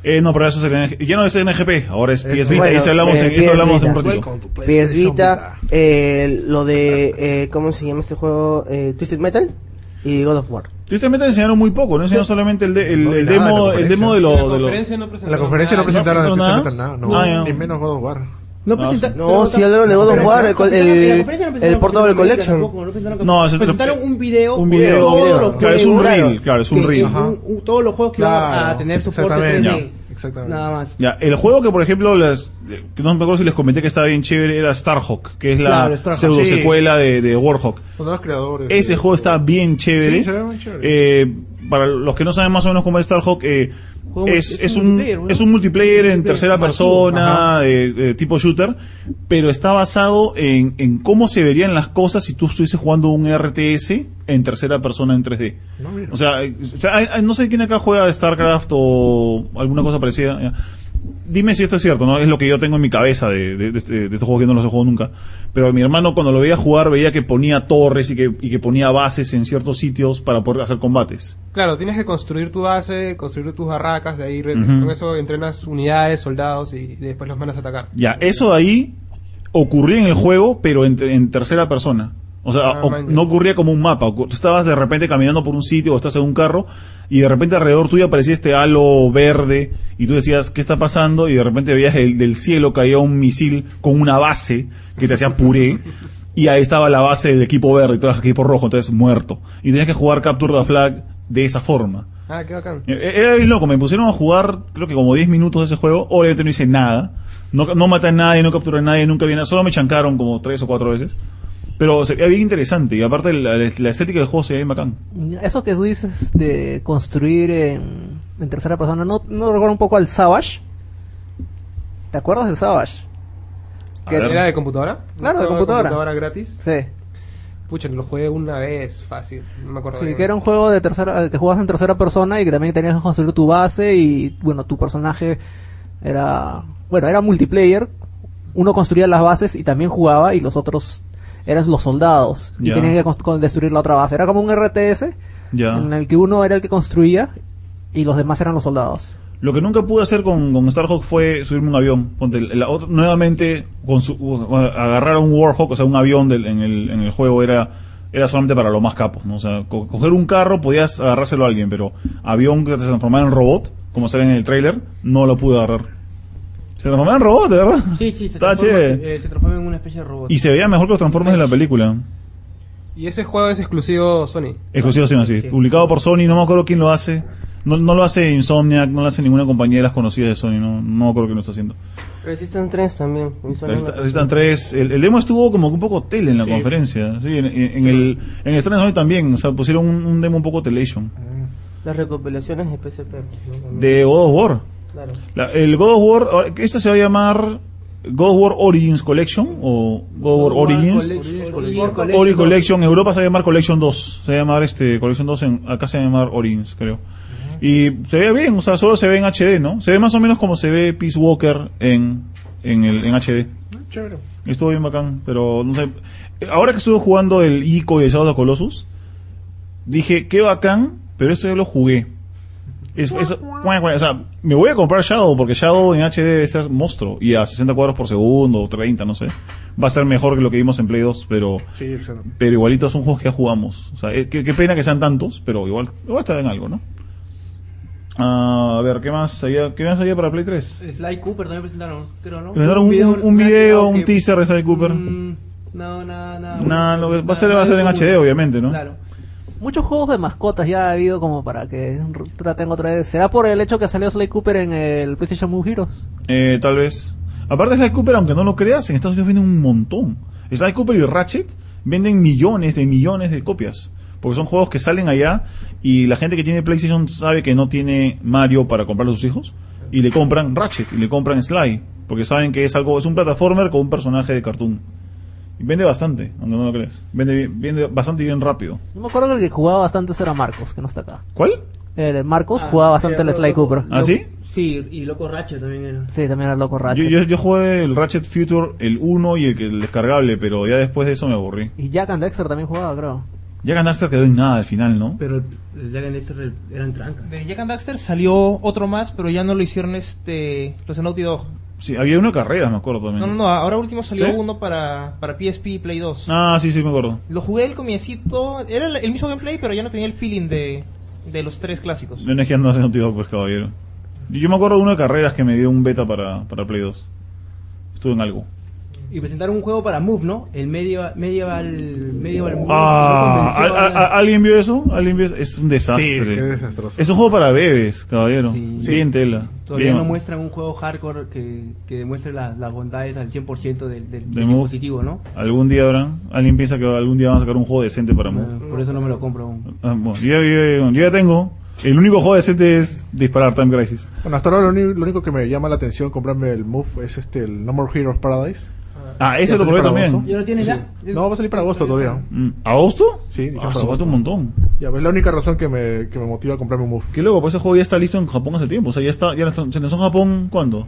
[SPEAKER 1] Eh, no, pero eso es el NG Ya no es NGP, ahora es
[SPEAKER 2] Eh,
[SPEAKER 1] PS Vita.
[SPEAKER 7] bueno,
[SPEAKER 1] eso hablamos,
[SPEAKER 7] eh,
[SPEAKER 1] en, eso
[SPEAKER 7] PS
[SPEAKER 1] hablamos en un
[SPEAKER 7] Vita.
[SPEAKER 1] ratito.
[SPEAKER 7] PS Vita, eh, lo de, eh, ¿cómo se llama este juego? Eh, Twisted Metal y God of War.
[SPEAKER 1] Tristemente enseñaron muy poco, no enseñaron solamente el, de- el,
[SPEAKER 2] No,
[SPEAKER 1] el
[SPEAKER 2] nada, Ah, la
[SPEAKER 1] demo, el
[SPEAKER 2] conferencia.
[SPEAKER 1] demo de
[SPEAKER 3] En la
[SPEAKER 1] los...
[SPEAKER 3] conferencia no
[SPEAKER 2] En
[SPEAKER 3] presentaron.
[SPEAKER 2] la conferencia no
[SPEAKER 3] nada.
[SPEAKER 2] presentaron
[SPEAKER 1] ¿No
[SPEAKER 2] el
[SPEAKER 1] presentaron
[SPEAKER 2] Twisted Metal, nada,
[SPEAKER 1] Ah, ya.
[SPEAKER 2] no. Ni menos God of War.
[SPEAKER 5] No,
[SPEAKER 6] pues,
[SPEAKER 1] No,
[SPEAKER 5] presenta-
[SPEAKER 7] No,
[SPEAKER 5] pero-
[SPEAKER 7] si hablaron de God of
[SPEAKER 2] pero-
[SPEAKER 7] War, el, el,
[SPEAKER 5] en la
[SPEAKER 7] el,
[SPEAKER 5] conferencia no
[SPEAKER 7] el Portable
[SPEAKER 5] presentaron Capitán América
[SPEAKER 7] Collection.
[SPEAKER 5] tampoco, no presentaron
[SPEAKER 1] No,
[SPEAKER 5] Capitán-
[SPEAKER 1] eso es-
[SPEAKER 5] presentaron un video.
[SPEAKER 1] un video,
[SPEAKER 5] de todos los
[SPEAKER 1] claro, es un
[SPEAKER 5] juegos
[SPEAKER 1] reel, claro, es un
[SPEAKER 5] que-
[SPEAKER 1] reel.
[SPEAKER 5] un-
[SPEAKER 2] Ajá.
[SPEAKER 5] un- todos los juegos que van a
[SPEAKER 2] Claro,
[SPEAKER 5] tener soporte
[SPEAKER 2] exactamente,
[SPEAKER 5] 3D.
[SPEAKER 2] ya, exactamente.
[SPEAKER 5] Nada más.
[SPEAKER 1] Ya, el juego que por ejemplo, las, que no me acuerdo si les comenté que estaba bien chévere, era Starhawk, que es la
[SPEAKER 5] Claro, Starhawk,
[SPEAKER 1] pseudo secuela de, de Warhawk.
[SPEAKER 2] Los nuevos creadores.
[SPEAKER 1] Ese
[SPEAKER 2] de-
[SPEAKER 1] juego está bien chévere.
[SPEAKER 2] Sí, se ve muy chévere.
[SPEAKER 1] Eh, para los que no saben más o menos cómo es Starhawk, eh,
[SPEAKER 5] Juego
[SPEAKER 1] es,
[SPEAKER 5] multi-
[SPEAKER 1] es
[SPEAKER 5] es un
[SPEAKER 1] un,
[SPEAKER 5] multiplayer, bueno.
[SPEAKER 1] es un multiplayer en tercera
[SPEAKER 5] masivo,
[SPEAKER 1] persona, eh, eh, tipo shooter, pero está basado en, en cómo se verían las cosas si tú estuvieses jugando un RTS en tercera persona en 3D.
[SPEAKER 2] No, mira.
[SPEAKER 1] O sea, eh, o sea, hay- hay- no sé quién acá juega StarCraft o alguna cosa parecida. ya. Dime si esto es cierto, ¿no? Es lo que yo tengo en mi cabeza de, de, de este- de estos juegos que no los he jugado nunca. Pero mi hermano cuando lo veía jugar veía que ponía torres y que, y que ponía bases en ciertos sitios para poder hacer combates.
[SPEAKER 3] Claro, tienes que construir tu base, construir tus barracas, de ahí re-
[SPEAKER 1] Ujú.
[SPEAKER 3] con eso entrenas unidades, soldados y después los mandas a atacar.
[SPEAKER 1] Ya, eso de ahí ocurría en el juego, pero en, en tercera persona. O O sea,
[SPEAKER 3] Ah,
[SPEAKER 1] o-
[SPEAKER 3] man, ya.
[SPEAKER 1] no ocurría como un mapa. ocu- Tú estabas de repente caminando por un sitio o estás en un carro y de repente alrededor tuyo aparecía este halo verde y tú decías, ¿qué está pasando? Y de repente veías el, del cielo caía un misil con una base que te hacía puré. Y ahí estaba la base del equipo verde y todo el equipo rojo, entonces muerto. Y tenías que jugar Capture the Flag de esa forma.
[SPEAKER 3] Ah, qué bacán.
[SPEAKER 1] Eh, Era bien loco, me pusieron a jugar creo que como 10 minutos de ese juego, obviamente no hice nada, no, no maté a nadie, no capturé a nadie, nunca vi nada, solo me chancaron como 3 o 4 veces, pero sería bien interesante y aparte la, la- la estética del juego se ve bien bacán.
[SPEAKER 8] Eso que tú dices de construir en, en tercera persona, ¿no, ¿no recuerda un poco al Savage? ¿Te acuerdas del Savage?
[SPEAKER 1] A
[SPEAKER 8] Que-
[SPEAKER 1] ver.
[SPEAKER 3] ¿Era de computadora? ¿Un
[SPEAKER 8] Claro, de
[SPEAKER 3] juego
[SPEAKER 8] computadora.
[SPEAKER 3] computadora gratis.
[SPEAKER 8] Sí.
[SPEAKER 3] Pucha, lo jugué una vez, fácil. No me acuerdo.
[SPEAKER 8] Sí,
[SPEAKER 3] bien.
[SPEAKER 8] que era un juego de tercera, eh, que jugabas en tercera persona y que también tenías que construir tu base y, bueno, tu personaje era, bueno, era multiplayer. Uno construía las bases y también jugaba y los otros eran los soldados y
[SPEAKER 1] Ya.
[SPEAKER 8] tenían que cons- con- destruir la otra base. Era como un RTS en
[SPEAKER 4] Mm,
[SPEAKER 1] Ya.
[SPEAKER 8] el que uno era el que construía y los demás eran los soldados.
[SPEAKER 1] Lo que nunca pude hacer con, con Starhawk fue subirme un avión. Ponte, la otra- nuevamente con su- bueno, agarrar a un Warhawk, o sea, un avión del- en, el, en el juego era era solamente para los más capos. ¿no? O sea, co- coger un carro podías agarrárselo a alguien, pero avión que se transformaba en robot, como sale en el tráiler, no lo pude agarrar. Se transformaba en robot, de verdad.
[SPEAKER 5] Sí, sí, se
[SPEAKER 1] Está
[SPEAKER 5] transforma,
[SPEAKER 1] chévere.
[SPEAKER 6] Eh, se transforma en una especie de robot.
[SPEAKER 1] Ah, Y se veía mejor que los transformes de la película.
[SPEAKER 3] Y ese juego es exclusivo Sony.
[SPEAKER 1] Exclusivo sino así. Publicado por Sony, no me acuerdo quién lo hace. No, no lo hace Insomniac, no lo hace ninguna compañía de las conocidas de Sony, no, no me acuerdo quién lo está haciendo.
[SPEAKER 7] Resistance 3 también.
[SPEAKER 1] Resist- Resistance 3, el, el demo estuvo como que un poco tele en la conferencia. Sí, en, en- en el en el Strange Zone también, o sea, pusieron un, un demo un poco telation.
[SPEAKER 7] Las recopilaciones de PSP. ¿no? También.
[SPEAKER 1] De God of War.
[SPEAKER 7] Claro.
[SPEAKER 1] La- el God of War, ahora, que esta se va a llamar God of War Origins Collection o God of War Origins. Ori Collection, Europa se va a llamar Collection 2. Se va a llamar este Collection 2, en, acá se va a llamar Origins, creo. Y se ve bien, o sea, solo se ve en HD, ¿no? Se ve más o menos como se ve Peace Walker en, en, el, en HD.
[SPEAKER 2] Chévere.
[SPEAKER 1] Estuvo bien bacán, pero no sé. Ahora que estuve jugando el ICO y el Shadow of the Colossus, dije, qué bacán, pero eso ya lo jugué. Es, es- o sea, me voy a comprar Shadow porque Shadow en HD debe ser monstruo y a 60 cuadros por segundo o 30, no sé. Va a ser mejor que lo que vimos en Play 2, pero,
[SPEAKER 2] Sí, o sea,
[SPEAKER 1] pero igualito son juegos que ya jugamos. O sea, eh, qué, qué pena que sean tantos, pero igual, igual está en algo, ¿no? Ah, a ver, ¿qué más había, qué más había para Play 3?
[SPEAKER 5] Sly Cooper también presentaron, creo, ¿no?
[SPEAKER 1] Presentaron un- un- un video, un teaser de Sly Cooper.
[SPEAKER 5] Mm, no, nada, nada.
[SPEAKER 1] Nah,
[SPEAKER 5] bueno,
[SPEAKER 1] lo que- va a
[SPEAKER 5] nada,
[SPEAKER 1] ser, va a ser en
[SPEAKER 5] nada,
[SPEAKER 1] HD, obviamente, ¿no?
[SPEAKER 5] Claro.
[SPEAKER 8] Muchos juegos de mascotas ya ha habido como para que r- traten otra vez. ¿Será por el hecho que salió Sly Cooper en el PlayStation Move Heroes?
[SPEAKER 1] Eh, tal vez. Aparte, Sly Cooper, aunque no lo creas, en Estados Unidos venden un montón. Sly Cooper y Ratchet venden millones de millones de copias. Porque son juegos que salen allá y la gente que tiene PlayStation sabe que no tiene Mario para comprarle a sus hijos. Y le compran Ratchet y le compran Sly. Porque saben que es algo, es un plataformer con un personaje de cartoon. Y vende bastante, aunque no lo creas. Vende, bien- vende bastante y bien rápido.
[SPEAKER 8] No me acuerdo que el que jugaba bastante era Marcos, que no está acá.
[SPEAKER 1] ¿Cuál?
[SPEAKER 8] El Marcos
[SPEAKER 5] Ah,
[SPEAKER 8] jugaba
[SPEAKER 5] sí,
[SPEAKER 8] bastante el
[SPEAKER 5] loco,
[SPEAKER 8] Sly Cooper.
[SPEAKER 1] ¿Ah,
[SPEAKER 5] loco.
[SPEAKER 1] sí?
[SPEAKER 5] Sí, y Loco Ratchet también era.
[SPEAKER 8] Sí, también era loco Ratchet.
[SPEAKER 1] Yo, yo, yo jugué el Ratchet Future, el 1 y el, que- el descargable, pero ya después de eso me aburrí.
[SPEAKER 8] Y Jack and Dexter también jugaba, creo.
[SPEAKER 1] Ya ganaste quedó en nada al final, ¿no?
[SPEAKER 5] Pero el- el Dragon Dexter eran trancas.
[SPEAKER 6] De Jack and Daxter salió otro más, pero ya no lo hicieron este los de Naughty Dog.
[SPEAKER 1] Sí, había una carrera, me acuerdo también.
[SPEAKER 6] No, no, no, ahora último salió
[SPEAKER 1] ¿Sí?
[SPEAKER 6] uno para, para PSP y Play 2.
[SPEAKER 1] Ah, sí, sí, me acuerdo.
[SPEAKER 6] Lo jugué el comiecito, era el- el mismo gameplay, pero ya no tenía el feeling de, de los tres clásicos.
[SPEAKER 1] No es que ando haciendo tío, pues, caballero. Yo yo me acuerdo de una de carreras que me dio un beta para, para Play 2. Estuve en algo.
[SPEAKER 5] Y presentaron un juego para Move, ¿no? El Medieval. Medieval, medieval Move.
[SPEAKER 1] Ah,
[SPEAKER 5] que no convenció eh.
[SPEAKER 1] ¿al-
[SPEAKER 5] a-
[SPEAKER 1] al- ¿alguien vio eso? ¿Alguien vio eso? Es un desastre.
[SPEAKER 2] Sí, qué desastroso.
[SPEAKER 1] Es un juego para bebés, caballero.
[SPEAKER 5] Sí.
[SPEAKER 1] Bien tela.
[SPEAKER 5] Todavía
[SPEAKER 1] Bien.
[SPEAKER 5] no muestran un juego hardcore que, que demuestre las, las bondades al 100% del, del,
[SPEAKER 1] De
[SPEAKER 5] del
[SPEAKER 1] Move.
[SPEAKER 5] dispositivo, ¿no?
[SPEAKER 1] Algún día habrán. Alguien piensa que algún día van a sacar un juego decente para Move.
[SPEAKER 5] Eh, Por eso no me lo compro aún.
[SPEAKER 1] Ah, bueno, yo, yo- yo ya tengo. El único juego decente es disparar Time Crisis.
[SPEAKER 2] Bueno, hasta ahora lo, uni- lo único que me llama la atención comprarme el Move es este, el No More Heroes Paradise.
[SPEAKER 1] Ah, ese
[SPEAKER 2] ¿Ya
[SPEAKER 1] lo
[SPEAKER 2] salió
[SPEAKER 1] probé
[SPEAKER 2] para
[SPEAKER 1] también.
[SPEAKER 2] agosto?
[SPEAKER 5] ¿Ya lo tienes ya?
[SPEAKER 2] No, va a salir para agosto todavía.
[SPEAKER 1] Mm, ¿Agosto?
[SPEAKER 2] Sí, dicho
[SPEAKER 1] Ah,
[SPEAKER 2] para
[SPEAKER 1] se falta
[SPEAKER 2] agosto.
[SPEAKER 1] un montón.
[SPEAKER 2] Ya, es la única razón que me, que me motiva a comprarme un Move.
[SPEAKER 1] Qué loco, pues ese juego ya está listo en Japón hace tiempo. O sea, ya está, ya está- se lanzó en Japón, ¿cuándo?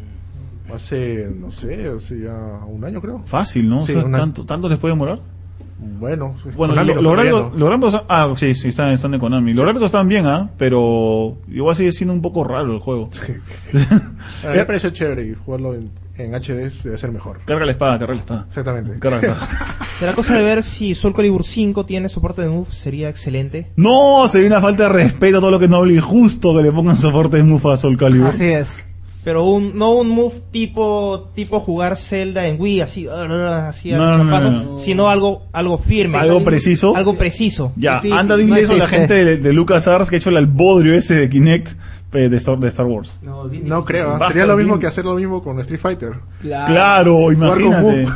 [SPEAKER 2] Hace, no sé, hace ya un año creo.
[SPEAKER 1] Fácil, ¿no? O
[SPEAKER 2] Sí,
[SPEAKER 1] sea,
[SPEAKER 2] una-
[SPEAKER 1] ¿tanto, ¿Tanto les puede demorar?
[SPEAKER 2] Bueno, sí,
[SPEAKER 1] Bueno,
[SPEAKER 2] Konami
[SPEAKER 1] lo-
[SPEAKER 2] lo
[SPEAKER 1] los
[SPEAKER 2] está
[SPEAKER 1] gráficos,
[SPEAKER 2] viendo.
[SPEAKER 1] los gráficos- ah, sí, sí, están, están de Konami. Los gráficos están bien, ¿ah? Pero igual sigue siendo un poco raro el juego. Eh.
[SPEAKER 2] A mí me pareció chévere y jugarlo en en HD debe ser mejor.
[SPEAKER 1] Carga la espada, carga la espada.
[SPEAKER 2] Exactamente.
[SPEAKER 1] Carga la espada.
[SPEAKER 6] Será cosa de ver si Soul Calibur 5 tiene soporte de move, sería excelente.
[SPEAKER 1] No, sería una falta de respeto a todo lo que es noble y justo que le pongan soporte de Mufa a Soul Calibur.
[SPEAKER 8] Así es.
[SPEAKER 6] Pero un, no un move tipo, tipo jugar Zelda en Wii, así, ah, así a
[SPEAKER 1] No, no, no,
[SPEAKER 6] chapazo,
[SPEAKER 1] no, no.
[SPEAKER 6] sino algo, algo firme.
[SPEAKER 1] Algo preciso.
[SPEAKER 6] Algo preciso.
[SPEAKER 1] Ya,
[SPEAKER 8] Difícil,
[SPEAKER 1] anda, dile
[SPEAKER 8] no
[SPEAKER 1] eso a la
[SPEAKER 8] existe.
[SPEAKER 1] gente de, de LucasArts que ha hecho el albodrio ese de Kinect eh, de Star, de Star Wars.
[SPEAKER 5] No, bien
[SPEAKER 2] No
[SPEAKER 5] difícil.
[SPEAKER 2] creo, ¿ah?
[SPEAKER 1] Bastard
[SPEAKER 2] sería lo mismo
[SPEAKER 1] Bean.
[SPEAKER 2] que hacer lo mismo con Street Fighter.
[SPEAKER 5] Claro.
[SPEAKER 1] Claro,
[SPEAKER 2] con
[SPEAKER 1] imagínate.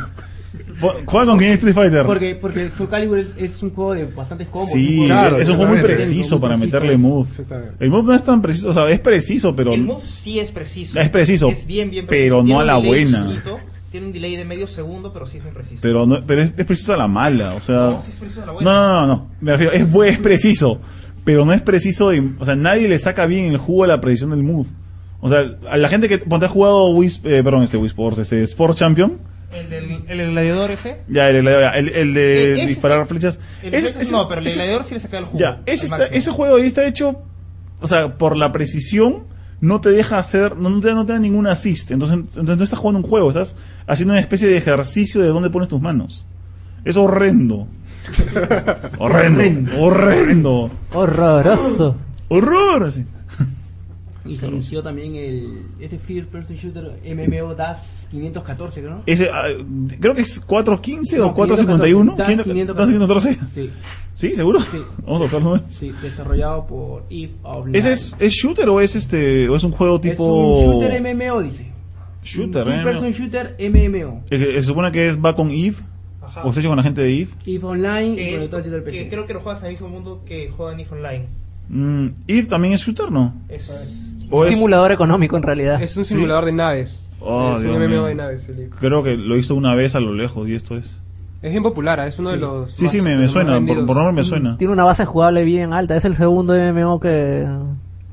[SPEAKER 1] Fue- Juega con Kinect Street Fighter.
[SPEAKER 5] Porque, porque Soul Calibur es, es un juego de bastantes combos.
[SPEAKER 1] Sí,
[SPEAKER 5] un juego-
[SPEAKER 2] Claro,
[SPEAKER 1] es un juego muy
[SPEAKER 2] exactamente.
[SPEAKER 1] preciso para
[SPEAKER 5] Muy
[SPEAKER 1] meterle
[SPEAKER 5] preciso.
[SPEAKER 1] move.
[SPEAKER 2] Exactamente.
[SPEAKER 1] El move no es tan preciso, o sea, es preciso, pero
[SPEAKER 6] El move sí es preciso.
[SPEAKER 1] Es preciso,
[SPEAKER 6] Es bien, bien
[SPEAKER 1] pero
[SPEAKER 6] preciso. Tiene
[SPEAKER 1] no a
[SPEAKER 6] un
[SPEAKER 1] la
[SPEAKER 6] delay
[SPEAKER 1] buena.
[SPEAKER 6] chiquito, tiene un delay de medio segundo, pero sí es bien preciso.
[SPEAKER 1] pero no, pero es, es preciso a la mala, o sea,
[SPEAKER 6] No, sí es preciso a la
[SPEAKER 1] no,
[SPEAKER 6] buena.
[SPEAKER 1] no, no, no, me refiero, es bu- es preciso, pero no es preciso, de- o sea, nadie le saca bien el jugo a la precisión del move. O sea, a la gente que ponte ha jugado Wii, eh, perdón, este Wii Sports, este Sport Champion,
[SPEAKER 6] El del el del gladiador ese.
[SPEAKER 1] ya el, el- el- el de
[SPEAKER 6] Eh, ese
[SPEAKER 1] disparar
[SPEAKER 6] es-
[SPEAKER 1] flechas,
[SPEAKER 6] El
[SPEAKER 1] Ese-
[SPEAKER 6] gladiador-
[SPEAKER 1] ese-
[SPEAKER 6] no, pero el
[SPEAKER 1] ese es-
[SPEAKER 6] gladiador sí le saca el jugo.
[SPEAKER 1] Ya, ese,
[SPEAKER 6] al
[SPEAKER 1] está-
[SPEAKER 6] máximo.
[SPEAKER 1] ese juego ahí está hecho, o sea, por la precisión, no te deja hacer, no, no te, no te da ningún assist. Entonces, entonces no estás jugando un juego, estás haciendo una especie de ejercicio de dónde pones tus manos. Es horrendo. horrendo. Horrendo.
[SPEAKER 8] Horroroso.
[SPEAKER 1] Horror. así.
[SPEAKER 5] Y se anunció también el, ese First Person Shooter MMO DAS 514, creo, ¿no?
[SPEAKER 1] Ese, ah, creo que es 415 o
[SPEAKER 5] No,
[SPEAKER 1] 451.
[SPEAKER 5] 514.
[SPEAKER 1] 514.
[SPEAKER 5] Sí,
[SPEAKER 1] Sí, seguro.
[SPEAKER 5] Sí.
[SPEAKER 1] Vamos a buscarlo. ¿no?
[SPEAKER 5] sí, desarrollado por If Online.
[SPEAKER 1] ¿Ese es, es shooter o es este o es un juego
[SPEAKER 5] Es
[SPEAKER 1] tipo
[SPEAKER 5] un shooter MMO, dice.
[SPEAKER 1] Oh. Shooter,
[SPEAKER 5] First
[SPEAKER 1] eh,
[SPEAKER 5] Person Shooter MMO.
[SPEAKER 1] Eh, que- Se supone que es va con Eve.
[SPEAKER 6] Ajá.
[SPEAKER 1] O se hecho con la gente de Eve.
[SPEAKER 5] If Online y
[SPEAKER 6] Que
[SPEAKER 5] con
[SPEAKER 6] es-
[SPEAKER 5] el todo el título del
[SPEAKER 6] que
[SPEAKER 5] PC.
[SPEAKER 6] creo que lo juegas en el mismo mundo que juegan If Online.
[SPEAKER 1] Mm, Eve también es shooter, ¿no?
[SPEAKER 6] Es,
[SPEAKER 1] O es-
[SPEAKER 8] Simulador económico en realidad.
[SPEAKER 3] Es un simulador de naves.
[SPEAKER 1] Oh,
[SPEAKER 3] es
[SPEAKER 1] Dios
[SPEAKER 3] un MMO
[SPEAKER 1] mío.
[SPEAKER 3] de naves. el-
[SPEAKER 1] Creo que lo hizo una vez a lo lejos y esto es.
[SPEAKER 3] Es bien popular, ¿ah? es uno de los.
[SPEAKER 1] Sí,
[SPEAKER 3] más-
[SPEAKER 1] sí, me,
[SPEAKER 3] de
[SPEAKER 1] me
[SPEAKER 3] los más
[SPEAKER 1] suena. Por,
[SPEAKER 3] vendidos.
[SPEAKER 1] por nombre me suena.
[SPEAKER 8] Tiene una base jugable bien alta. Es el segundo MMO que.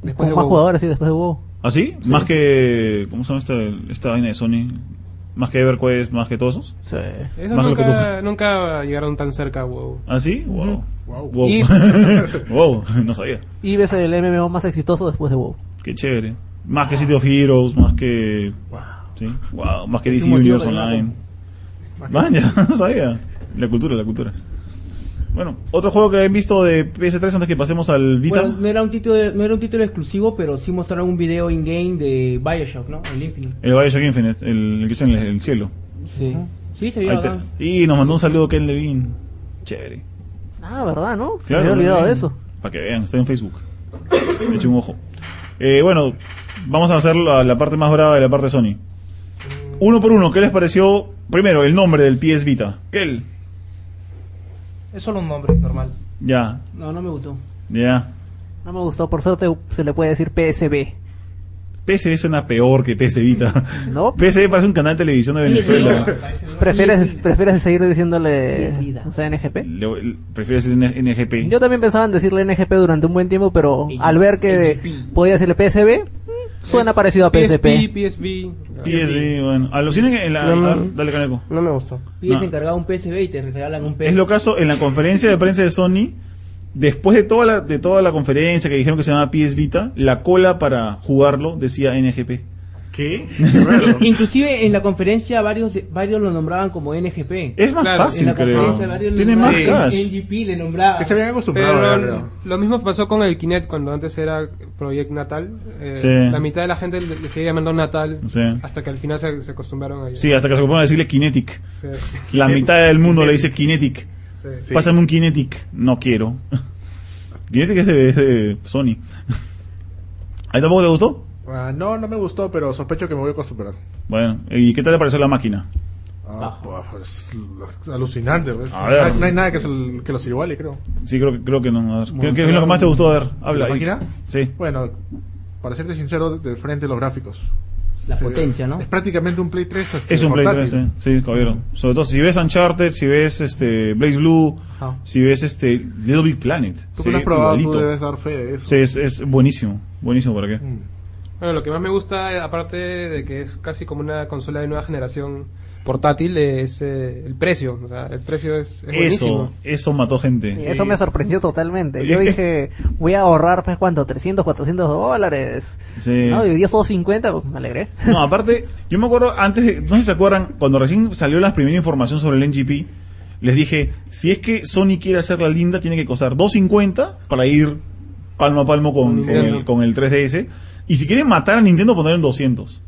[SPEAKER 3] Después
[SPEAKER 8] con más
[SPEAKER 3] de WoW.
[SPEAKER 8] jugadores, sí, después de WoW.
[SPEAKER 1] ¿Así? ¿Ah, Más que. ¿Cómo se llama esta, esta vaina de Sony? Más que EverQuest, más que todos esos.
[SPEAKER 8] Sí.
[SPEAKER 3] Eso
[SPEAKER 1] Más de lo que
[SPEAKER 3] nunca,
[SPEAKER 1] tú.
[SPEAKER 3] nunca llegaron tan cerca a WoW.
[SPEAKER 1] ¿Así? Wow.
[SPEAKER 2] Wow.
[SPEAKER 1] Wow.
[SPEAKER 8] Y-
[SPEAKER 1] Wow, no sabía.
[SPEAKER 8] Y ves el MMO más exitoso después de WoW.
[SPEAKER 1] Qué chévere. Más que City of Heroes, más que. Sí. Wow, más que
[SPEAKER 6] Es
[SPEAKER 1] DC
[SPEAKER 6] un motivo
[SPEAKER 1] Universe
[SPEAKER 6] de nada.
[SPEAKER 1] Online. Vaya, no sabía. La cultura, la cultura. Bueno, otro juego que han visto de PS3 antes que pasemos al Vita.
[SPEAKER 5] Bueno, no era, un título de- no era un título exclusivo, pero sí mostraron un video in-game de Bioshock, ¿no? El Infinite.
[SPEAKER 1] El Bioshock Infinite, el, el que está en el, el cielo.
[SPEAKER 5] Sí. Sí, se
[SPEAKER 1] Ahí
[SPEAKER 5] vio
[SPEAKER 1] te-
[SPEAKER 5] acá.
[SPEAKER 1] y nos mandó un saludo Ken Levine. Chévere.
[SPEAKER 8] Ah, ¿verdad, no? Se me había olvidado de eso.
[SPEAKER 1] Para que vean, está en Facebook. Echen un ojo. Eh, bueno, vamos a hacer la, la parte más brava de la parte de Sony. Uno por uno, ¿qué les pareció? Primero, el nombre del PS Vita. Kel.
[SPEAKER 6] es solo un nombre, normal.
[SPEAKER 1] Ya,
[SPEAKER 5] No, no me gustó.
[SPEAKER 1] ya.
[SPEAKER 8] No me gustó. Por suerte se le puede decir PSB.
[SPEAKER 1] PSV E suena peor que PS Vita.
[SPEAKER 8] No. E.
[SPEAKER 1] PSV parece un canal de televisión de Venezuela.
[SPEAKER 8] ¿Prefieres, prefieres seguir diciéndole.
[SPEAKER 5] Sí, es vida.
[SPEAKER 8] No sé, NGP?
[SPEAKER 1] Le- le- Prefiero decir NGP.
[SPEAKER 8] Yo también pensaba en decirle NGP durante un buen tiempo, pero al ver que
[SPEAKER 5] NGP.
[SPEAKER 8] podía decirle PSB, mm, suena
[SPEAKER 3] Es
[SPEAKER 8] parecido a
[SPEAKER 4] E,
[SPEAKER 3] PSP,
[SPEAKER 8] PSP.
[SPEAKER 3] PSP.
[SPEAKER 1] PSV, E, bueno. Alucinen en la.
[SPEAKER 7] No,
[SPEAKER 1] a ver,
[SPEAKER 7] no.
[SPEAKER 1] dale, Caneco.
[SPEAKER 7] No me gustó.
[SPEAKER 5] Pides
[SPEAKER 1] No.
[SPEAKER 5] encargado un PSB y te regalan un PS.
[SPEAKER 1] Es lo caso en la conferencia de prensa de Sony. Después de toda la, de toda la conferencia que dijeron que se llamaba PS Vita, la cola para jugarlo decía NGP.
[SPEAKER 2] ¿Qué?
[SPEAKER 5] Inclusive en la conferencia varios de- varios lo nombraban como NGP.
[SPEAKER 1] Es más
[SPEAKER 3] Claro,
[SPEAKER 1] fácil,
[SPEAKER 5] en la
[SPEAKER 1] creo.
[SPEAKER 5] conferencia varios lo
[SPEAKER 1] Tiene más
[SPEAKER 5] nombraban
[SPEAKER 2] Sí.
[SPEAKER 1] cash.
[SPEAKER 5] NGP le nombraban.
[SPEAKER 2] que se habían acostumbrado,
[SPEAKER 3] Pero
[SPEAKER 2] ya
[SPEAKER 3] l-
[SPEAKER 2] creo.
[SPEAKER 3] lo mismo pasó con el Kinect cuando antes era Project Natal. eh,
[SPEAKER 1] Sí.
[SPEAKER 3] La mitad de la gente le, le seguía llamando Natal
[SPEAKER 1] Sí.
[SPEAKER 3] hasta que al final se, se acostumbraron a ello.
[SPEAKER 1] Sí, hasta que se pongan a decirle Kinetic.
[SPEAKER 3] Sí,
[SPEAKER 1] La mitad del mundo le dice Kinetic.
[SPEAKER 3] sí.
[SPEAKER 2] Sí.
[SPEAKER 1] Pásame un Kinetic. No quiero. Kinetic es de, es de Sony. ¿Ahí tampoco te gustó?
[SPEAKER 2] Ah, no, no me gustó, pero sospecho que me voy a acostumbrar.
[SPEAKER 1] Bueno, ¿y qué tal te pareció la máquina?
[SPEAKER 2] Ah, pues, es alucinante, pues.
[SPEAKER 1] A ver.
[SPEAKER 2] No, hay, no hay nada que, se, que los iguale, creo.
[SPEAKER 1] Sí, creo que, creo que no. A ver, ¿Qué, qué es lo que más te gustó? A ver, habla.
[SPEAKER 2] ¿La máquina?
[SPEAKER 1] Sí.
[SPEAKER 2] Bueno, para serte sincero, de frente los gráficos.
[SPEAKER 5] La potencia, ¿no?
[SPEAKER 2] Es prácticamente un Play 3. este,
[SPEAKER 1] Es un Play 3,
[SPEAKER 2] portátil.
[SPEAKER 1] eh. sí, caballero. Sobre todo si ves Uncharted, si ves este Blaze Blue,
[SPEAKER 2] Ajá.
[SPEAKER 1] si ves este Little Big Planet.
[SPEAKER 2] Ah. Tú
[SPEAKER 1] se
[SPEAKER 2] que lo
[SPEAKER 1] ve
[SPEAKER 2] has probado, tú
[SPEAKER 1] igualito.
[SPEAKER 2] debes dar fe de eso.
[SPEAKER 1] Sí, es, es buenísimo. Buenísimo para qué.
[SPEAKER 2] Mm.
[SPEAKER 3] Bueno, lo que más me gusta, eh, aparte de que es casi como una consola de nueva generación, portátil es eh, el precio. O sea, el precio es, es buenísimo.
[SPEAKER 1] Eso, eso mató gente.
[SPEAKER 8] Sí, Eso me sorprendió totalmente. Yo
[SPEAKER 1] Oye.
[SPEAKER 8] dije, voy a ahorrar, pues, ¿cuánto? 300, 400 dólares.
[SPEAKER 1] Sí.
[SPEAKER 8] No, dividí esos 50, pues, me alegré.
[SPEAKER 1] No, aparte, yo me acuerdo antes, de- no sé si se acuerdan, cuando recién salió la primera información sobre el NGP, les dije, si es que Sony quiere hacerla linda, tiene que costar 2.50 para ir palmo a palmo con, con
[SPEAKER 3] Nintendo.
[SPEAKER 1] el, con el 3DS. Y si quieren matar a Nintendo, poner en 200.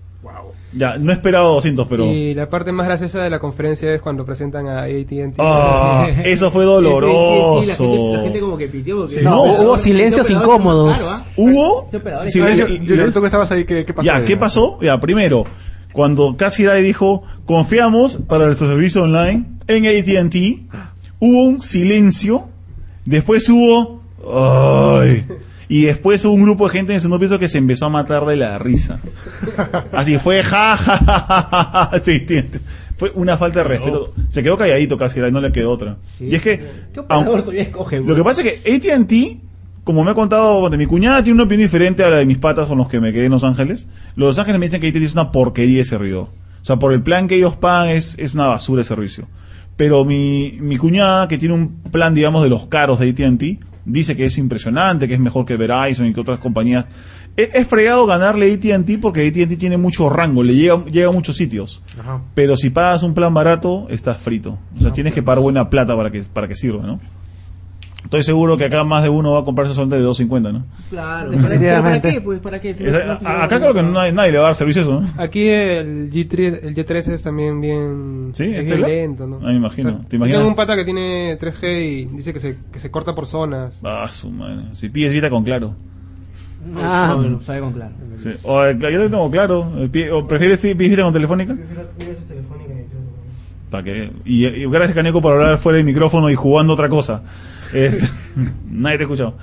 [SPEAKER 1] Ya, no esperaba 200, pero...
[SPEAKER 3] Y la parte más graciosa de la conferencia es cuando presentan a AT&T.
[SPEAKER 1] Ah, eso fue doloroso.
[SPEAKER 5] Sí, sí, sí, la, gente, la gente como que pitió. Porque
[SPEAKER 1] Sí. No, hubo
[SPEAKER 8] silencios incómodos.
[SPEAKER 1] Hubo...
[SPEAKER 5] Este operador
[SPEAKER 1] Sí,
[SPEAKER 2] A ver,
[SPEAKER 1] y-
[SPEAKER 2] yo,
[SPEAKER 1] y-
[SPEAKER 2] yo- yo- tú que estabas ahí, ¿qué, qué pasó?
[SPEAKER 1] Ya, ¿qué pasó? Ya, primero, cuando Cassidy dijo, confiamos para nuestro servicio online en ATT, hubo un silencio, después hubo... ¡Ay! Y después hubo un grupo de gente en el segundo piso que se empezó a matar de la risa. Así fue, ja, ja, ja, ja, ja. Sí, sí, sí. fue una falta de respeto. Se quedó calladito Cassidy, no le quedó otra. Y es que...
[SPEAKER 5] ¿Qué
[SPEAKER 1] aun-
[SPEAKER 5] operador todavía escoge?
[SPEAKER 1] lo que pasa es que ATT, como me ha contado, bueno, mi cuñada tiene una opinión diferente a la de mis patas con los que me quedé en Los Ángeles. Los de Los Ángeles me dicen que ATT es una porquería ese servidor. O sea, por el plan que ellos pagan es, es una basura de servicio. Pero mi, mi cuñada, que tiene un plan, digamos, de los caros de ATT, dice que es impresionante, que es mejor que Verizon y que otras compañías. Es, es fregado ganarle a ATT porque ATT tiene mucho rango, le llega, llega a muchos sitios.
[SPEAKER 2] Ajá.
[SPEAKER 1] Pero si pagas un plan barato, estás frito. O sea, tienes que pagar buena plata para que, para que sirva, ¿no? Estoy seguro que acá más de uno va a comprarse solamente de 2.50, ¿no?
[SPEAKER 5] Claro, ¿para, pero ¿para
[SPEAKER 8] Definitivamente.
[SPEAKER 5] qué? Pues, ¿para qué? Si no-
[SPEAKER 1] Es-
[SPEAKER 5] no
[SPEAKER 1] a-
[SPEAKER 5] tiene-
[SPEAKER 1] a- acá creo que no hay- nadie le va a dar servicio a eso, ¿no?
[SPEAKER 3] Aquí el G3, el G3 es también bien,
[SPEAKER 1] ¿Sí?
[SPEAKER 3] es
[SPEAKER 1] ¿Es
[SPEAKER 3] bien
[SPEAKER 1] tela?
[SPEAKER 3] lento, ¿no?
[SPEAKER 1] Ah, me imagino. ¿Te
[SPEAKER 3] yo
[SPEAKER 1] imaginas?
[SPEAKER 3] Tengo un pata que tiene 3G y dice que se, que se corta por zonas.
[SPEAKER 1] Ah, su madre. Si pides Vita con claro.
[SPEAKER 5] Ah, bueno, sabe con claro.
[SPEAKER 1] Sí. O, eh, yo también tengo claro. Eh, pi- ¿O prefieres ti- pides Vita con telefónica? Para que, y, y gracias, Caneco, por hablar fuera del micrófono y jugando otra cosa. Este, nadie te ha escuchado.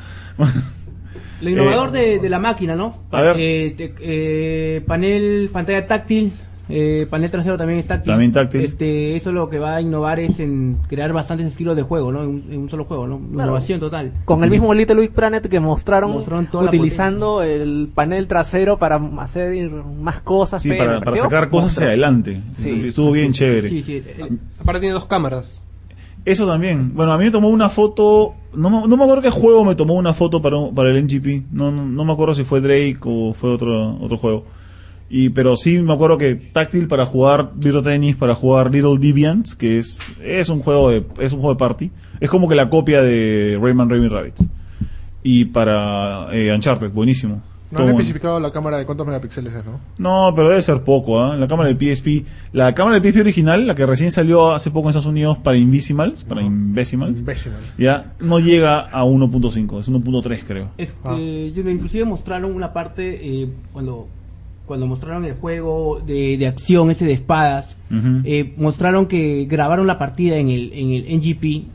[SPEAKER 5] Lo innovador de, de la máquina, ¿no?
[SPEAKER 1] Eh, A ver.
[SPEAKER 5] Eh, te- eh, panel, pantalla táctil, eh, panel trasero también es táctil.
[SPEAKER 1] También táctil.
[SPEAKER 5] Este, eso lo que va a innovar es en crear bastantes estilos de juego, ¿no? En un, en un solo juego, ¿no? Innovación total.
[SPEAKER 8] Con el mismo Little Big Planet que mostraron,
[SPEAKER 5] Mostraron toda la
[SPEAKER 8] utilizando el panel trasero para hacer más cosas.
[SPEAKER 1] Sí,
[SPEAKER 8] pero
[SPEAKER 1] para,
[SPEAKER 8] me
[SPEAKER 1] para
[SPEAKER 8] pareció
[SPEAKER 1] sacar cosas hacia adelante.
[SPEAKER 8] Sí.
[SPEAKER 1] Estuvo bien chévere.
[SPEAKER 5] Sí, sí. eh,
[SPEAKER 3] Aparte tiene dos cámaras.
[SPEAKER 1] Eso también. Bueno, a mí me tomó una foto. No, me- no me acuerdo qué juego me tomó una foto para, un- para el NGP. No, no, no me acuerdo si fue Drake o fue otro, otro juego. Y, pero sí me acuerdo que táctil para jugar Little Tennis, para jugar Little Deviants, que es, es un juego de, es un juego de party. Es como que la copia de Rayman Raven Rabbits. Y para eh, Uncharted, buenísimo.
[SPEAKER 2] No
[SPEAKER 1] Todo
[SPEAKER 2] han
[SPEAKER 1] bueno.
[SPEAKER 2] especificado la cámara de cuántos megapíxeles es, ¿no?
[SPEAKER 1] No, pero debe ser poco, ¿ah? La cámara del PSP, la cámara del PSP original, la que recién salió hace poco en Estados Unidos para Invisimals, para Invisimals,
[SPEAKER 2] Imbécil, ¿no?
[SPEAKER 1] ya no llega a 1.5, es 1.3 creo.
[SPEAKER 5] Este,
[SPEAKER 2] Ah.
[SPEAKER 5] yo- inclusive mostraron una parte eh, cuando cuando mostraron el juego de, de acción ese de espadas
[SPEAKER 1] Ujú.
[SPEAKER 5] eh, mostraron que grabaron la partida en el en el NGP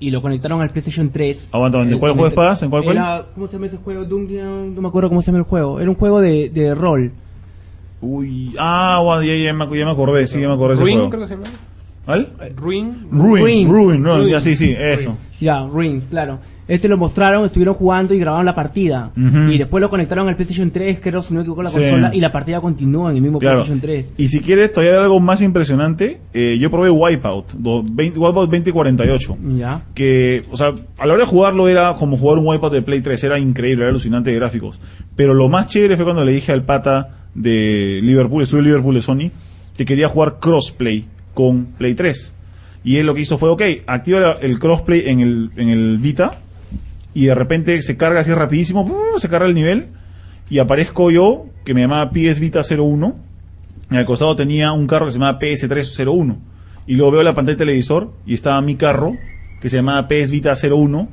[SPEAKER 5] y lo conectaron al PlayStation 3
[SPEAKER 1] Aguanta, Ah, ¿en
[SPEAKER 5] Eh,
[SPEAKER 1] cuál juego de
[SPEAKER 5] conecta-
[SPEAKER 1] espadas? ¿En cuál, cuál?
[SPEAKER 5] Era- cómo se llama ese juego Dungeon- no me acuerdo cómo se llama el juego era un juego de, de rol
[SPEAKER 1] Uy, ah, guau, ya, ya me, acu- ya me acordé, sí, ya me acordé de ese
[SPEAKER 3] Ruin,
[SPEAKER 1] juego.
[SPEAKER 3] creo que se llama.
[SPEAKER 1] ¿Cuál?
[SPEAKER 3] Ruin.
[SPEAKER 1] Ruin, Ruin,
[SPEAKER 5] Ruin.
[SPEAKER 1] no,
[SPEAKER 3] Ruin.
[SPEAKER 1] ya sí, sí, eso.
[SPEAKER 5] Ya, Rings, claro. Este lo mostraron, estuvieron jugando y grabaron la partida.
[SPEAKER 1] Ujú.
[SPEAKER 5] Y después lo conectaron al PlayStation 3, creo, si no me equivoco, la
[SPEAKER 1] Sí.
[SPEAKER 5] consola. Y la partida continúa en el mismo
[SPEAKER 1] Claro.
[SPEAKER 5] PlayStation 3.
[SPEAKER 1] Y si quieres todavía ver algo más impresionante, eh, yo probé Wipeout, do- 20 Wipeout 2048.
[SPEAKER 5] Ya.
[SPEAKER 1] que, o sea, a la hora de jugarlo era como jugar un Wipeout de Play 3, era increíble, era alucinante de gráficos. Pero lo más chévere fue cuando le dije al pata de Liverpool, estudio de Liverpool de Sony, que quería jugar crossplay con Play 3. Y él lo que hizo fue, ok, activa la- el crossplay en el, en el Vita, y de repente se carga así rapidísimo, ¡pum! se carga el nivel, y aparezco yo, que me llamaba PS Vita 01, y al costado tenía un carro que se llamaba PS301. Y luego veo la pantalla del televisor y estaba mi carro, que se llamaba PS Vita 01,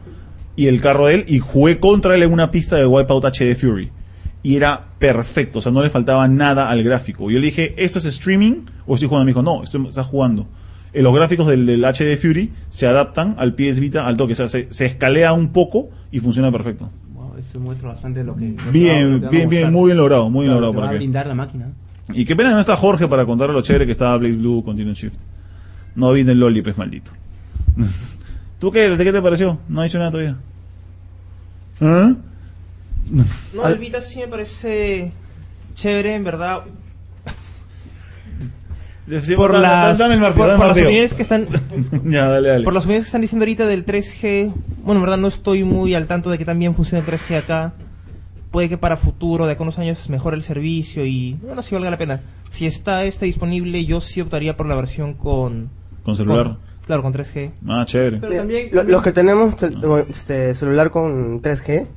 [SPEAKER 1] y el carro de él, y jugué contra él en una pista de Wipeout HD Fury. Y era perfecto, o sea, no le faltaba nada al gráfico. Y yo le dije, ¿esto es streaming o estoy jugando? Me dijo, no, estoy, estás jugando. Eh, los gráficos del, del HD Fury se adaptan al PS Vita al toque, o sea, se, se escalea un poco y funciona perfecto.
[SPEAKER 5] Wow, eso muestra bastante lo que. lo que va- lo
[SPEAKER 1] Bien,
[SPEAKER 5] que va a
[SPEAKER 1] bien,
[SPEAKER 5] mostrar.
[SPEAKER 1] bien, muy bien logrado, muy bien
[SPEAKER 5] Claro,
[SPEAKER 1] logrado.
[SPEAKER 5] que va
[SPEAKER 1] para
[SPEAKER 5] a
[SPEAKER 1] que-
[SPEAKER 5] brindar la máquina.
[SPEAKER 1] y qué pena que no está Jorge para contar lo chévere que estaba Blaze Blue Continuum Shift. No vino el Loli, pues maldito. ¿Tú qué? ¿De qué te pareció? No ha dicho nada todavía. ¿Ah?
[SPEAKER 6] No, el Vita sí me parece chévere, en verdad.
[SPEAKER 1] Sí,
[SPEAKER 6] por
[SPEAKER 1] dame-
[SPEAKER 6] las,
[SPEAKER 1] dame el martillo,
[SPEAKER 6] por-
[SPEAKER 1] dame el
[SPEAKER 6] por las
[SPEAKER 1] martillo.
[SPEAKER 6] unidades que están
[SPEAKER 1] Ya, dale, dale.
[SPEAKER 6] por las unidades que están diciendo ahorita del 3G, bueno, en verdad no estoy muy al tanto de que también funciona el 3G acá. Puede que para futuro, de acá a unos años, mejore el servicio y bueno, si valga la pena. Si está este disponible, yo sí optaría por la versión con
[SPEAKER 1] Con celular.
[SPEAKER 6] con- claro, con 3G.
[SPEAKER 1] Ah, chévere.
[SPEAKER 4] Pero también-
[SPEAKER 7] Lo- Los que tenemos tel- este, celular con 3G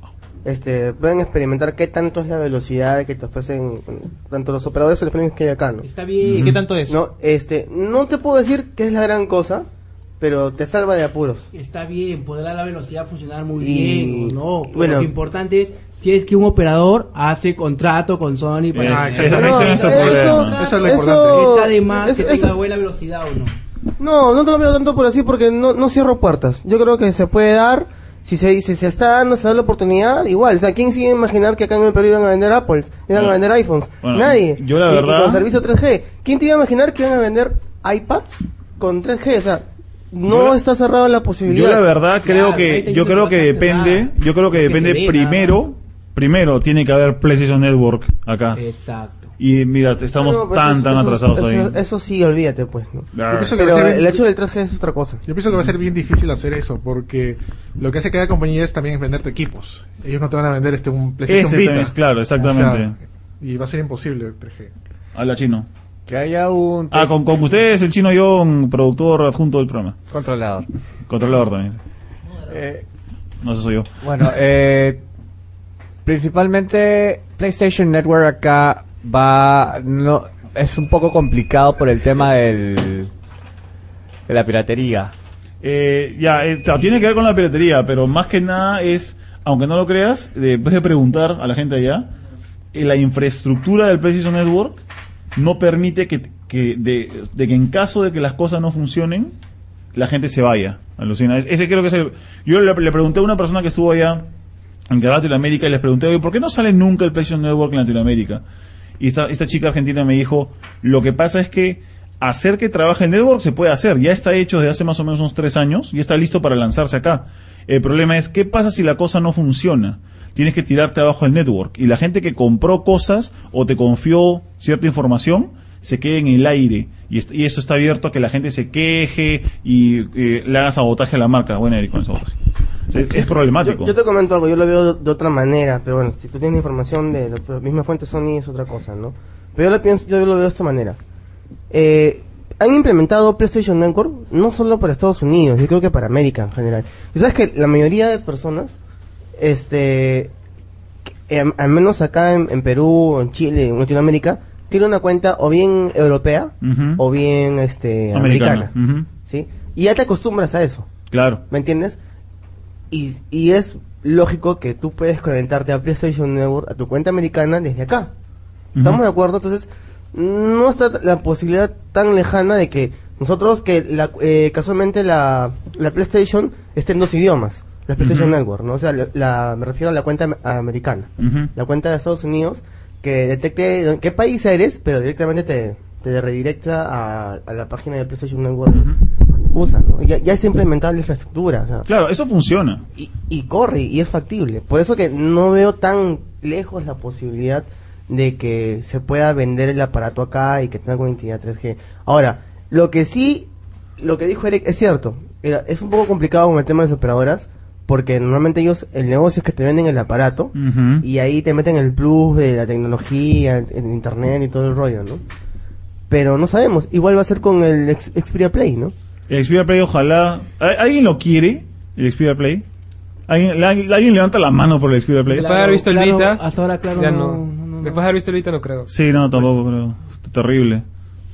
[SPEAKER 7] este, pueden experimentar qué tanto es la velocidad que te ofrecen mm, tanto los operadores telefónicos que hay acá, ¿no?
[SPEAKER 4] Está bien.
[SPEAKER 6] ¿Y qué tanto es?
[SPEAKER 7] No, este, no te puedo decir que es la gran cosa, pero te salva de apuros.
[SPEAKER 5] Está bien, podrá la velocidad funcionar muy
[SPEAKER 7] Y-
[SPEAKER 5] bien o no. pero
[SPEAKER 7] bueno.
[SPEAKER 5] lo que importante es si es que un operador hace contrato con Sony para.
[SPEAKER 1] Ah,
[SPEAKER 5] que-
[SPEAKER 1] Ese exacto. es nuestro problema.
[SPEAKER 2] Eso es lo importante.
[SPEAKER 5] Está de más
[SPEAKER 7] es-
[SPEAKER 5] que
[SPEAKER 7] eso-
[SPEAKER 5] tenga buena velocidad o no.
[SPEAKER 7] No, no te lo veo tanto por así porque no, no cierro puertas. Yo creo que se puede dar, si se, si se está dando, se da la oportunidad, igual. O sea, ¿quién sigue a imaginar que acá en el Perú iban a vender Apples? Iban
[SPEAKER 1] Bueno,
[SPEAKER 7] a vender iPhones.
[SPEAKER 1] bueno,
[SPEAKER 7] Nadie.
[SPEAKER 1] yo la
[SPEAKER 7] Y- y
[SPEAKER 1] verdad-
[SPEAKER 7] con servicio 3G. ¿Quién te iba a imaginar que iban a vender iPads con 3G? O sea, no
[SPEAKER 1] Yo la-
[SPEAKER 7] está cerrada la posibilidad.
[SPEAKER 1] Yo la verdad creo
[SPEAKER 5] Claro, ahí
[SPEAKER 1] que
[SPEAKER 5] te
[SPEAKER 1] yo
[SPEAKER 5] digo
[SPEAKER 1] creo
[SPEAKER 5] que
[SPEAKER 1] que
[SPEAKER 5] no pasa
[SPEAKER 1] depende,
[SPEAKER 5] nada.
[SPEAKER 1] yo creo que
[SPEAKER 5] Lo que se ve,
[SPEAKER 1] depende
[SPEAKER 5] nada
[SPEAKER 1] primero, primero tiene que haber PlayStation Network acá.
[SPEAKER 5] Exacto.
[SPEAKER 1] Y mira, estamos
[SPEAKER 7] Ah, no, pues
[SPEAKER 1] tan
[SPEAKER 7] eso-
[SPEAKER 1] tan
[SPEAKER 7] eso-
[SPEAKER 1] atrasados
[SPEAKER 7] eso-
[SPEAKER 1] ahí.
[SPEAKER 7] Eso sí, olvídate pues. ¿no?
[SPEAKER 1] Claro.
[SPEAKER 2] Yo pienso que va
[SPEAKER 7] Pero
[SPEAKER 2] a ser-
[SPEAKER 7] el hecho del 3G es otra cosa.
[SPEAKER 2] Yo pienso que va a ser bien difícil hacer eso, porque lo que hace cada compañía es también venderte equipos. Ellos no te van a vender este un PlayStation
[SPEAKER 1] Ese
[SPEAKER 2] Vita.
[SPEAKER 1] también es claro, exactamente.
[SPEAKER 2] O sea, y va a ser imposible el 3G.
[SPEAKER 1] A la chino.
[SPEAKER 9] Que haya un
[SPEAKER 1] Ah, con, con ustedes el chino John, productor adjunto del programa.
[SPEAKER 9] controlador.
[SPEAKER 1] Controlador también.
[SPEAKER 9] Eh,
[SPEAKER 1] No sé, soy yo.
[SPEAKER 9] Bueno, eh, principalmente PlayStation Network acá va no es un poco complicado por el tema del de la piratería.
[SPEAKER 1] Eh, ya, eh, claro, tiene que ver con la piratería, pero más que nada es, aunque no lo creas, después de preguntar a la gente allá, eh, la infraestructura del Precision Network no permite que, que de, de que en caso de que las cosas no funcionen, la gente se vaya. Alucina. Es- Ese creo que es el... Yo le, le pregunté a una persona que estuvo allá en Canadá, Latinoamérica y les pregunté, oye, ¿por qué no sale nunca el PlayStation Network en Latinoamérica? Y esta, esta chica argentina me dijo, lo que pasa es que hacer que trabaje el network se puede hacer, ya está hecho desde hace más o menos unos tres años, ya está listo para lanzarse acá. El problema es, ¿qué pasa si la cosa no funciona? Tienes que tirarte abajo el network. Y la gente que compró cosas o te confió cierta información, se quede en el aire. Y, est- y eso está abierto a que la gente se queje y eh, le haga sabotaje a la marca. Bueno, Eric, con el sabotaje. O sea, es problemático.
[SPEAKER 7] Yo, yo te comento algo, yo lo veo de, de otra manera, pero bueno, si tú tienes información de la la misma fuente Sony es otra cosa, ¿no? Pero yo lo pienso, yo lo veo de esta manera. Eh, han implementado PlayStation Network no solo para Estados Unidos, yo creo que para América en general. Y sabes que la mayoría de personas, este, que- em, al menos acá en, en Perú, en Chile, en Latinoamérica, tiene una cuenta o bien europea
[SPEAKER 1] Ujú.
[SPEAKER 7] o bien este americana,
[SPEAKER 1] Americana. Ujú.
[SPEAKER 7] ¿sí? Y ya te acostumbras a eso.
[SPEAKER 1] Claro.
[SPEAKER 7] ¿Me entiendes? Y, y es lógico que tú puedes conectarte a PlayStation Network, a tu cuenta americana, desde acá. ¿Estamos
[SPEAKER 1] Ujú.
[SPEAKER 7] de acuerdo? Entonces, no está la posibilidad tan lejana de que nosotros, que la, eh, casualmente la, la PlayStation esté en dos idiomas. La PlayStation
[SPEAKER 1] Ujú.
[SPEAKER 7] Network, ¿no? O sea, la, la- me refiero a la cuenta am- americana.
[SPEAKER 1] Ujú.
[SPEAKER 7] La cuenta de Estados Unidos, que detecte en qué país eres, pero directamente te, te redirecta a, a la página de PlayStation Network.
[SPEAKER 1] Ujú.
[SPEAKER 7] Usa, ¿no? Ya, ya está implementada la infraestructura. o sea,
[SPEAKER 1] Claro, eso funciona.
[SPEAKER 7] y, y corre y es factible. Por eso que no veo tan lejos la posibilidad de que se pueda vender el aparato acá y que tenga conectividad 3G. Ahora, lo que sí, lo que dijo Eric es cierto. Era- es un poco complicado con el tema de las operadoras porque normalmente ellos, el negocio es que te venden el aparato
[SPEAKER 1] Ujú.
[SPEAKER 7] y ahí te meten el plus de la tecnología, el el internet y todo el rollo, ¿no? Pero no sabemos. Igual va a ser con el Ex- Xperia Play, ¿no?
[SPEAKER 1] El Xperia Play, ojalá. ¿Al- ¿Alguien lo quiere? ¿El Xperia Play? ¿Alguien, la- alguien levanta la mano por el Xperia Play?
[SPEAKER 3] Después de haber visto el
[SPEAKER 5] claro,
[SPEAKER 3] Vita,
[SPEAKER 5] hasta ahora, claro,
[SPEAKER 3] ya
[SPEAKER 5] no,
[SPEAKER 3] no.
[SPEAKER 5] no, no, no.
[SPEAKER 3] Después de haber visto el Vita, no creo.
[SPEAKER 1] Sí, no, tampoco, pero. está Terrible.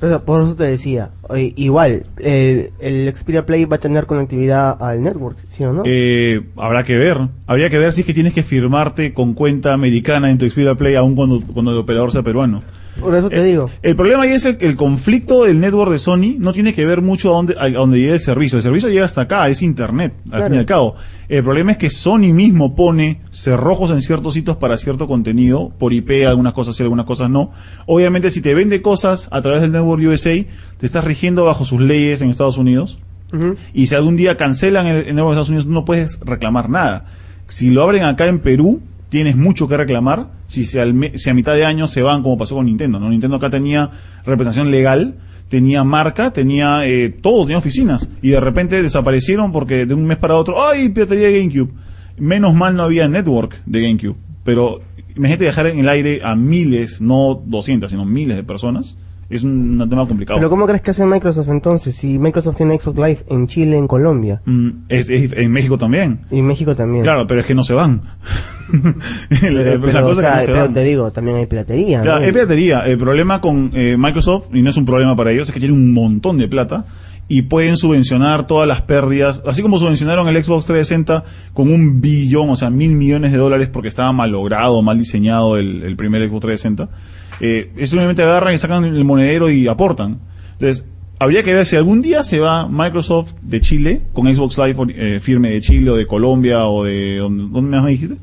[SPEAKER 7] O sea, por eso te decía, eh, igual, eh, el Xperia Play va a tener conectividad al network, ¿sí o no?
[SPEAKER 1] Eh, habrá que ver. Habría que ver si es que tienes que firmarte con cuenta americana en tu Xperia Play, aun cuando, cuando el operador sea peruano.
[SPEAKER 7] por eso te
[SPEAKER 1] Eh,
[SPEAKER 7] digo.
[SPEAKER 1] El problema ahí es el, el conflicto del network de Sony no tiene que ver mucho a dónde, a dónde llega el servicio. El servicio llega hasta acá, es internet, al
[SPEAKER 7] Claro.
[SPEAKER 1] fin y al cabo. El problema es que Sony mismo pone cerrojos en ciertos sitios para cierto contenido, por IP, algunas cosas sí, algunas cosas no. Obviamente si te vende cosas a través del Network USA, te estás rigiendo bajo sus leyes en Estados Unidos.
[SPEAKER 7] Ujú.
[SPEAKER 1] Y si algún día cancelan el, el nuevo de Estados Unidos, no puedes reclamar nada. Si lo abren acá en Perú, tienes mucho que reclamar. Si, se al me- si a mitad de año se van, como pasó con Nintendo, ¿no? Nintendo acá tenía representación legal. tenía marca, tenía eh, todo, tenía oficinas. Y de repente desaparecieron porque de un mes para otro, ¡ay! Piratería de GameCube. Menos mal no había network de GameCube. Pero imagínate dejar en el aire a miles, no 200, sino miles de personas. Es un, un tema complicado.
[SPEAKER 7] Pero ¿cómo crees que hace Microsoft entonces? Si Microsoft tiene Xbox Live en Chile, en Colombia
[SPEAKER 1] Mm, es- es- en México también.
[SPEAKER 7] y en México también.
[SPEAKER 1] Claro, pero es que no se van.
[SPEAKER 7] pero,
[SPEAKER 1] eh, La- la
[SPEAKER 7] pero,
[SPEAKER 1] cosa
[SPEAKER 7] o
[SPEAKER 1] es que
[SPEAKER 7] sea,
[SPEAKER 1] no se
[SPEAKER 7] pero
[SPEAKER 1] van.
[SPEAKER 7] te digo, también hay piratería.
[SPEAKER 1] Claro,
[SPEAKER 7] ¿no?
[SPEAKER 1] es piratería. El problema con eh, Microsoft, y no es un problema para ellos, es que tienen un montón de plata y pueden subvencionar todas las pérdidas, así como subvencionaron el Xbox 360 con un billón, o sea, mil millones de dólares porque estaba malogrado, mal diseñado el, el primer Xbox 360. Eh, simplemente agarran y sacan el monedero y aportan. Entonces, habría que ver si algún día se va Microsoft de Chile con Xbox Live eh, firme de Chile o de Colombia o de... ¿Dónde dónde más me dijiste?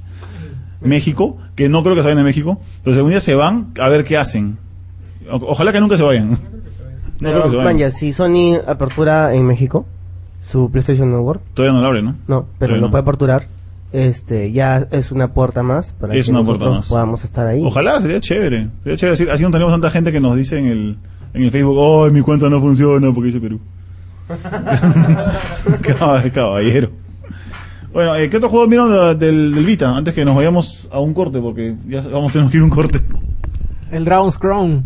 [SPEAKER 1] México, que no creo que se vayan de México. Entonces algún día se van a ver qué hacen. O- ojalá que nunca se vayan. No creo
[SPEAKER 7] Pero,
[SPEAKER 1] que se vayan.
[SPEAKER 7] vaya, si Sony apertura en México, su PlayStation Network,
[SPEAKER 1] Todavía no lo abren, ¿no?
[SPEAKER 7] no, pero
[SPEAKER 1] Todavía
[SPEAKER 7] lo
[SPEAKER 1] no.
[SPEAKER 7] puede aperturar, este, ya es una puerta más para
[SPEAKER 1] Es
[SPEAKER 7] que
[SPEAKER 1] una puerta
[SPEAKER 7] nosotros
[SPEAKER 1] más.
[SPEAKER 7] podamos estar ahí.
[SPEAKER 1] Ojalá, sería chévere. Sería chévere. Así, así no tenemos tanta gente que nos dice en el, en el Facebook, oh, mi cuenta no funciona porque dice Perú. Cab- Caballero. Bueno, eh, ¿qué otro juego vieron de- del, del Vita? Antes que nos vayamos a un corte, porque ya vamos a tener que ir a un corte.
[SPEAKER 8] El Dragon's Crown.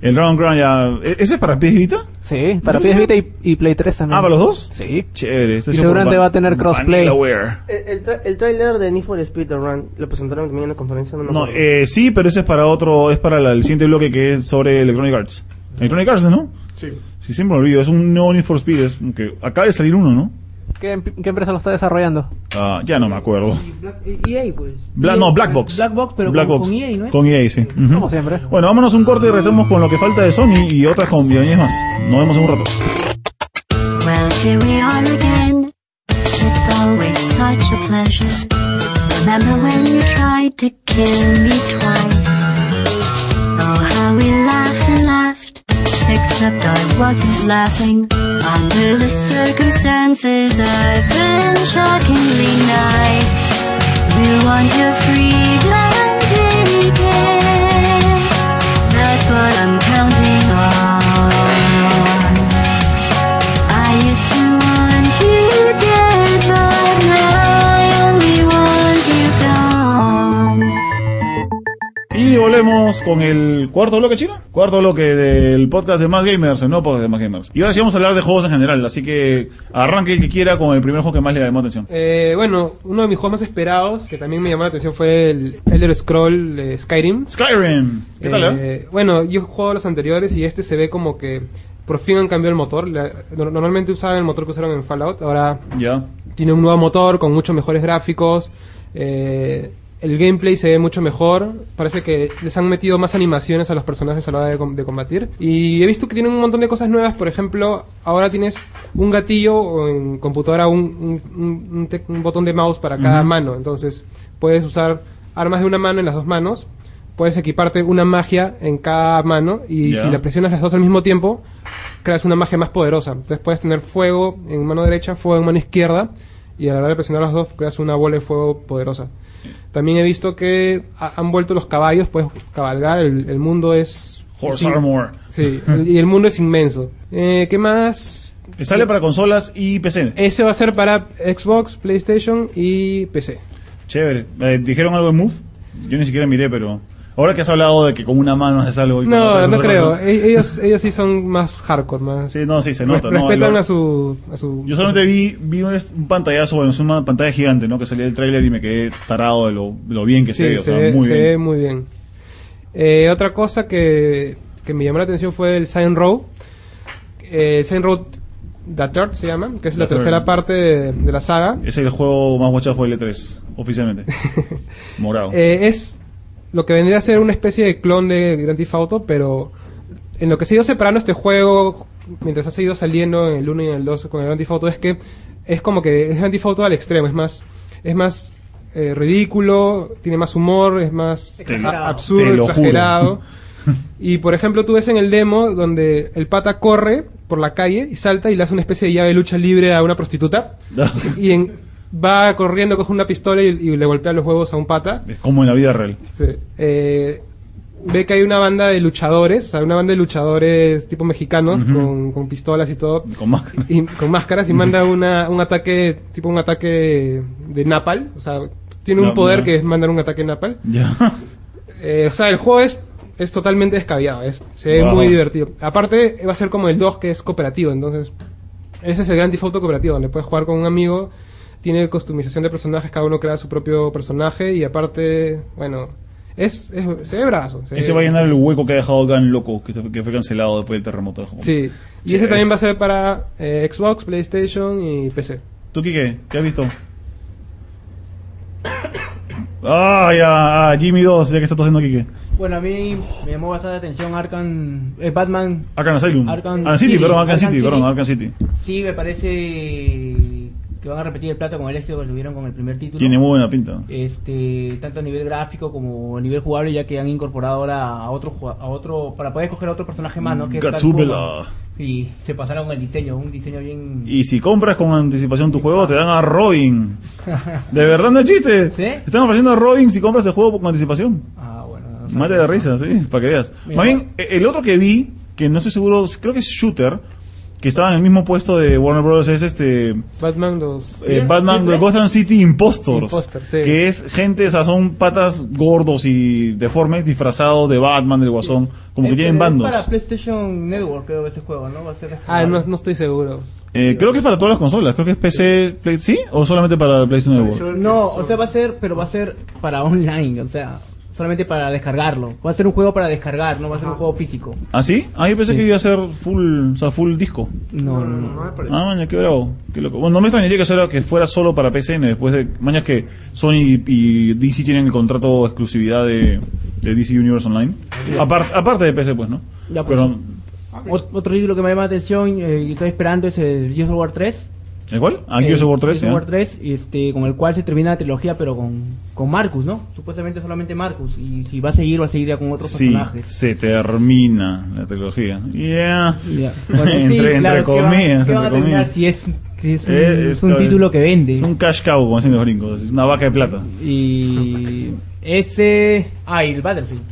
[SPEAKER 1] El Round Ground ya... ¿e- ¿Ese es para PS Vita?
[SPEAKER 8] Sí, para
[SPEAKER 1] ¿No sé?
[SPEAKER 8] PS Vita y, y Play 3 también.
[SPEAKER 1] Ah, ¿para los dos?
[SPEAKER 8] Sí.
[SPEAKER 1] Chévere. Este
[SPEAKER 8] Y
[SPEAKER 1] es un
[SPEAKER 8] seguramente
[SPEAKER 1] van-
[SPEAKER 8] va a tener crossplay.
[SPEAKER 1] Vanillaware.
[SPEAKER 7] El, el, tra- el trailer de Need for Speed Run lo presentaron también en la conferencia. No, me
[SPEAKER 1] No,
[SPEAKER 7] acuerdo.
[SPEAKER 1] eh, sí, pero ese es para otro, es para la- el siguiente bloque que es sobre Electronic Arts. Electronic Arts, ¿no?
[SPEAKER 2] Sí.
[SPEAKER 1] Sí, siempre me olvido, es un nuevo Need for Speed, es un que acaba de salir uno, ¿no?
[SPEAKER 8] ¿Qué, em- qué empresa lo está desarrollando?
[SPEAKER 1] Ah, ya no me acuerdo.
[SPEAKER 5] Y EA, pues.
[SPEAKER 1] Bla- no, Black Box.
[SPEAKER 5] Black Box, pero
[SPEAKER 1] Black
[SPEAKER 5] con,
[SPEAKER 1] Box.
[SPEAKER 5] con EA, ¿no es?
[SPEAKER 1] Con EA, sí. Ujú.
[SPEAKER 8] Como siempre.
[SPEAKER 1] Bueno, vámonos un corte y regresamos con lo que falta de Sony y otras con compañías más. Nos vemos en un rato.
[SPEAKER 10] Well, here we are again. It's always such a pleasure. Remember when you tried to kill me twice? Oh, how we laughed and laughed. Except I wasn't laughing. Under the circumstances, I've been shockingly nice. You want your freedom taken. That's what I'm counting on. I used to want you dead, but now I only want you gone.
[SPEAKER 1] Y volvemos con el cuarto bloque chino. Cuarto bloque del podcast de Más Gamers, el nuevo podcast de Más Gamers. Y ahora sí vamos a hablar de juegos en general, así que arranque el que quiera con el primer juego que más le llamó atención.
[SPEAKER 3] Eh, bueno, uno de mis juegos más esperados, que también me llamó la atención, fue el Elder Scroll eh, Skyrim.
[SPEAKER 1] Skyrim. ¿Qué tal, eh?
[SPEAKER 3] Eh, Bueno, yo he jugado los anteriores y este se ve como que por fin han cambiado el motor. La- no- normalmente usaban el motor que usaron en Fallout, ahora
[SPEAKER 1] Ya.
[SPEAKER 3] tiene un nuevo motor con muchos mejores gráficos. eh, el gameplay se ve mucho mejor. Parece que les han metido más animaciones a los personajes a la hora de, com- de combatir. Y he visto que tienen un montón de cosas nuevas. Por ejemplo, ahora tienes un gatillo o en computadora un, un- un- un tec- un botón de mouse para cada
[SPEAKER 1] Ujú.
[SPEAKER 3] mano. Entonces puedes usar armas de una mano en las dos manos. Puedes equiparte una magia en cada mano y
[SPEAKER 1] Ya.
[SPEAKER 3] si la presionas las dos al mismo tiempo, creas una magia más poderosa. Entonces puedes tener fuego en mano derecha, fuego en mano izquierda, y a la hora de presionar las dos creas una bola de fuego poderosa. También he visto que ha- han vuelto los caballos, puedes cabalgar, el, el mundo es...
[SPEAKER 1] Horse
[SPEAKER 3] sí,
[SPEAKER 1] Armor.
[SPEAKER 3] Sí, el- y el mundo es inmenso. Eh, ¿Qué más?
[SPEAKER 1] Eh, Sale para consolas y PC.
[SPEAKER 3] Ese va a ser para Xbox, PlayStation y PC.
[SPEAKER 1] Chévere. Eh, ¿Dijeron algo de Move? Yo ni siquiera miré, pero... Ahora que has hablado de que con una mano haces algo y con otra
[SPEAKER 3] No,
[SPEAKER 1] haces
[SPEAKER 3] no
[SPEAKER 1] otra
[SPEAKER 3] creo.
[SPEAKER 1] cosa.
[SPEAKER 3] E- Ellos, ellos sí son más hardcore, más...
[SPEAKER 1] Sí, no, sí, se
[SPEAKER 3] Res-
[SPEAKER 1] nota. no,
[SPEAKER 3] respetan
[SPEAKER 1] lo-
[SPEAKER 3] a su... A su
[SPEAKER 1] Yo solamente vi, vi un, un pantallazo, bueno, es una pantalla gigante, ¿no? Que salía del tráiler y me quedé tarado de lo, lo bien que se ve. o sea, muy
[SPEAKER 3] se
[SPEAKER 1] bien.
[SPEAKER 3] ve muy bien. Eh, otra cosa que, que me llamó la atención fue el Sign Row. Eh, Sign Row The Third se llama, que es la
[SPEAKER 1] The Third.
[SPEAKER 3] tercera parte de, de la saga.
[SPEAKER 1] Es el juego más guachado fue L3, oficialmente. Morado.
[SPEAKER 3] Eh, es lo que vendría a ser una especie de clon de Grand Theft Auto, pero en lo que se ha ido separando este juego, mientras ha seguido saliendo en el 1 y en el 2 con el Grand Theft Auto, es que es como que es Grand Theft Auto al extremo, es más, es más eh, ridículo, tiene más humor, es más
[SPEAKER 1] Te-
[SPEAKER 3] a-
[SPEAKER 1] te
[SPEAKER 3] absurdo,
[SPEAKER 1] lo juro.
[SPEAKER 3] exagerado. Y por ejemplo, tú ves en el demo donde el pata corre por la calle y salta y le hace una especie de llave de lucha libre a una prostituta. Y en- va corriendo, coge una pistola y, y le golpea los huevos a un pata.
[SPEAKER 1] es como en la vida real.
[SPEAKER 3] Sí. Eh, ve que hay una banda de luchadores, o sea, una banda de luchadores tipo mexicanos
[SPEAKER 1] Ujú.
[SPEAKER 3] con, con pistolas y todo,
[SPEAKER 1] Con máscara.
[SPEAKER 3] y, con máscaras y manda una, un ataque, tipo un ataque de Napal, o sea, tiene un
[SPEAKER 1] No,
[SPEAKER 3] poder
[SPEAKER 1] no.
[SPEAKER 3] que es mandar un ataque Napal.
[SPEAKER 1] Ya.
[SPEAKER 3] Eh, o sea, el juego es, es totalmente descabellado, es, se ve
[SPEAKER 1] Wow.
[SPEAKER 3] muy divertido. Aparte, va a ser como el 2 que es cooperativo, entonces ese es el gran default cooperativo, donde puedes jugar con un amigo, tiene customización de personajes, cada uno crea su propio personaje y aparte, bueno, es, es- se ve brazo. se
[SPEAKER 1] Ese
[SPEAKER 3] ve-
[SPEAKER 1] va a llenar el hueco que ha dejado Gan Loco, que, se- que fue cancelado después del terremoto de Japón.
[SPEAKER 3] Sí, y ese también va a ser para eh, Xbox, PlayStation y PC.
[SPEAKER 1] ¿Tú, Kike? ¿Qué has visto? Ah, ya, ah, Jimmy 2, ya que está tosiendo Kike.
[SPEAKER 5] Bueno, a mí me llamó bastante la atención Arkham, eh, Batman.
[SPEAKER 1] Arkham Asylum.
[SPEAKER 5] Arkham
[SPEAKER 1] ah, City,
[SPEAKER 5] City,
[SPEAKER 1] perdón, Arkham
[SPEAKER 5] Arkham
[SPEAKER 1] City,
[SPEAKER 5] City.
[SPEAKER 1] perdón, Arkham City.
[SPEAKER 5] Sí, me parece que van a repetir el plato con el éxito que tuvieron con el primer título.
[SPEAKER 1] Tiene muy buena pinta.
[SPEAKER 5] este tanto a nivel gráfico como a nivel jugable ya que han incorporado ahora a otro jua- a otro para poder escoger a otro personaje más no que es
[SPEAKER 1] Gatúbela.
[SPEAKER 5] Catwoman. y se pasaron con el diseño un diseño bien
[SPEAKER 1] Y si compras con anticipación tu juego, te dan a Robin. De verdad, no es chiste.
[SPEAKER 5] ¿Sí?
[SPEAKER 1] Están ofreciendo a Robin si compras el juego con anticipación.
[SPEAKER 5] ah bueno no sé.
[SPEAKER 1] Mate de risa, sí, para que veas.
[SPEAKER 5] Mira.
[SPEAKER 1] Más bien, e- el otro que vi, que no estoy seguro, creo que es Shooter, que estaba en el mismo puesto de Warner Bros. es este eh,
[SPEAKER 3] Batman 2.
[SPEAKER 1] Batman de Gotham City Impostors.
[SPEAKER 3] Impostors, sí.
[SPEAKER 1] Que es gente, o sea, son patas gordos y deformes disfrazados de Batman, del Guasón, como que
[SPEAKER 5] Eh,
[SPEAKER 1] tienen
[SPEAKER 5] pero es
[SPEAKER 1] bandos.
[SPEAKER 5] para PlayStation Network creo ese juego no va a ser este
[SPEAKER 3] Ah, no, no estoy seguro.
[SPEAKER 1] Eh, creo que es para todas las consolas, creo que es PC, Play- ¿sí? ¿O solamente para PlayStation Network?
[SPEAKER 5] no o sea va a ser pero va a ser para online o sea solamente para descargarlo va a ser un juego para descargar no va a ser un juego físico
[SPEAKER 1] ¿Ah, sí? Ah, yo pensé que iba a ser full, o sea, full disco.
[SPEAKER 5] no no no
[SPEAKER 2] me parece.
[SPEAKER 1] Ah, maña, qué bravo. Qué loco. Bueno, no me extrañaría que, fuera, que fuera solo para PCN después de. Mañas que Sony y, y DC tienen el contrato de exclusividad de, de DC Universe Online. Apar- aparte de PC, pues, ¿no?
[SPEAKER 5] Ya, pues.
[SPEAKER 1] Pero,
[SPEAKER 5] Ot- otro título que me llama la atención eh, y estoy esperando es el Gears of War 3
[SPEAKER 1] ¿El cual? Ah,
[SPEAKER 5] Eh,
[SPEAKER 1] Gears of War 3.
[SPEAKER 5] Gears of
[SPEAKER 1] ya.
[SPEAKER 5] War 3, este, con el cual se termina la trilogía, pero con, con Marcus, ¿no? Supuestamente solamente Marcus. Y si va a seguir, va a seguir ya con otros
[SPEAKER 1] Sí,
[SPEAKER 5] personajes.
[SPEAKER 1] se termina la trilogía. Yeah.
[SPEAKER 5] Ya. Bueno, sí,
[SPEAKER 1] entre entre
[SPEAKER 5] claro, ¿qué van-
[SPEAKER 1] comillas,
[SPEAKER 5] qué van a
[SPEAKER 1] entre comillas.
[SPEAKER 5] terminar Si es, si es un,
[SPEAKER 1] Eh,
[SPEAKER 5] es un
[SPEAKER 1] claro,
[SPEAKER 5] título que vende.
[SPEAKER 1] Es un cash cow, como dicen los gringos. Es una vaca de plata.
[SPEAKER 5] Y ese. Ah, y el Battlefield.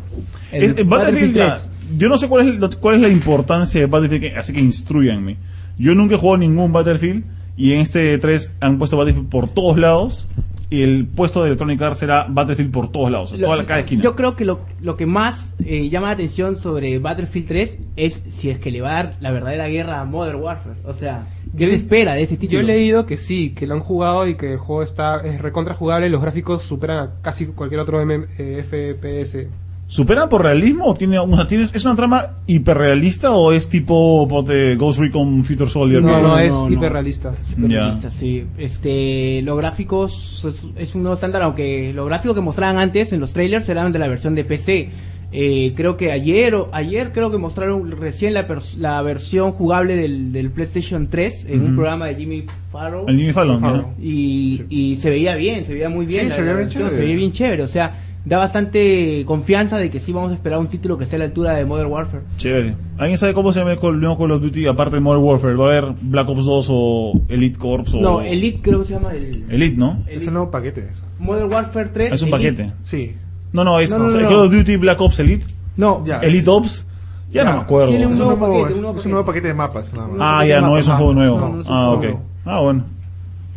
[SPEAKER 5] El
[SPEAKER 1] Es- eh, Battlefield, ya,
[SPEAKER 5] 3.
[SPEAKER 1] yo no sé cuál es, lo- cuál es la importancia de Battlefield, que- así que instruyanme. Yo nunca he jugado ningún Battlefield y en este 3 han puesto Battlefield por todos lados y el puesto de Electronic Arts será Battlefield por todos lados, en
[SPEAKER 5] Lo-
[SPEAKER 1] toda la, cada esquina.
[SPEAKER 5] Yo creo que lo, lo que más eh, llama la atención sobre Battlefield 3 es si es que le va a dar la verdadera guerra a Modern Warfare. O sea, ¿qué
[SPEAKER 3] Yo-
[SPEAKER 5] se espera de ese
[SPEAKER 3] Yo
[SPEAKER 5] título?
[SPEAKER 3] he leído que sí, que lo han jugado y que el juego está es recontra jugable, los gráficos superan a casi cualquier otro MM, eh, FPS.
[SPEAKER 1] ¿Supera por realismo o tiene, o sea, tiene- es una trama hiperrealista o es tipo ponte, Ghost Recon Future Soldier?
[SPEAKER 3] No,
[SPEAKER 1] que-
[SPEAKER 3] no,
[SPEAKER 5] no,
[SPEAKER 3] es
[SPEAKER 5] no.
[SPEAKER 3] hiperrealista.
[SPEAKER 5] Superrealista, sí. Este, los gráficos es, es un nuevo estándar, aunque los gráficos que mostraban antes en los trailers eran de la versión de PC. Eh, creo que ayer o ayer creo que mostraron recién la, pers- la versión jugable del, del PlayStation 3 en
[SPEAKER 1] Ujú.
[SPEAKER 5] un programa de Jimmy Farrow.
[SPEAKER 1] El Jimmy Fallon, ¿no?
[SPEAKER 5] Y, y se veía bien, se veía muy bien.
[SPEAKER 2] Sí,
[SPEAKER 5] la-
[SPEAKER 2] se veía
[SPEAKER 5] la
[SPEAKER 2] bien
[SPEAKER 5] versión,
[SPEAKER 2] chévere.
[SPEAKER 5] se veía bien chévere, O sea, da bastante confianza de que sí vamos a esperar un título que esté a la altura de Modern Warfare.
[SPEAKER 1] Chévere. ¿Alguien sabe cómo se llama el nuevo Call of Duty aparte de Modern Warfare? ¿Va a haber Black Ops 2 o Elite Corps? O...
[SPEAKER 5] No, Elite creo que se llama el.
[SPEAKER 1] Elite, ¿no?
[SPEAKER 2] Es
[SPEAKER 5] Elite.
[SPEAKER 2] un nuevo paquete.
[SPEAKER 5] Modern Warfare 3.
[SPEAKER 1] Ah, Es un
[SPEAKER 5] Elite.
[SPEAKER 1] paquete.
[SPEAKER 2] Sí.
[SPEAKER 1] No, no, es
[SPEAKER 5] No, no,
[SPEAKER 1] o sea,
[SPEAKER 5] no,
[SPEAKER 1] Call
[SPEAKER 5] no.
[SPEAKER 1] of Duty Black Ops Elite,
[SPEAKER 5] No,
[SPEAKER 2] Ya.
[SPEAKER 1] Elite Ops, ya, no me acuerdo.
[SPEAKER 5] Tiene
[SPEAKER 2] Es un
[SPEAKER 5] nuevo
[SPEAKER 2] nuevo,
[SPEAKER 5] paquete, un
[SPEAKER 2] es-
[SPEAKER 5] nuevo
[SPEAKER 2] es un nuevo
[SPEAKER 5] paquete.
[SPEAKER 2] paquete de mapas, nada más.
[SPEAKER 1] Ah, ya, no es un juego nuevo.
[SPEAKER 5] No, no es un
[SPEAKER 1] ah, ok.
[SPEAKER 5] juego.
[SPEAKER 1] Ah, bueno.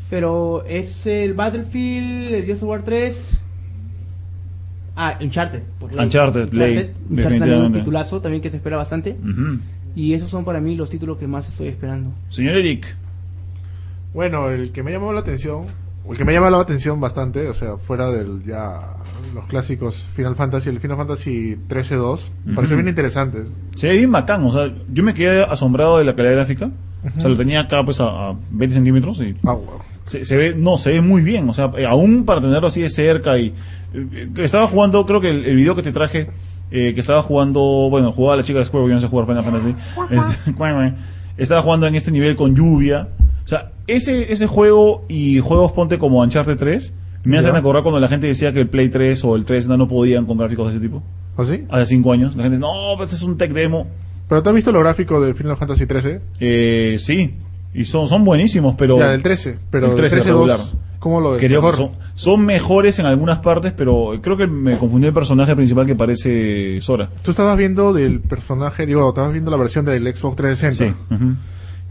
[SPEAKER 5] Pero es el Battlefield, el Gears of War 3. Ah, Uncharted. por ley.
[SPEAKER 1] Uncharted, ley,
[SPEAKER 5] Uncharted también un
[SPEAKER 1] definitivamente.
[SPEAKER 5] titulazo también que se espera bastante.
[SPEAKER 1] Ujú.
[SPEAKER 5] Y esos son para mí los títulos que más estoy esperando.
[SPEAKER 1] Señor Eric,
[SPEAKER 2] Bueno, el que me llamó la atención, o el que me llamó la atención bastante, o sea, fuera del ya los clásicos Final Fantasy, el Final Fantasy 13-2, me pareció
[SPEAKER 1] Ujú.
[SPEAKER 2] bien interesante.
[SPEAKER 1] se ve bien bacán, o sea, yo me quedé asombrado de la calidad gráfica. O sea, lo tenía acá pues a, a 20 centímetros y
[SPEAKER 2] Ah, wow.
[SPEAKER 1] se, se ve, no, se ve muy bien, o sea, eh, aún para tenerlo así de cerca y eh, eh, estaba jugando, creo que el, el video que te traje, eh, que estaba jugando, bueno, jugaba la chica de Square, porque yo no sé jugar Final Fantasy, Este, cuac, cuac. estaba jugando en este nivel con lluvia, o sea, ese, ese juego y juegos ponte como Uncharted 3, me hacen acordar cuando la gente decía que el Play 3 o el 3 no, no podían con gráficos de ese tipo,
[SPEAKER 2] ¿O ¿Ah, sí?
[SPEAKER 1] hace 5 años, la gente, no, pues es un tech demo,
[SPEAKER 2] Pero tú has visto lo gráfico de Final Fantasy 13?
[SPEAKER 1] eh, sí, y son, son buenísimos, pero...
[SPEAKER 2] Ya, del 13, pero
[SPEAKER 1] el
[SPEAKER 2] del
[SPEAKER 1] 13
[SPEAKER 2] 13-2.
[SPEAKER 1] regular.
[SPEAKER 2] ¿Cómo lo ves?
[SPEAKER 1] Creo
[SPEAKER 2] Pues Mejor.
[SPEAKER 1] que son, son mejores en algunas partes, pero creo que me confundí el personaje principal que parece Sora.
[SPEAKER 2] Tú estabas viendo del personaje, digo, estabas viendo la versión del Xbox 360.
[SPEAKER 1] Ujú.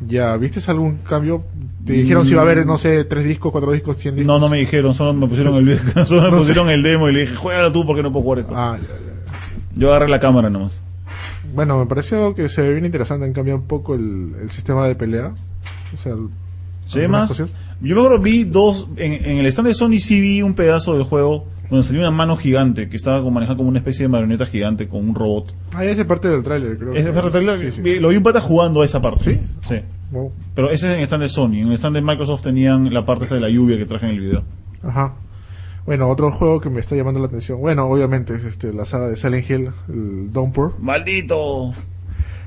[SPEAKER 2] Ya, ¿viste algún cambio? Te dijeron si va a haber, no sé, tres discos, cuatro discos, cien discos.
[SPEAKER 1] Mm. No, no me dijeron, solo me pusieron el, solo me
[SPEAKER 2] No sé.
[SPEAKER 1] pusieron el demo y le dije, juégalo tú porque no puedo jugar eso.
[SPEAKER 2] Ah, ya, ya.
[SPEAKER 1] Yo agarré la cámara nomás.
[SPEAKER 2] Bueno, me pareció que se ve bien interesante, han cambiado un poco el, el sistema de pelea. O sea, el-
[SPEAKER 1] Se ve
[SPEAKER 2] algunas
[SPEAKER 1] más.
[SPEAKER 2] cosas.
[SPEAKER 1] Yo me acuerdo, vi dos. En, en el stand de Sony sí vi un pedazo del juego donde salió una mano gigante que estaba como manejada como una especie de marioneta gigante con un robot.
[SPEAKER 2] Ah, ya es parte del tráiler, creo.
[SPEAKER 1] Ese fue el trailer,
[SPEAKER 2] Sí, sí.
[SPEAKER 1] vi- Lo vi un pata jugando a esa parte.
[SPEAKER 2] ¿Sí?
[SPEAKER 1] Sí.
[SPEAKER 2] Wow.
[SPEAKER 1] Pero ese es en el stand de Sony. En el stand de Microsoft tenían la parte esa de la lluvia que traje en el video.
[SPEAKER 2] Ajá. Bueno, otro juego que me está llamando la atención. Bueno, obviamente es este, la saga de Silent Hill, el Downpour.
[SPEAKER 1] ¡Maldito!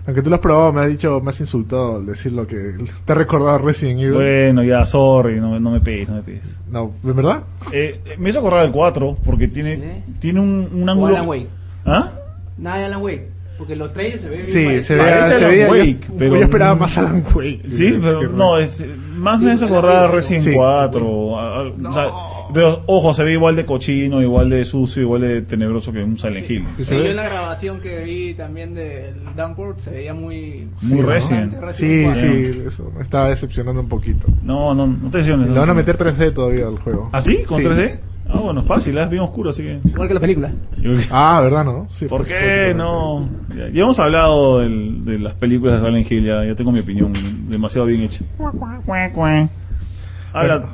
[SPEAKER 2] Aunque tú lo has probado, me has dicho, me has insultado al decir lo que te ha recordado a Resident Evil.
[SPEAKER 1] Bueno, ya, sorry, no, no me pegues, no me pegues.
[SPEAKER 2] No, ¿de verdad?
[SPEAKER 1] Eh, eh, me hizo acordar el 4 porque tiene, tiene un, un
[SPEAKER 5] O
[SPEAKER 1] ángulo.
[SPEAKER 5] Alan Wake.
[SPEAKER 1] ¿Ah?
[SPEAKER 5] Nada de Alan Wake. Porque los trailers se ven bien
[SPEAKER 2] Sí,
[SPEAKER 5] parecidos.
[SPEAKER 2] se veía,
[SPEAKER 1] Parece
[SPEAKER 2] se
[SPEAKER 1] Alan
[SPEAKER 2] veía-
[SPEAKER 1] Wake,
[SPEAKER 2] yo,
[SPEAKER 1] pero-
[SPEAKER 2] yo esperaba más Alan Wake.
[SPEAKER 1] Sí, pero no, es, más me hace acordar a Resident
[SPEAKER 2] Sí.
[SPEAKER 1] 4. a- a- o sea, pero, ojo, se ve igual de cochino, igual de sucio, igual de tenebroso que un Silent Hill.
[SPEAKER 2] Sí, se
[SPEAKER 4] Eh,
[SPEAKER 2] ve-
[SPEAKER 4] yo en la grabación que vi también del Downport se veía muy...
[SPEAKER 1] Muy
[SPEAKER 2] ¿no?
[SPEAKER 1] Resident.
[SPEAKER 2] Sí,
[SPEAKER 4] Resident
[SPEAKER 2] sí, eso me estaba decepcionando un poquito.
[SPEAKER 1] No, no, no te
[SPEAKER 2] Y
[SPEAKER 1] decepciones.
[SPEAKER 2] Le
[SPEAKER 1] no
[SPEAKER 2] van a
[SPEAKER 1] te
[SPEAKER 2] meter
[SPEAKER 1] decepciones.
[SPEAKER 2] 3D todavía al juego.
[SPEAKER 1] ¿Ah, sí? ¿Con
[SPEAKER 2] Sí.
[SPEAKER 1] 3D? Ah, bueno, fácil, es bien oscuro, así que.
[SPEAKER 8] Igual que la película.
[SPEAKER 1] Yo-
[SPEAKER 2] Ah, ¿verdad, no? Sí,
[SPEAKER 1] ¿Por
[SPEAKER 2] pues,
[SPEAKER 1] qué
[SPEAKER 2] prácticamente.
[SPEAKER 1] no? Ya, ya hemos hablado del- de las películas de Silent Hill, ya, ya tengo mi opinión demasiado bien hecha. Habla,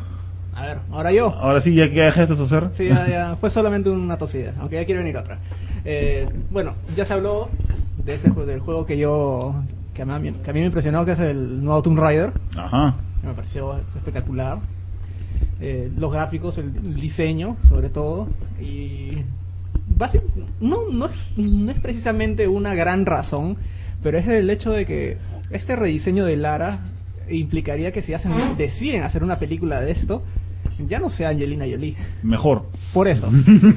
[SPEAKER 4] A ver, ahora yo.
[SPEAKER 1] ahora sí, ya que dejaste de hacer.
[SPEAKER 4] Sí, ya, ya. Fue solamente una tosida, aunque ya quiero venir otra. Eh, bueno, ya se habló de ese juego, del juego que yo. Que a, mí, que a mí me impresionó, que es el nuevo Tomb Raider.
[SPEAKER 1] Ajá.
[SPEAKER 4] que me pareció espectacular. Eh, los gráficos, el diseño, sobre todo. Y. basi- no, no, es, no es precisamente una gran razón, pero es el hecho de que este rediseño de Lara implicaría que si hacen, deciden hacer una película de esto, ya no sea Angelina Jolie.
[SPEAKER 1] Mejor.
[SPEAKER 4] Por eso.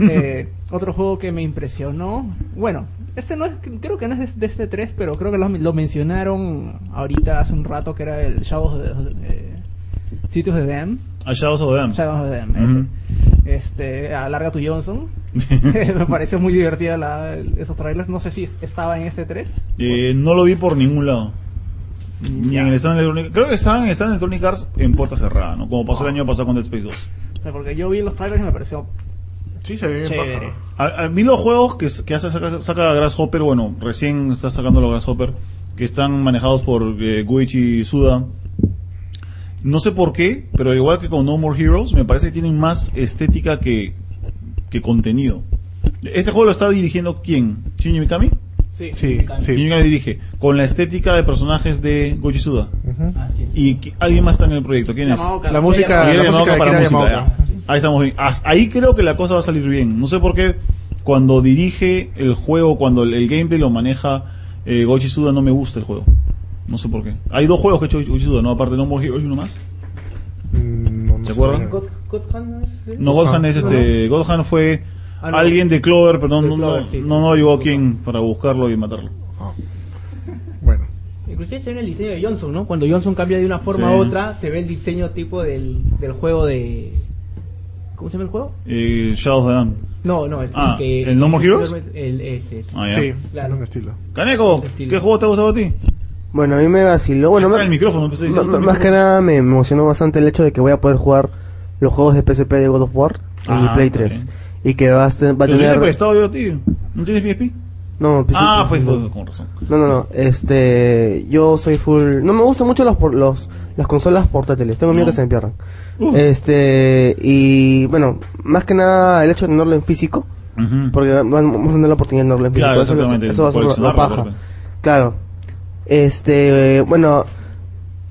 [SPEAKER 4] Eh, otro juego que me impresionó. Bueno, este no es, creo que no es de este 3, pero creo que lo, lo mencionaron ahorita hace un rato que era el Shadows of the- eh, Sitios de Dem.
[SPEAKER 1] A Shadows of the Damned.
[SPEAKER 4] Shadows of the Dem,
[SPEAKER 1] Ujú.
[SPEAKER 4] ese. Este, alarga tu Johnson. me pareció muy divertida la- esos trailers. No sé si es- estaba en este 3.
[SPEAKER 1] Eh, no lo vi por ningún lado. Ni en el stand de Electronic- Creo que estaban en el stand de Electronic Arts en puerta cerrada, ¿no? Como
[SPEAKER 4] Ah.
[SPEAKER 1] pasó el año pasado con Dead Space 2.
[SPEAKER 4] Porque yo vi los trailers y me pareció
[SPEAKER 2] Sí, se ve bien
[SPEAKER 4] Chévere.
[SPEAKER 2] paja.
[SPEAKER 1] A, a mí los juegos que, s- que hace, saca, saca Grasshopper, bueno, recién está sacando los Grasshopper, que están manejados por eh, Goichi Suda. No sé por qué, pero igual que con No More Heroes, me parece que tienen más estética que, que contenido. ¿Este juego lo está dirigiendo quién? ¿Shinji Mikami?
[SPEAKER 4] Sí,
[SPEAKER 2] Sí,
[SPEAKER 1] Shinji
[SPEAKER 2] sí.
[SPEAKER 1] Mikami dirige, con la estética de personajes de Goichi Suda.
[SPEAKER 2] Ujú.
[SPEAKER 1] ¿Y qui- alguien más está en el proyecto? ¿Quién es?
[SPEAKER 2] La música,
[SPEAKER 1] Guillermo
[SPEAKER 2] la
[SPEAKER 1] Yamaoka
[SPEAKER 2] música de
[SPEAKER 1] para
[SPEAKER 2] Akira
[SPEAKER 1] música,
[SPEAKER 2] Yamaoka.
[SPEAKER 1] ya. Ahí estamos bien. As- Ahí creo que la cosa va a salir bien. No sé por qué cuando dirige el juego, cuando el, el gameplay lo maneja eh, Goichi Suda, no me gusta el juego. No sé por qué. Hay dos juegos que ha hecho Goichi Suda, ¿no? Aparte de No More Heroes, uno más.
[SPEAKER 2] Mm, no, no
[SPEAKER 1] ¿Se
[SPEAKER 2] sé.
[SPEAKER 1] acuerdan?
[SPEAKER 5] God- God Hand, ¿sí?
[SPEAKER 1] No, Godhan
[SPEAKER 2] Ah,
[SPEAKER 1] es este... Godhan fue
[SPEAKER 5] Ah, no.
[SPEAKER 1] alguien de Clover, pero no, no,
[SPEAKER 5] De
[SPEAKER 1] no,
[SPEAKER 5] Clover, sí,
[SPEAKER 1] no,
[SPEAKER 5] sí.
[SPEAKER 1] no llegó a quién para buscarlo y matarlo.
[SPEAKER 2] Ah. Bueno.
[SPEAKER 5] Inclusive se ve en el diseño de Johnson, ¿no? Cuando Johnson cambia de una forma
[SPEAKER 1] Sí.
[SPEAKER 5] a otra, se ve el diseño tipo del, del juego de... ¿Cómo se llama el juego?
[SPEAKER 1] Eh, Shadow of the Dam.
[SPEAKER 5] No, no, el,
[SPEAKER 1] Ah, ¿el No More Heroes?
[SPEAKER 5] El, ese, ese.
[SPEAKER 1] Ah, ya.
[SPEAKER 2] Sí,
[SPEAKER 5] Claro.
[SPEAKER 2] tiene un estilo.
[SPEAKER 1] Caneco,
[SPEAKER 5] Estilo.
[SPEAKER 1] ¿qué juego te ha gustado a ti?
[SPEAKER 7] Bueno, a mí me vaciló. Bueno,
[SPEAKER 1] Está
[SPEAKER 7] más-
[SPEAKER 1] el micrófono, empecé
[SPEAKER 7] M-
[SPEAKER 1] diciendo.
[SPEAKER 7] m- más que nada me emocionó bastante el hecho de que voy a poder jugar los juegos de PSP de God of War en mi
[SPEAKER 1] Ah,
[SPEAKER 7] Play
[SPEAKER 1] está
[SPEAKER 7] 3.
[SPEAKER 1] bien.
[SPEAKER 7] Y que va a, ser- va a
[SPEAKER 1] Te lo hubiese
[SPEAKER 7] tener...
[SPEAKER 1] prestado yo a ti. ¿No tienes PSP?
[SPEAKER 7] No, pues,
[SPEAKER 1] Ah,
[SPEAKER 7] sí,
[SPEAKER 1] pues
[SPEAKER 7] no.
[SPEAKER 1] con razón.
[SPEAKER 7] No, no, no. Este, yo soy full. No me gustan mucho los, por- los las consolas portátiles. Tengo miedo
[SPEAKER 1] No.
[SPEAKER 7] que se me pierdan.
[SPEAKER 1] Uf.
[SPEAKER 7] Este y bueno, más que nada el hecho de tenerlo en físico,
[SPEAKER 1] Ujú.
[SPEAKER 7] porque va- vamos a tener la oportunidad de tenerlo en físico.
[SPEAKER 1] Claro,
[SPEAKER 7] eso,
[SPEAKER 1] exactamente,
[SPEAKER 7] eso va a ser una- una
[SPEAKER 1] coleccionarlo,
[SPEAKER 7] paja.
[SPEAKER 1] aparte.
[SPEAKER 7] Claro. Este, bueno,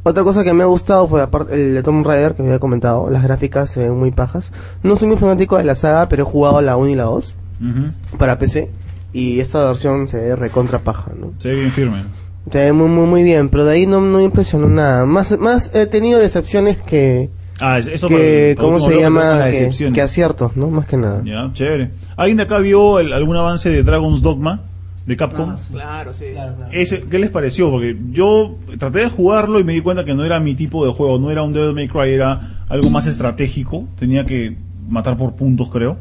[SPEAKER 7] otra cosa que me ha gustado fue aparte el de Tomb Raider que había comentado. Las gráficas se ven muy pajas. No soy muy fanático de la saga, pero he jugado la 1 y la 2
[SPEAKER 1] Ujú.
[SPEAKER 7] para PC. Y esta versión se ve recontra paja, ¿no?
[SPEAKER 1] Se ve bien firme.
[SPEAKER 7] Se ve muy, muy, muy bien, pero de ahí no, no me impresionó nada. Más, más he tenido decepciones que,
[SPEAKER 1] Ah, es- eso para
[SPEAKER 7] que
[SPEAKER 1] el- para
[SPEAKER 7] ¿cómo
[SPEAKER 1] último
[SPEAKER 7] se
[SPEAKER 1] bloque, para
[SPEAKER 7] llama?
[SPEAKER 1] las
[SPEAKER 7] Que,
[SPEAKER 1] decepciones.
[SPEAKER 7] que aciertos, ¿no? Más que nada.
[SPEAKER 1] Ya, chévere. ¿Alguien de acá vio el- algún avance de Dragon's Dogma? de Capcom.
[SPEAKER 4] Claro, sí.
[SPEAKER 1] Ese, ¿Qué les pareció? Porque yo traté de jugarlo y me di cuenta que no era mi tipo de juego, no era un Devil May Cry, era algo más estratégico, tenía que matar por puntos, creo.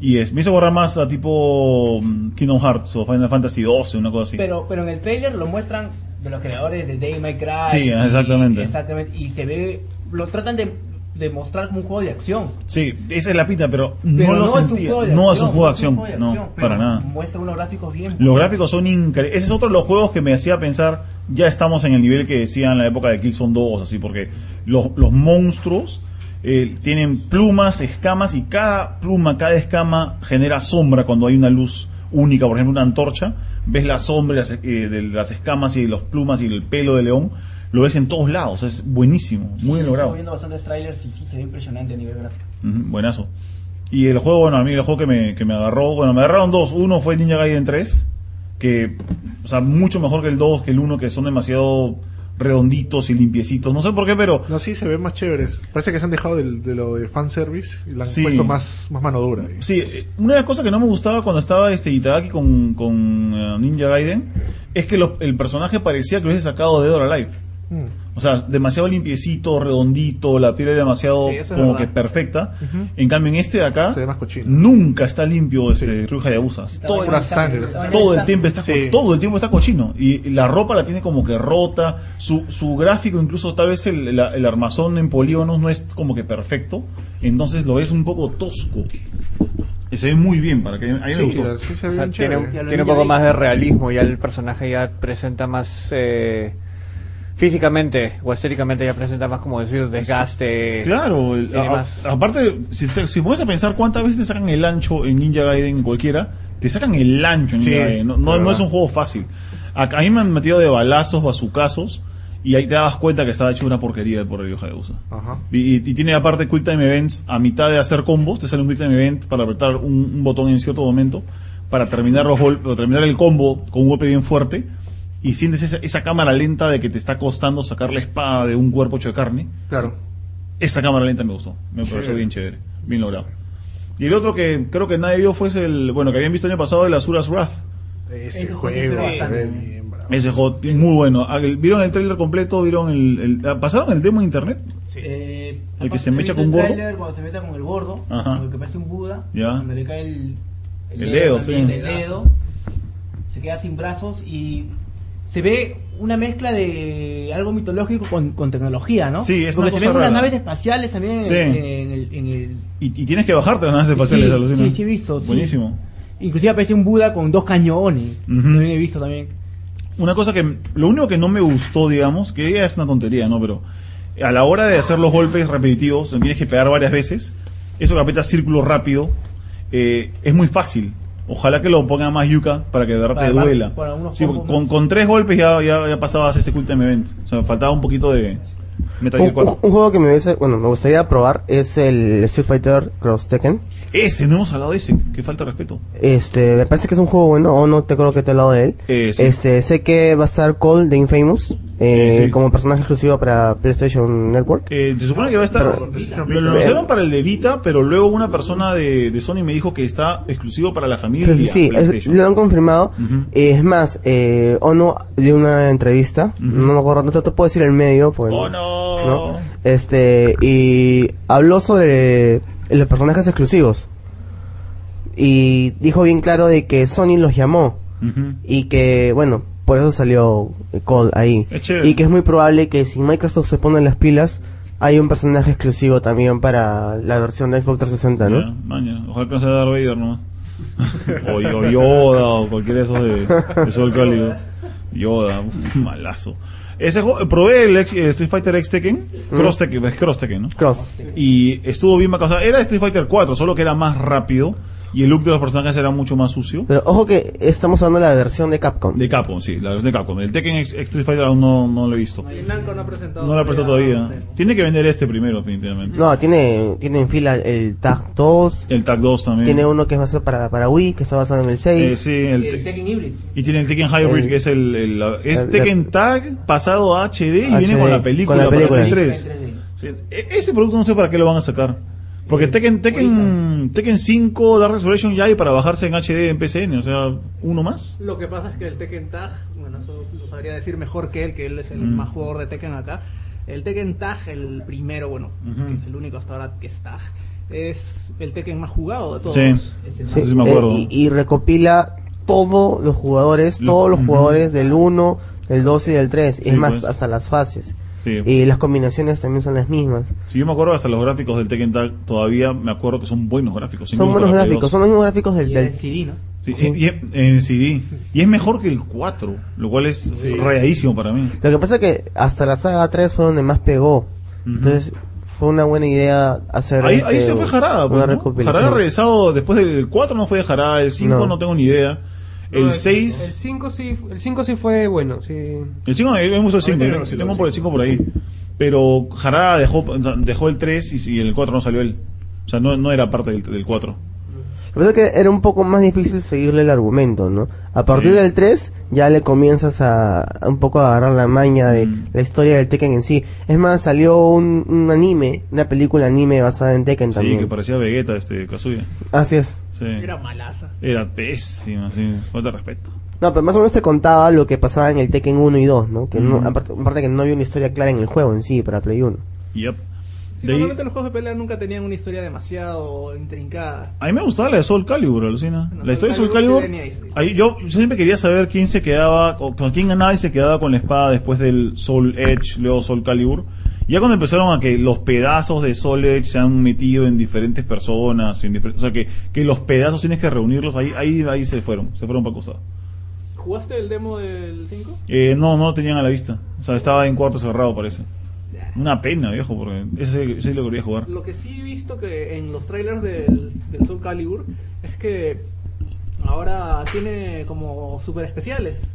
[SPEAKER 1] Y es, me hizo borrar más a tipo mm, Kingdom Hearts o Final Fantasy XII, una cosa así.
[SPEAKER 11] Pero, pero en el trailer lo muestran de los creadores de Day My Cry.
[SPEAKER 1] Sí,
[SPEAKER 11] y-
[SPEAKER 1] exactamente.
[SPEAKER 11] exactamente. Y se ve, lo tratan de, de mostrar como un juego de acción.
[SPEAKER 1] sí, esa es la pinta, pero,
[SPEAKER 11] Pero
[SPEAKER 1] no lo
[SPEAKER 11] es un
[SPEAKER 1] sentía.
[SPEAKER 11] juego de
[SPEAKER 1] No es un juego de
[SPEAKER 11] acción, no
[SPEAKER 1] acción,
[SPEAKER 11] es un juego de
[SPEAKER 1] no,
[SPEAKER 11] acción, pero
[SPEAKER 1] para nada.
[SPEAKER 11] Muestra unos gráficos bien.
[SPEAKER 1] Los gráficos son increíbles. Ese es otro de los juegos que me hacía pensar, ya estamos en el nivel que decía en la época de Killzone 2, así, porque los, los monstruos eh, tienen plumas, escamas, y cada pluma, cada escama genera sombra cuando hay una luz única, por ejemplo, una antorcha. Ves la sombra y las, eh, de las escamas y las plumas y el pelo de león, lo ves en todos lados, es buenísimo, muy bien logrado.
[SPEAKER 11] Estoy viendo bastantes trailers y sí se ve impresionante a nivel gráfico.
[SPEAKER 1] Ujú, buenazo. Y el juego, bueno, a mí el juego que me, que me agarró, bueno, me agarraron dos. Uno fue Ninja Gaiden 3, que, o sea, mucho mejor que el 2, que el 1, que son demasiado redonditos y limpiecitos. No sé por qué, pero
[SPEAKER 2] No, sí, se ven más chéveres. Parece que se han dejado del- de, lo de fanservice y le han
[SPEAKER 1] Sí.
[SPEAKER 2] puesto más, más mano dura. ahí.
[SPEAKER 1] Sí, eh, una de las cosas que no me gustaba cuando estaba este Itagaki con, con eh, Ninja Gaiden es que lo- el personaje parecía que lo hubiese sacado de Dead or Alive.
[SPEAKER 2] Mm.
[SPEAKER 1] O sea, demasiado limpiecito, redondito, la piel era demasiado
[SPEAKER 6] Sí, eso es
[SPEAKER 1] como
[SPEAKER 6] verdad.
[SPEAKER 1] que perfecta.
[SPEAKER 2] Ujú.
[SPEAKER 1] En cambio, en este de acá,
[SPEAKER 2] Se ve más cochino.
[SPEAKER 1] nunca está limpio este Ryu Hayabusa. Todo,
[SPEAKER 2] Pura sangre.
[SPEAKER 1] todo el tiempo está co-
[SPEAKER 2] Sí.
[SPEAKER 1] todo el tiempo está cochino y la ropa la tiene como que rota su, su gráfico incluso tal vez el, la- el armazón en polígonos no es como que perfecto entonces lo ves un poco tosco y se ve muy bien para que a mí me
[SPEAKER 2] Sí,
[SPEAKER 1] gustó
[SPEAKER 2] sí, se
[SPEAKER 9] O
[SPEAKER 2] ve
[SPEAKER 9] sea,
[SPEAKER 2] bien
[SPEAKER 9] tiene,
[SPEAKER 2] chévere.
[SPEAKER 9] tiene un poco más de realismo, ya el personaje ya presenta más eh, físicamente o estéticamente ya presenta más como decir desgaste.
[SPEAKER 1] Claro, el-
[SPEAKER 9] Tiene
[SPEAKER 1] a-
[SPEAKER 9] más.
[SPEAKER 1] aparte, si, si pones a pensar cuántas veces te sacan el ancho en Ninja Gaiden cualquiera, te sacan el ancho en
[SPEAKER 2] Sí,
[SPEAKER 1] Ninja Gaiden. No, no-
[SPEAKER 9] verdad.
[SPEAKER 1] no es un juego fácil. A, a mí me han metido de balazos, bazucazos, y ahí te das cuenta que estaba hecho una porquería por el de usa.
[SPEAKER 2] Ajá.
[SPEAKER 1] Y, y- y tiene aparte Quick Time Events a mitad de hacer combos, te sale un Quick Time Event para apretar un, un botón en cierto momento, para terminar, los gol- para terminar el combo con un golpe bien fuerte, y sientes esa, esa cámara lenta de que te está costando sacar la espada de un cuerpo hecho de carne.
[SPEAKER 2] Claro.
[SPEAKER 1] Esa cámara lenta me gustó, me pareció bien chévere, bien logrado. Y el otro que creo que nadie vio fue el, bueno, que habían visto el año pasado, el Asuras Wrath.
[SPEAKER 2] Ese
[SPEAKER 11] Ese
[SPEAKER 2] juego
[SPEAKER 11] juego
[SPEAKER 2] se
[SPEAKER 11] está
[SPEAKER 2] ve
[SPEAKER 11] bastante.
[SPEAKER 2] bien bravo.
[SPEAKER 1] Ese juego, muy bueno. Ah, el- ¿Vieron el trailer completo? ¿Vieron el, el- pasaron el demo en internet?
[SPEAKER 11] Eh,
[SPEAKER 1] El que se
[SPEAKER 11] aparte,
[SPEAKER 1] mecha
[SPEAKER 11] he visto
[SPEAKER 1] con
[SPEAKER 11] el
[SPEAKER 1] un gordo.
[SPEAKER 11] tráiler Cuando se meta con el gordo,
[SPEAKER 1] Ajá.
[SPEAKER 11] con el que parece un Buda,
[SPEAKER 1] Ya.
[SPEAKER 11] cuando le cae el,
[SPEAKER 1] El dedo,
[SPEAKER 11] también,
[SPEAKER 1] sí.
[SPEAKER 11] el dedo, se queda sin brazos y se ve una mezcla de algo mitológico con, con tecnología, ¿no?
[SPEAKER 1] Sí, es una
[SPEAKER 11] Porque
[SPEAKER 1] cosa
[SPEAKER 11] se ven
[SPEAKER 1] rara.
[SPEAKER 11] unas naves espaciales también
[SPEAKER 1] Sí.
[SPEAKER 11] en,
[SPEAKER 5] eh,
[SPEAKER 11] en el, en el-
[SPEAKER 1] Y, y tienes que bajarte las naves espaciales,
[SPEAKER 11] Sí,
[SPEAKER 1] alucina.
[SPEAKER 11] sí, sí he visto, sí.
[SPEAKER 1] Buenísimo.
[SPEAKER 11] Inclusive aparece un Buda con dos cañones,
[SPEAKER 1] Ujú.
[SPEAKER 11] también he visto también.
[SPEAKER 1] Una cosa que, lo único que no me gustó, digamos, que ya es una tontería, ¿no? Pero a la hora de hacer los golpes repetitivos, donde tienes que pegar varias veces, eso que apretas círculo rápido, eh, es muy fácil. Ojalá que lo ponga más yuca para que de verdad
[SPEAKER 11] Para-
[SPEAKER 1] te
[SPEAKER 11] para-
[SPEAKER 1] duela.
[SPEAKER 11] para unos
[SPEAKER 1] Sí,
[SPEAKER 11] combos
[SPEAKER 1] con,
[SPEAKER 11] más.
[SPEAKER 1] con tres golpes ya, ya, ya pasabas ese Quick Time Event. O sea, faltaba un poquito de Metal
[SPEAKER 7] Un,
[SPEAKER 1] Gear 4.
[SPEAKER 11] Oh,
[SPEAKER 7] un- un juego que me, hubiese- bueno, me gustaría probar es el Street Fighter Cross Tekken.
[SPEAKER 1] Ese, no hemos hablado de ese. Qué falta de respeto.
[SPEAKER 7] Este, me parece que es un juego bueno, o no te creo que te he hablado de él.
[SPEAKER 1] Eh, sí.
[SPEAKER 7] Este, sé que va a estar Cole de Infamous eh,
[SPEAKER 1] Eh, sí.
[SPEAKER 7] como personaje exclusivo para PlayStation Network.
[SPEAKER 1] Eh, se supone que va a estar.
[SPEAKER 7] Pero-
[SPEAKER 1] lo anunciaron para el de Vita, pero luego una persona de, de Sony me dijo que está exclusivo para la familia.
[SPEAKER 7] Pero sí, es-
[SPEAKER 1] PlayStation.
[SPEAKER 7] lo han confirmado.
[SPEAKER 1] Ujú.
[SPEAKER 7] Eh, es más, eh, Ono dio una entrevista,
[SPEAKER 1] Ujú.
[SPEAKER 7] no me acuerdo, no te, te puedo decir el medio. Pues,
[SPEAKER 1] Oh, no.
[SPEAKER 7] Este, y habló sobre los personajes exclusivos. Y dijo bien claro de que Sony los llamó.
[SPEAKER 1] Ujú.
[SPEAKER 7] y que bueno por eso salió eh, Cold ahí
[SPEAKER 1] Es chévere.
[SPEAKER 7] y que es muy probable que si Microsoft se pone las pilas hay un personaje exclusivo también para la versión de Xbox 360
[SPEAKER 1] Ya,
[SPEAKER 7] no
[SPEAKER 1] maña. Ojalá que no sea Darth Vader nomás. O, o Yoda o cualquiera de esos de, de Sol Cálido. Yoda, malazo. Ese juego, probé el ex- eh, Street Fighter X Tekken, Cross Tekken, es Cross Tekken, ¿no?
[SPEAKER 7] Mm. Cross
[SPEAKER 1] Y estuvo bien bacán. O sea, era Street Fighter 4, solo que era más rápido y el look de los personajes era mucho más sucio.
[SPEAKER 7] pero ojo que estamos hablando de la versión de Capcom
[SPEAKER 1] De Capcom, sí, la versión de Capcom. El Tekken X, X Street Fighter aún no, no lo he visto.
[SPEAKER 4] Y Namco no ha presentado.
[SPEAKER 1] No lo he prestado todavía. Tiene que vender este primero, definitivamente.
[SPEAKER 7] no tiene tiene en fila el Tag 2
[SPEAKER 1] El Tag 2 también.
[SPEAKER 7] tiene uno que va a ser para para Wii que está basado en el 6
[SPEAKER 1] Eh, sí,
[SPEAKER 11] El
[SPEAKER 1] el Tek-
[SPEAKER 11] Tekken Hybrid.
[SPEAKER 1] Y tiene el Tekken Hybrid,
[SPEAKER 7] El-
[SPEAKER 1] que es el, el- la- es
[SPEAKER 7] la-
[SPEAKER 1] Tekken Tag pasado a HD y
[SPEAKER 7] HD,
[SPEAKER 1] viene con la película,
[SPEAKER 7] con la
[SPEAKER 1] para
[SPEAKER 7] película.
[SPEAKER 1] Play 3. Sí, e- ese producto no sé para qué lo van a sacar. Porque Tekken, Tekken, Tekken 5, Dark Resurrection ya hay para bajarse en HD en PCN, o sea, uno más.
[SPEAKER 4] Lo que pasa es que el Tekken Tag, bueno, eso lo sabría decir mejor que él, que él es el
[SPEAKER 1] Mm.
[SPEAKER 4] más jugador de Tekken acá. El Tekken Tag, el primero, bueno, que es el único hasta ahora que es Tag, es el Tekken más jugado de todos.
[SPEAKER 1] Sí.
[SPEAKER 4] Es el
[SPEAKER 7] Sí,
[SPEAKER 4] más-
[SPEAKER 1] sí me
[SPEAKER 7] eh,
[SPEAKER 1] acuerdo.
[SPEAKER 7] y, y recopila todos los jugadores, todos los
[SPEAKER 1] ujú.
[SPEAKER 7] jugadores del 1, del 2 y del 3.
[SPEAKER 1] Sí,
[SPEAKER 7] es más,
[SPEAKER 1] pues.
[SPEAKER 7] hasta las fases.
[SPEAKER 1] Sí.
[SPEAKER 7] Y las combinaciones también son las mismas.
[SPEAKER 1] Si yo me acuerdo hasta los gráficos del Tekken Tag, todavía me acuerdo que son buenos gráficos.
[SPEAKER 7] Son buenos gráficos, son los mismos gráficos del,
[SPEAKER 11] Y
[SPEAKER 7] del-
[SPEAKER 11] el CD, ¿no?
[SPEAKER 1] Sí, y- y- en CD. Y es mejor que el 4, lo cual es rayadísimo para mí.
[SPEAKER 7] Lo que pasa es que hasta la saga 3 fue donde más pegó. Entonces fue una buena idea hacer
[SPEAKER 1] Ahí,
[SPEAKER 7] este,
[SPEAKER 1] ahí se fue Jarada, pues,
[SPEAKER 7] una
[SPEAKER 1] ¿no?
[SPEAKER 7] recopilación.
[SPEAKER 1] Jarada ha regresado después del 4 no fue de Jarada, el 5 no.
[SPEAKER 7] No.
[SPEAKER 1] tengo ni idea.
[SPEAKER 3] No,
[SPEAKER 1] El
[SPEAKER 3] El
[SPEAKER 1] 6,
[SPEAKER 3] 5 sí, fu- el 5 sí fue bueno, sí.
[SPEAKER 1] el 5 me gusta el 5,
[SPEAKER 2] tengo,
[SPEAKER 1] tengo,
[SPEAKER 2] sí,
[SPEAKER 1] tengo
[SPEAKER 2] el
[SPEAKER 1] por el 5 por ahí. Pero Jarada dejó dejó el 3 y, si el 4 no salió él. O sea, no, no era parte del, del 4.
[SPEAKER 7] Lo que pasa es que era un poco más difícil seguirle el argumento, ¿no? A partir
[SPEAKER 1] Sí.
[SPEAKER 7] del 3 ya le comienzas a, a un poco a agarrar la maña de
[SPEAKER 1] Mm.
[SPEAKER 7] la historia del Tekken en sí. Es más, salió un, un anime, una película anime basada en Tekken
[SPEAKER 1] Sí, que
[SPEAKER 7] también.
[SPEAKER 1] parecía Vegeta este Kazuya.
[SPEAKER 7] Así es.
[SPEAKER 1] Sí.
[SPEAKER 4] Era malaza.
[SPEAKER 1] Era pésima, sí, falta de respeto.
[SPEAKER 7] No, pero más o menos te contaba lo que pasaba en el Tekken 1 y 2, ¿no? Que no,
[SPEAKER 1] Mm.
[SPEAKER 7] aparte, aparte que no había una historia clara en el juego en sí para Play 1.
[SPEAKER 1] Yep.
[SPEAKER 4] Sí,
[SPEAKER 1] De ahí-
[SPEAKER 4] Normalmente los juegos de pelea nunca tenían una historia demasiado intrincada.
[SPEAKER 1] A mí me gustaba la de Soul Calibur, alucina.
[SPEAKER 4] Bueno,
[SPEAKER 1] la historia de
[SPEAKER 4] Soul
[SPEAKER 1] Soul Calibur.
[SPEAKER 4] Calibur sí venía
[SPEAKER 1] ahí yo yo siempre quería saber quién se quedaba, con, con quién ganaba y se quedaba con la espada después del Soul Edge, luego Soul Calibur. Ya cuando empezaron a que los pedazos de Soul Edge se han metido en diferentes personas, en difer- o sea que, que los pedazos tienes que reunirlos, ahí, ahí, ahí se fueron, se fueron para costado.
[SPEAKER 4] ¿Jugaste el demo del 5?
[SPEAKER 1] Eh, no, no lo tenían a la vista. O sea, estaba en cuarto cerrado parece. Una pena, viejo, porque ese, ese lo quería jugar.
[SPEAKER 4] Lo que sí he visto que en los trailers del, del Soul Calibur es que ahora tiene como super especiales.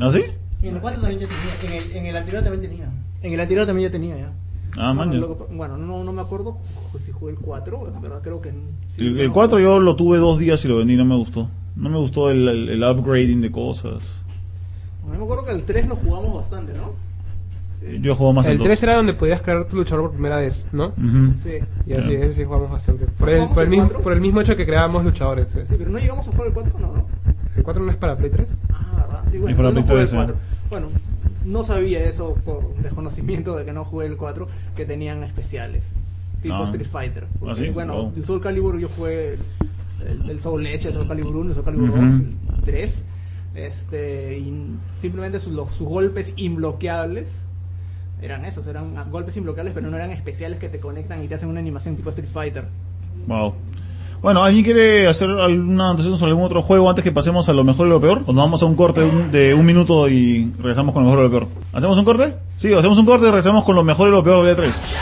[SPEAKER 1] ¿Ah, sí?
[SPEAKER 11] En el 4 también ya tenía, en el, en el anterior también tenía.
[SPEAKER 4] En el anterior también ya tenía ya.
[SPEAKER 1] Ah, man,
[SPEAKER 4] bueno,
[SPEAKER 1] ya.
[SPEAKER 4] lo que- bueno, no, no me acuerdo si jugué el 4, pero creo que... sí,
[SPEAKER 1] El,
[SPEAKER 4] no.
[SPEAKER 1] 4 yo lo tuve dos días y lo vendí, no me gustó. No me gustó el, el- el upgrading de cosas.
[SPEAKER 4] Bueno, me acuerdo que el 3 lo jugamos bastante, ¿no?
[SPEAKER 1] Yo juego más el,
[SPEAKER 3] El
[SPEAKER 1] 2.
[SPEAKER 3] 3 era donde podías crear tu luchador por primera vez, ¿no?
[SPEAKER 1] Ujú.
[SPEAKER 4] Sí.
[SPEAKER 3] Y así,
[SPEAKER 1] Ya.
[SPEAKER 3] ese sí jugamos bastante. Por el,
[SPEAKER 4] ¿Jugamos
[SPEAKER 3] por el
[SPEAKER 4] el
[SPEAKER 3] mismo,
[SPEAKER 4] cuatro?
[SPEAKER 3] por el mismo hecho que creábamos luchadores. sí.
[SPEAKER 4] Sí, pero no llegamos a jugar el 4, no, ¿no?
[SPEAKER 3] ¿El 4 no es para Play 3?
[SPEAKER 4] Ah, verdad. Sí,
[SPEAKER 1] Es
[SPEAKER 4] bueno,
[SPEAKER 1] para
[SPEAKER 4] yo no
[SPEAKER 1] Play
[SPEAKER 4] jugué el
[SPEAKER 1] 3, ¿eh?
[SPEAKER 4] 4. Bueno, no sabía eso por desconocimiento de que no jugué el 4, que tenían especiales. Tipo
[SPEAKER 1] Ah.
[SPEAKER 4] Street Fighter. Porque,
[SPEAKER 1] Ah, ¿sí?
[SPEAKER 4] Bueno,
[SPEAKER 1] Wow.
[SPEAKER 4] el Soul Calibur yo jugué el, el Soul Edge, el Soul Calibur 1, el Soul Calibur 2,
[SPEAKER 1] Ujú.
[SPEAKER 4] el 3. Este, y simplemente sus, los- sus golpes inbloqueables eran esos, eran ah, golpes inbloqueables, pero no eran especiales que te conectan y te hacen una animación tipo Street Fighter.
[SPEAKER 1] Wow. Bueno, ¿alguien quiere hacer alguna anotación sobre algún otro juego antes que pasemos a lo mejor y lo peor? ¿O nos vamos a un corte de un, de un minuto y regresamos con lo mejor y lo peor? ¿Hacemos un corte? Sí, hacemos un corte y regresamos con lo mejor y lo peor E de 3.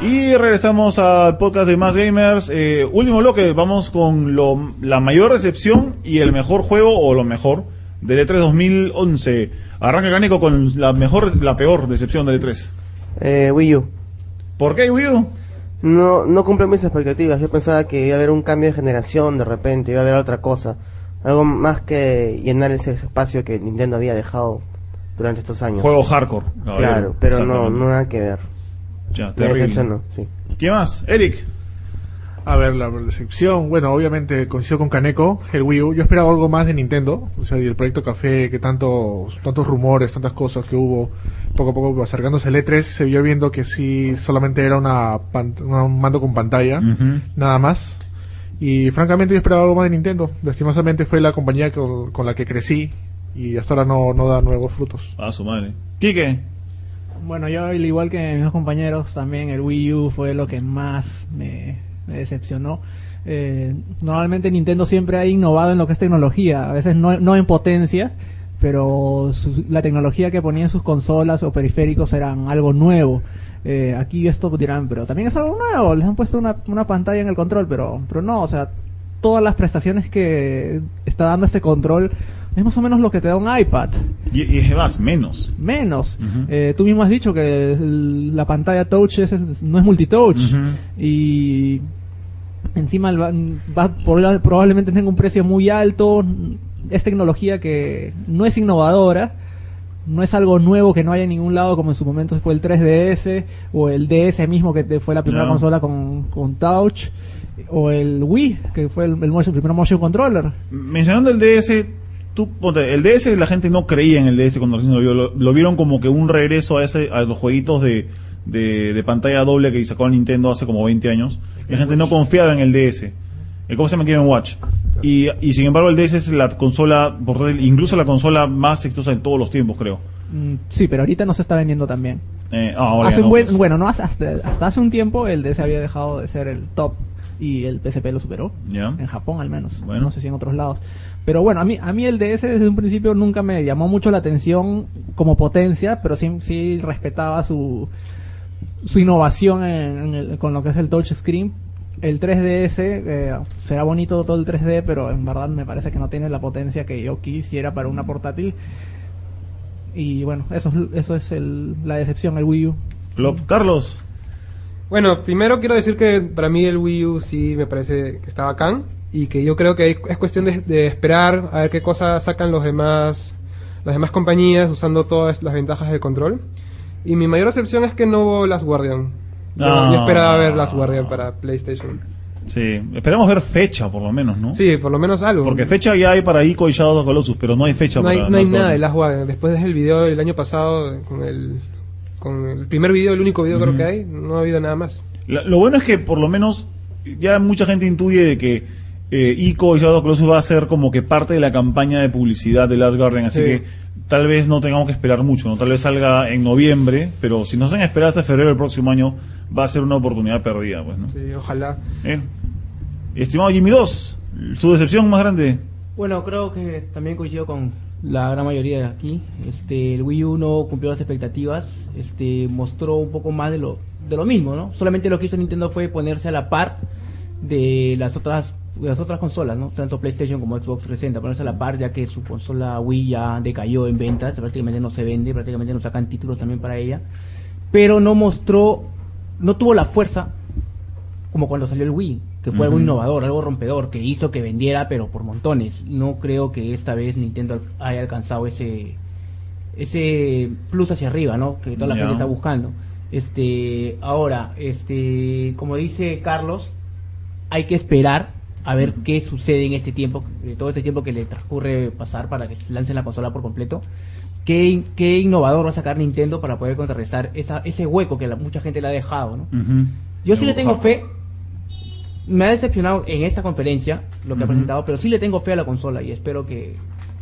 [SPEAKER 1] Y regresamos al podcast de Más Gamers. Eh, último bloque, vamos con lo, la mayor recepción y el mejor juego, o lo mejor, E del E3 2011. Arranca Cánico con la mejor, la peor decepción E del E3.
[SPEAKER 7] Eh, Wii U.
[SPEAKER 1] ¿Por qué, Wii U?
[SPEAKER 7] No, no cumplió mis expectativas. Yo pensaba que iba a haber un cambio de generación de repente, iba a haber otra cosa. Algo más que llenar ese espacio que Nintendo había dejado durante estos años.
[SPEAKER 1] Juego hardcore. caballero.
[SPEAKER 7] claro, pero no,
[SPEAKER 1] Exactamente.
[SPEAKER 7] no nada que ver.
[SPEAKER 1] Ya,
[SPEAKER 7] Me
[SPEAKER 1] terrible.
[SPEAKER 7] decepcionó, sí.
[SPEAKER 1] ¿Qué más? Eric.
[SPEAKER 2] A ver, la decepción, bueno, obviamente coincido con Caneco, el Wii U. Yo esperaba algo más de Nintendo, o sea, y el proyecto Café, que tantos, tantos rumores, tantas cosas que hubo, poco a poco pues, acercándose al E3, se vio viendo que sí solamente era una, pan- una- un mando con pantalla,
[SPEAKER 1] Ujú.
[SPEAKER 2] nada más. Y francamente yo esperaba algo más de Nintendo. Lastimosamente fue la compañía con, con la que crecí y hasta ahora no, no da nuevos frutos.
[SPEAKER 1] A su madre. Quique.
[SPEAKER 11] Bueno, yo al igual que mis compañeros, también el Wii U fue lo que más me, me decepcionó. Eh, normalmente Nintendo siempre ha innovado en lo que es tecnología, a veces no, no en potencia,
[SPEAKER 4] pero su- la tecnología que ponían sus consolas o periféricos eran algo nuevo. Eh, aquí esto dirán, pero también es algo nuevo, les han puesto una, una pantalla en el control, pero, pero no, o sea, todas las prestaciones que está dando este control es más o menos lo que te da un iPad
[SPEAKER 1] Y, y es más, menos.
[SPEAKER 4] menos. Eh, tú mismo has dicho que el- la pantalla touch es- es- no es multitouch. Y encima el va, va- por- probablemente tenga un precio muy alto. Es tecnología que no es innovadora. No es algo nuevo que no haya en ningún lado, como en su momento fue el 3DS o el DS mismo, que te- fue la primera
[SPEAKER 1] No.
[SPEAKER 4] consola con, con touch, o el Wii, que fue el, el motion- el primer motion controller.
[SPEAKER 1] Mencionando el DS, tú, ponte, el DS la gente no creía en el DS cuando recién lo vio, lo, lo vieron como que un regreso a ese, a los jueguitos de, de, de pantalla doble que sacó Nintendo hace como 20 años. La gente no confiaba en el DS. Eh, ¿Cómo se llama Game Watch? Y, y sin embargo el DS es la consola, portátil, incluso la consola más exitosa de todos los tiempos, creo.
[SPEAKER 4] Mm, sí, pero ahorita no se está vendiendo tan bien.
[SPEAKER 1] Eh, ah, ahora
[SPEAKER 4] Hace
[SPEAKER 1] ya
[SPEAKER 4] un
[SPEAKER 1] no,
[SPEAKER 4] buen-
[SPEAKER 1] pues.
[SPEAKER 4] Bueno, no, hasta, hasta hace un tiempo el DS había dejado de ser el top y el PSP lo superó.
[SPEAKER 1] Ya.
[SPEAKER 4] En Japón al menos.
[SPEAKER 1] Bueno.
[SPEAKER 4] No sé si en otros lados. Pero bueno, a mí, a mí el DS desde un principio nunca me llamó mucho la atención como potencia, pero sí, sí respetaba su, su innovación en- en el- con lo que es el touch screen. El 3DS eh, será bonito todo el 3D, pero en verdad me parece que no tiene la potencia que yo quisiera para
[SPEAKER 1] Mm.
[SPEAKER 4] una portátil. Y bueno, eso, es- eso es el- la decepción, el Wii U.
[SPEAKER 1] Lo- Carlos,
[SPEAKER 3] Bueno, primero quiero decir que para mí el Wii U sí me parece que está bacán y que yo creo que es cuestión de, de esperar a ver qué cosas sacan los demás, las demás compañías usando todas las ventajas del control. Y mi mayor excepción es que no hubo Last Guardian. Yo,
[SPEAKER 1] Ah.
[SPEAKER 3] yo esperaba ver Last Guardian para PlayStation.
[SPEAKER 1] sí, esperamos ver fecha por lo menos, ¿no?
[SPEAKER 3] Sí, por lo menos algo.
[SPEAKER 1] Porque fecha ya hay para Ico y Shadow of the Colossus, pero no hay fecha
[SPEAKER 3] no hay,
[SPEAKER 1] para
[SPEAKER 3] no hay
[SPEAKER 1] Last
[SPEAKER 3] nada de
[SPEAKER 1] Guardian.
[SPEAKER 3] Last Guardian. Después del video del año pasado, con el, con el primer video, el único video creo que hay, no ha habido nada más.
[SPEAKER 1] La- lo bueno es que por lo menos ya mucha gente intuye de que eh, ICO y Shadow of the Colossus va a ser como que parte de la campaña de publicidad de Last Guardian, así
[SPEAKER 3] Sí.
[SPEAKER 1] que tal vez no tengamos que esperar mucho, ¿no? tal vez salga en noviembre, pero si nos han esperado hasta febrero del próximo año, va a ser una oportunidad perdida, pues, ¿no?
[SPEAKER 3] Sí, ojalá.
[SPEAKER 1] ¿Eh? Estimado Jimmy 2, su decepción más grande.
[SPEAKER 5] Bueno, creo que también coincido con la gran mayoría de aquí. Este, el Wii U no cumplió las expectativas, este, mostró un poco más de lo, de lo mismo, ¿no? Solamente lo que hizo Nintendo fue ponerse a la par de las otras de las otras consolas, ¿no? Tanto PlayStation como Xbox 360, ponerse a la par ya que su consola Wii ya decayó en ventas, prácticamente no se vende, prácticamente no sacan títulos también para ella, pero no mostró, no tuvo la fuerza como cuando salió el Wii, que fue algo
[SPEAKER 1] Ujú.
[SPEAKER 5] innovador, algo rompedor, que hizo que vendiera, pero por montones. No creo que esta vez Nintendo al- haya alcanzado ese ese plus hacia arriba, ¿no? Que toda la
[SPEAKER 1] Ya.
[SPEAKER 5] gente está buscando. Este, ahora, este, como dice Carlos, hay que esperar a ver qué sucede en este tiempo, eh, todo este tiempo que le transcurre pasar para que lancen la consola por completo. ¿Qué, in- qué innovador va a sacar Nintendo para poder contrarrestar esa, ese hueco que la- mucha gente le ha dejado, ¿no? Yo sí le tengo fe. Me ha decepcionado en esta conferencia lo que ha
[SPEAKER 1] Ujú.
[SPEAKER 5] presentado, pero sí le tengo fe a la consola y espero que.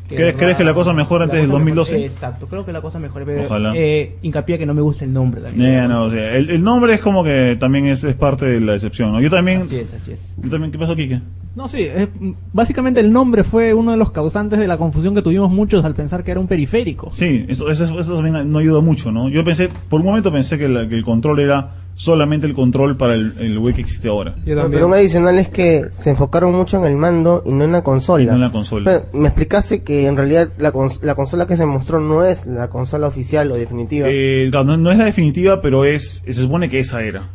[SPEAKER 5] de
[SPEAKER 4] Mm.
[SPEAKER 1] ¿Crees- crees que la cosa mejore antes del
[SPEAKER 5] cosa mejore.
[SPEAKER 1] 2012?
[SPEAKER 5] exacto, creo que la cosa mejor. Pero,
[SPEAKER 1] Ojalá.
[SPEAKER 5] Eh, hincapié que no me gusta el nombre también.
[SPEAKER 1] Eh, no, o sea, el, el nombre es como que también es, es parte de la decepción, ¿no? Yo también...
[SPEAKER 5] Así es, así es.
[SPEAKER 1] Yo también ¿Qué pasó, Kike?
[SPEAKER 4] No, sí, eh, m- básicamente el nombre fue uno de los causantes de la confusión que tuvimos muchos al pensar que era un periférico.
[SPEAKER 1] Sí, eso, eso, eso también no ayuda mucho, ¿no? Yo pensé, por un momento pensé que, la- que el control era solamente el control para el, el Wii que existe ahora.
[SPEAKER 3] Yo
[SPEAKER 7] El
[SPEAKER 3] también.
[SPEAKER 7] problema adicional es que se enfocaron mucho en el mando y no en la consola.
[SPEAKER 1] Y no en la consola.
[SPEAKER 7] Pero me explicaste que en realidad la, cons- la consola que se mostró no es la consola oficial o definitiva.
[SPEAKER 1] Eh, claro, no, no es la definitiva, pero es se supone que esa era.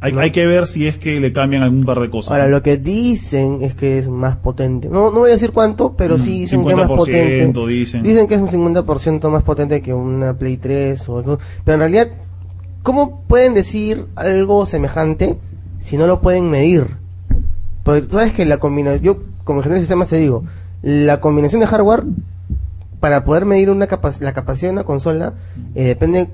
[SPEAKER 1] Hay, hay que ver si es que le cambian algún par de cosas.
[SPEAKER 7] Ahora, lo que dicen es que es más potente. No, no voy a decir cuánto, pero
[SPEAKER 1] Mm,
[SPEAKER 7] sí dicen que es más
[SPEAKER 1] 50%
[SPEAKER 7] potente.
[SPEAKER 1] dicen.
[SPEAKER 7] que es un 50% más potente que una Play 3 o algo. Pero en realidad, ¿cómo pueden decir algo semejante si no lo pueden medir? Porque tú sabes que la combinación, yo como ingeniero de sistemas te digo, la combinación de hardware para poder medir una capac- la capacidad de una consola eh, depende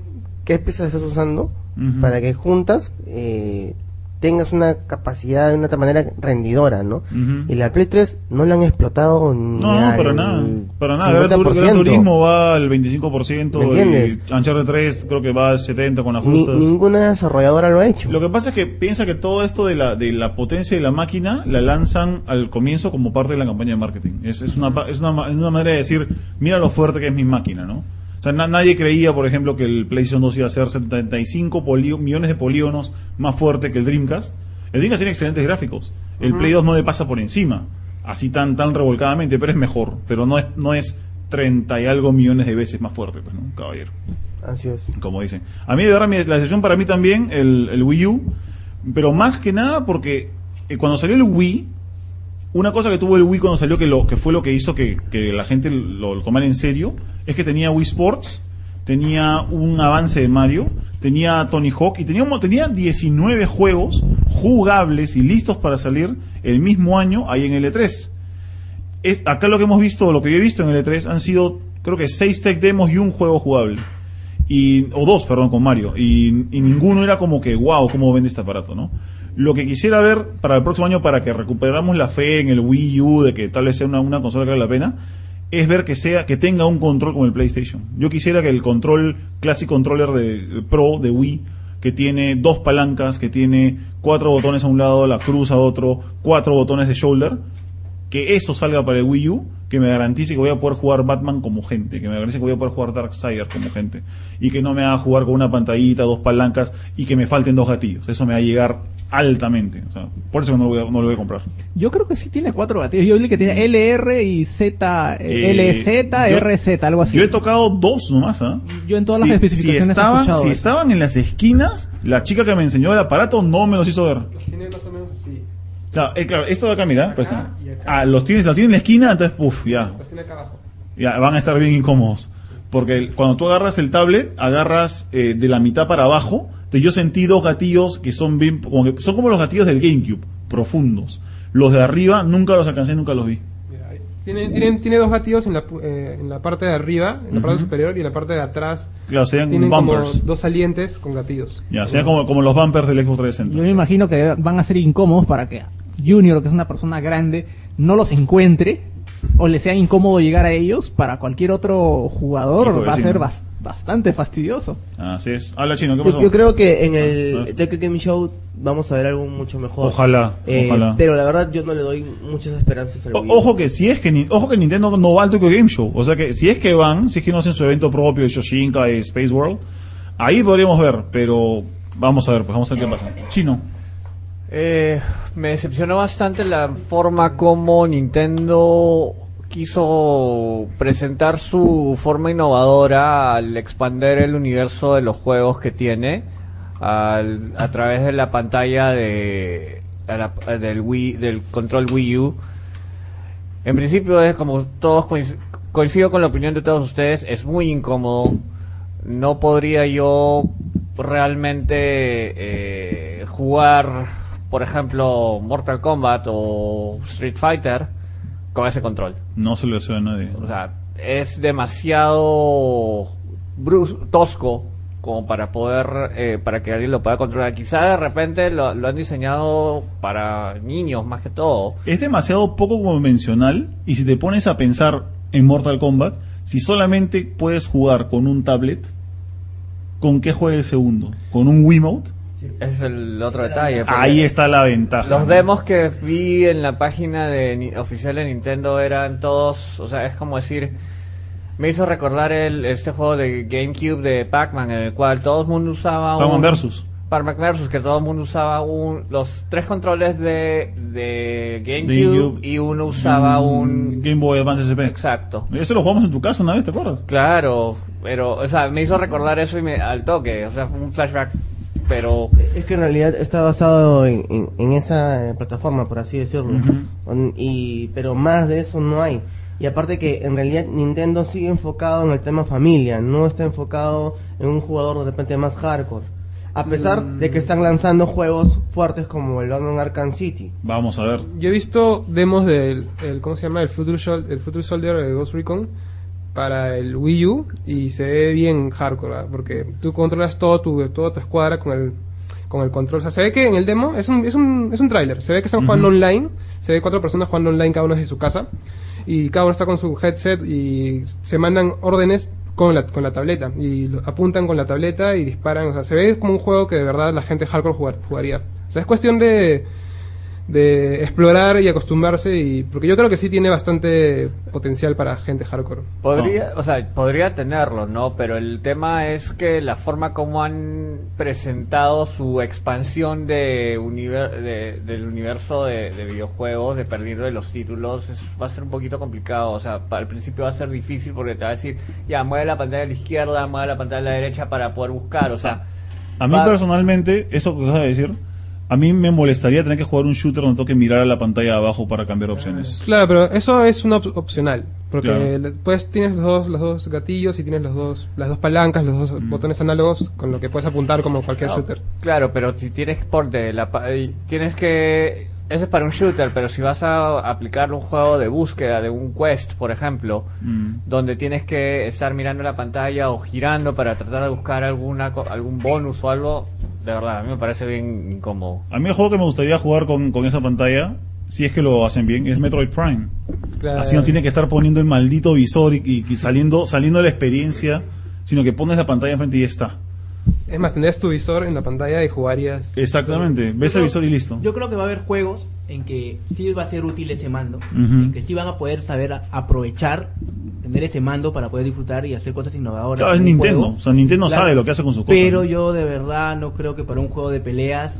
[SPEAKER 7] qué piezas estás usando
[SPEAKER 1] Ujú.
[SPEAKER 7] para que juntas eh, tengas una capacidad de una otra manera rendidora, ¿no?
[SPEAKER 1] Ujú.
[SPEAKER 7] Y la Play 3 no la han explotado ni
[SPEAKER 1] No, no,
[SPEAKER 7] al
[SPEAKER 1] para nada. Para nada. Gran, Tur-
[SPEAKER 7] 50%.
[SPEAKER 1] Gran Turismo va al 25%
[SPEAKER 7] ¿Me entiendes?
[SPEAKER 1] y Uncharted 3 creo que va al 70 con
[SPEAKER 7] Ni-
[SPEAKER 1] ajustes.
[SPEAKER 7] ninguna desarrolladora lo ha hecho.
[SPEAKER 1] Lo que pasa es que piensa que todo esto de la, de la potencia de la máquina la lanzan al comienzo como parte de la campaña de marketing. Es, es, una, pa- es, una, ma- es una manera de decir, mira lo fuerte que es mi máquina, ¿no? O sea, na- nadie creía, por ejemplo, que el PlayStation 2 iba a ser 75 polio- millones de polígonos más fuerte que el Dreamcast. El Dreamcast tiene excelentes gráficos. El
[SPEAKER 7] Ujú.
[SPEAKER 1] Play 2 no le pasa por encima, así tan, tan revolcadamente, pero es mejor. Pero no es, no es 30 y algo millones de veces más fuerte, pues, ¿no? Caballero
[SPEAKER 7] Así es.
[SPEAKER 1] como dicen. A mí, de verdad, mi- la decepción para mí también, el, el Wii U, pero más que nada porque eh, cuando salió el Wii, una cosa que tuvo el Wii cuando salió, que, lo, que fue lo que hizo que, que la gente lo, lo tomara en serio, es que tenía Wii Sports, tenía un avance de Mario, tenía Tony Hawk y tenía, un mo- tenía 19 juegos jugables y listos para salir el mismo año ahí en L3 es, acá lo que hemos visto, lo que yo he visto en el E3 han sido, creo que seis tech demos y un juego jugable. Y, o dos, perdón, con Mario. Y, y ninguno era como que, wow, cómo vende este aparato, ¿no? Lo que quisiera ver para el próximo año, para que recuperamos la fe en el Wii U, de que tal vez sea una, una consola que vale la pena, es ver que sea, que tenga un control como el PlayStation. Yo quisiera que el control, Classic Controller de, Pro de Wii, que tiene dos palancas, que tiene cuatro botones a un lado, la cruz a otro, cuatro botones de shoulder, que eso salga para el Wii U, que me garantice que voy a poder jugar Batman como gente, que me garantice que voy a poder jugar Darkseid como gente, y que no me haga jugar con una pantallita, dos palancas y que me falten dos gatillos. Eso me va a llegar altamente. O sea, por eso no lo voy a, no lo voy a comprar.
[SPEAKER 8] Yo creo que sí tiene cuatro gatillos. Yo vi que tiene LR y Z,
[SPEAKER 1] Eh,
[SPEAKER 8] LZ,
[SPEAKER 1] yo-
[SPEAKER 8] RZ, algo así.
[SPEAKER 1] Yo he tocado dos nomás, ¿ah?
[SPEAKER 8] Yo en todas las especificaciones
[SPEAKER 1] si
[SPEAKER 8] he
[SPEAKER 1] estaban,
[SPEAKER 8] escuchado
[SPEAKER 1] si
[SPEAKER 8] eso.
[SPEAKER 1] estaban en las esquinas, la chica que me enseñó el aparato no me los hizo ver.
[SPEAKER 3] Los tiene más o menos así.
[SPEAKER 1] Claro, eh, claro esto de acá, mira, presta.
[SPEAKER 3] y acá.
[SPEAKER 1] Ah, los tienes, los tienes en la esquina, entonces, puff, ya,
[SPEAKER 3] Los tiene acá abajo.
[SPEAKER 1] ya, van a estar bien incómodos. Porque el- cuando tú agarras el tablet, agarras eh, de la mitad para abajo. Entonces yo sentí dos gatillos que son bien, como que son como los gatillos del GameCube, profundos. Los de arriba nunca los alcancé, nunca los vi.
[SPEAKER 3] Mira, ahí. Tiene, tiene, tiene dos gatillos en la, pu- eh, en la parte de arriba, en la parte
[SPEAKER 1] Ujú.
[SPEAKER 3] superior y en la parte de atrás.
[SPEAKER 1] Claro, serían
[SPEAKER 3] Tienen como
[SPEAKER 1] bumpers.
[SPEAKER 3] dos salientes con gatillos.
[SPEAKER 1] Ya, serían como, como los bumpers del Xbox 360.
[SPEAKER 8] Yo me imagino que van a ser incómodos para que Junior, que es una persona grande, no los encuentre o le sea incómodo llegar a ellos. Para cualquier otro jugador
[SPEAKER 1] Hijo de
[SPEAKER 8] va a
[SPEAKER 1] vecino.
[SPEAKER 8] ser bas- bastante fastidioso.
[SPEAKER 1] Así es. Habla chino, ¿qué
[SPEAKER 7] Yo,
[SPEAKER 1] pasó?
[SPEAKER 7] yo creo que Eh, en
[SPEAKER 1] Ah, ah.
[SPEAKER 7] el Tokyo Game Show vamos a ver algo mucho mejor.
[SPEAKER 1] Ojalá,
[SPEAKER 7] Eh,
[SPEAKER 1] ojalá.
[SPEAKER 7] Pero la verdad yo no le doy muchas esperanzas al
[SPEAKER 1] O-
[SPEAKER 7] Wii. U.
[SPEAKER 1] ojo que si es que ni- ojo que Nintendo no va al Tokyo Game Show, o sea que si es que van, si es que no hacen su evento propio de Shoshinka y Space World, ahí podríamos ver, pero vamos a ver, pues vamos a ver qué pasa. Chino.
[SPEAKER 9] Eh, me decepcionó bastante la forma como Nintendo quiso presentar su forma innovadora al expander el universo de los juegos que tiene al- a través de la pantalla de, a la- del, Wii, del control Wii U. En principio es como todos coinc- coincido con la opinión de todos ustedes, es muy incómodo. No podría yo realmente eh, jugar, por ejemplo, Mortal Kombat o Street Fighter con ese control.
[SPEAKER 1] No se lo deseo a nadie.
[SPEAKER 9] O sea, es demasiado brus- tosco como para poder, eh, para que alguien lo pueda controlar. Quizá de repente lo, lo han diseñado para niños más que todo.
[SPEAKER 1] Es demasiado poco convencional y si te pones a pensar en Mortal Kombat, si solamente puedes jugar con un tablet, ¿con qué juega el segundo? ¿Con un Wiimote?
[SPEAKER 9] Ese es el otro detalle. porque-
[SPEAKER 1] Ahí está la ventaja.
[SPEAKER 9] Los demos que vi en la página de, Ni- oficial de Nintendo eran todos, o sea, es como decir, me hizo recordar el, este juego de GameCube de Pac-Man, en el cual todo el mundo usaba
[SPEAKER 1] Pac-Man
[SPEAKER 9] un...
[SPEAKER 1] versus.
[SPEAKER 9] Pac-Man versus, que todo el mundo usaba un, los tres controles de, de GameCube,
[SPEAKER 1] GameCube. Mm.
[SPEAKER 9] y uno usaba un...
[SPEAKER 1] Game Boy Advance SP.
[SPEAKER 9] Exacto.
[SPEAKER 1] Eso lo jugamos en tu casa una vez, ¿te acuerdas?
[SPEAKER 9] Claro, pero, o sea, me hizo recordar eso y me, al toque, o sea, fue un flashback, pero...
[SPEAKER 7] Es que en realidad está basado en, en- en esa eh, plataforma, por así decirlo.
[SPEAKER 1] Ujú.
[SPEAKER 7] On- y, pero más de eso no hay. Y aparte que en realidad Nintendo sigue enfocado en el tema familia, no está enfocado en un jugador de repente más hardcore. A pesar de que están lanzando juegos fuertes como el Batman Arkham City.
[SPEAKER 1] Vamos a ver.
[SPEAKER 3] Yo he visto demos del, el- ¿cómo se llama? El Future, Sol- el Future Soldier de Ghost Recon para el Wii U y se ve bien hardcore, ¿verdad? porque tú controlas todo tu, toda tu escuadra con el con el control. O sea, se ve que en el demo es un, es un, es un tráiler. Se ve que están jugando online. Se ve cuatro personas jugando online cada una desde su casa. Y cada uno está con su headset y se mandan órdenes con la, con la tableta. Y lo- apuntan con la tableta y disparan. O sea, se ve como un juego que de verdad la gente hardcore jugar- jugaría. O sea, es cuestión de de explorar y acostumbrarse y porque yo creo que sí tiene bastante potencial para gente hardcore.
[SPEAKER 9] Podría, o sea, podría tenerlo, ¿no? Pero el tema es que la forma como han presentado su expansión de univer- de- del universo de, de videojuegos, de perdiendo de los títulos, es- va a ser un poquito complicado. O sea, para, al principio va a ser difícil porque te va a decir, ya, mueve la pantalla a la izquierda, mueve la pantalla a la derecha para poder buscar. O sea,
[SPEAKER 1] A mí
[SPEAKER 9] Va-
[SPEAKER 1] personalmente, eso que acabas de decir, a mí me molestaría tener que jugar un shooter donde tengo que mirar a la pantalla de abajo para cambiar opciones.
[SPEAKER 3] Claro, pero eso es una op- opcional, porque
[SPEAKER 1] Claro.
[SPEAKER 3] le- pues tienes los dos, los dos gatillos y tienes los dos, las dos palancas, los
[SPEAKER 1] Mm.
[SPEAKER 3] dos botones análogos con lo que puedes apuntar como cualquier
[SPEAKER 9] No,
[SPEAKER 3] shooter.
[SPEAKER 9] Claro, pero si tienes ponte la pa- eh, tienes que eso es para un shooter, pero si vas a aplicar un juego de búsqueda de un quest, por ejemplo,
[SPEAKER 1] Mm.
[SPEAKER 9] donde tienes que estar mirando la pantalla o girando para tratar de buscar alguna co- algún bonus o algo, de verdad a mí me parece bien incómodo.
[SPEAKER 1] A mí el juego que me gustaría jugar con, con esa pantalla, si es que lo hacen bien, es Metroid Prime.
[SPEAKER 3] Claro.
[SPEAKER 1] Así no tiene que estar poniendo el maldito visor y, y- y saliendo, saliendo de la experiencia, sino que pones la pantalla enfrente y ya está.
[SPEAKER 3] Es más, tendrías tu visor en la pantalla y jugarías.
[SPEAKER 1] Exactamente, ves el visor y listo.
[SPEAKER 11] Yo creo que va a haber juegos en que sí va a ser útil ese mando,
[SPEAKER 1] Ujú.
[SPEAKER 11] en que sí van a poder saber a- aprovechar, tener ese mando para poder disfrutar y hacer cosas innovadoras.
[SPEAKER 1] Claro, Ah, es
[SPEAKER 11] en un
[SPEAKER 1] Nintendo,
[SPEAKER 11] juego.
[SPEAKER 1] o sea, Nintendo sabe lo que hace con sus cosas.
[SPEAKER 11] Pero yo de verdad no creo que para un juego de peleas...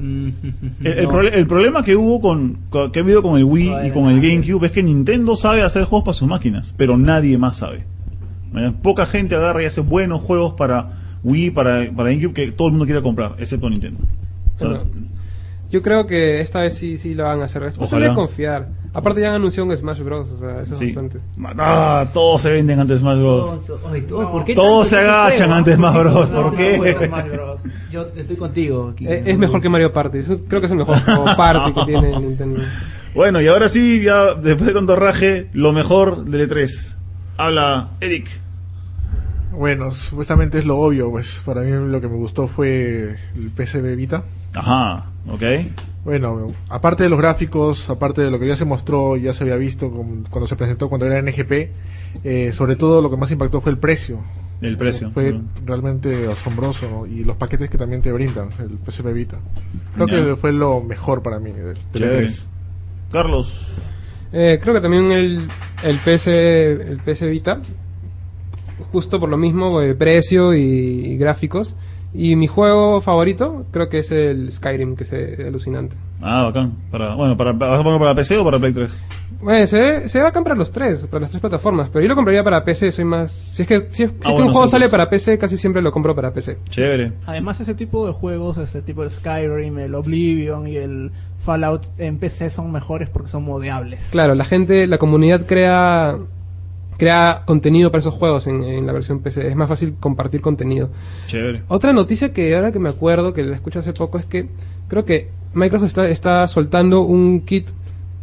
[SPEAKER 11] mm,
[SPEAKER 1] El, el
[SPEAKER 11] no.
[SPEAKER 1] prole- el problema que hubo con, con- que ha habido con el Wii
[SPEAKER 11] No,
[SPEAKER 1] y
[SPEAKER 11] era
[SPEAKER 1] con el
[SPEAKER 11] nada.
[SPEAKER 1] GameCube es que Nintendo sabe hacer juegos para sus máquinas, pero nadie más sabe. ¿Eh? Poca gente agarra y hace buenos juegos para Wii, para, para GameCube que todo el mundo quiere comprar, excepto Nintendo. O sea,
[SPEAKER 3] Bueno, yo creo que esta vez sí sí lo van a hacer. Es posible
[SPEAKER 1] Ojalá.
[SPEAKER 3] confiar. Aparte ya han anunciado un Smash Bros, o sea, eso
[SPEAKER 1] sí.
[SPEAKER 3] es bastante.
[SPEAKER 1] Ah, todos se venden antes Smash Bros.
[SPEAKER 11] Todos, ay, todos, ¿por qué
[SPEAKER 1] Todos
[SPEAKER 11] tanto
[SPEAKER 1] se
[SPEAKER 11] ese
[SPEAKER 1] agachan
[SPEAKER 11] juego?
[SPEAKER 1] antes Smash Bros.
[SPEAKER 11] No,
[SPEAKER 1] ¿Por
[SPEAKER 11] no,
[SPEAKER 1] qué?
[SPEAKER 11] bueno, Smash Bros. Yo estoy contigo. Kiko.
[SPEAKER 3] Eh, Es mejor que Mario Party. Eso creo que es el mejor juego party que tiene Nintendo.
[SPEAKER 1] Bueno, y ahora sí, ya después de tanto raje, lo mejor del E3. Habla Eric.
[SPEAKER 2] Bueno, supuestamente es lo obvio, pues para mí lo que me gustó fue el PSV Vita.
[SPEAKER 1] Ajá, ok.
[SPEAKER 2] Bueno, aparte de los gráficos, aparte de lo que ya se mostró, ya se había visto con- cuando se presentó cuando era NGP, eh, sobre todo lo que más impactó fue el precio.
[SPEAKER 1] El
[SPEAKER 2] Eso
[SPEAKER 1] precio.
[SPEAKER 2] Fue
[SPEAKER 1] Mm.
[SPEAKER 2] realmente asombroso ¿no? y los paquetes que también te brindan, el PSP Vita. Creo
[SPEAKER 1] Ya.
[SPEAKER 2] que fue lo mejor para mí del E
[SPEAKER 1] Chévere.
[SPEAKER 2] 3.
[SPEAKER 1] Carlos.
[SPEAKER 3] Eh, creo que también el, el PS el PS Vita, justo por lo mismo, eh, precio y, y gráficos. Y mi juego favorito creo que es el Skyrim, que es eh, alucinante.
[SPEAKER 1] Ah, bacán. Para, bueno, para, ¿vas a poner para PC o para Play 3?
[SPEAKER 3] Bueno, se, ve- se va a comprar los tres, para las tres plataformas, pero yo lo compraría para PC, soy más... Si es que, si es- si es que
[SPEAKER 1] bueno,
[SPEAKER 3] un juego
[SPEAKER 1] sí,
[SPEAKER 3] sale
[SPEAKER 1] pues.
[SPEAKER 3] para PC, casi siempre lo compro para PC.
[SPEAKER 1] Chévere.
[SPEAKER 12] Además, ese tipo de juegos, ese tipo de Skyrim, el Oblivion y el Fallout en PC son mejores porque son modeables.
[SPEAKER 3] Claro, la gente, la comunidad crea crea contenido para esos juegos en, en la versión PC, es más fácil compartir contenido.
[SPEAKER 1] Chévere.
[SPEAKER 3] Otra noticia que ahora que me acuerdo, que la escuché hace poco, es que creo que Microsoft está, está soltando un kit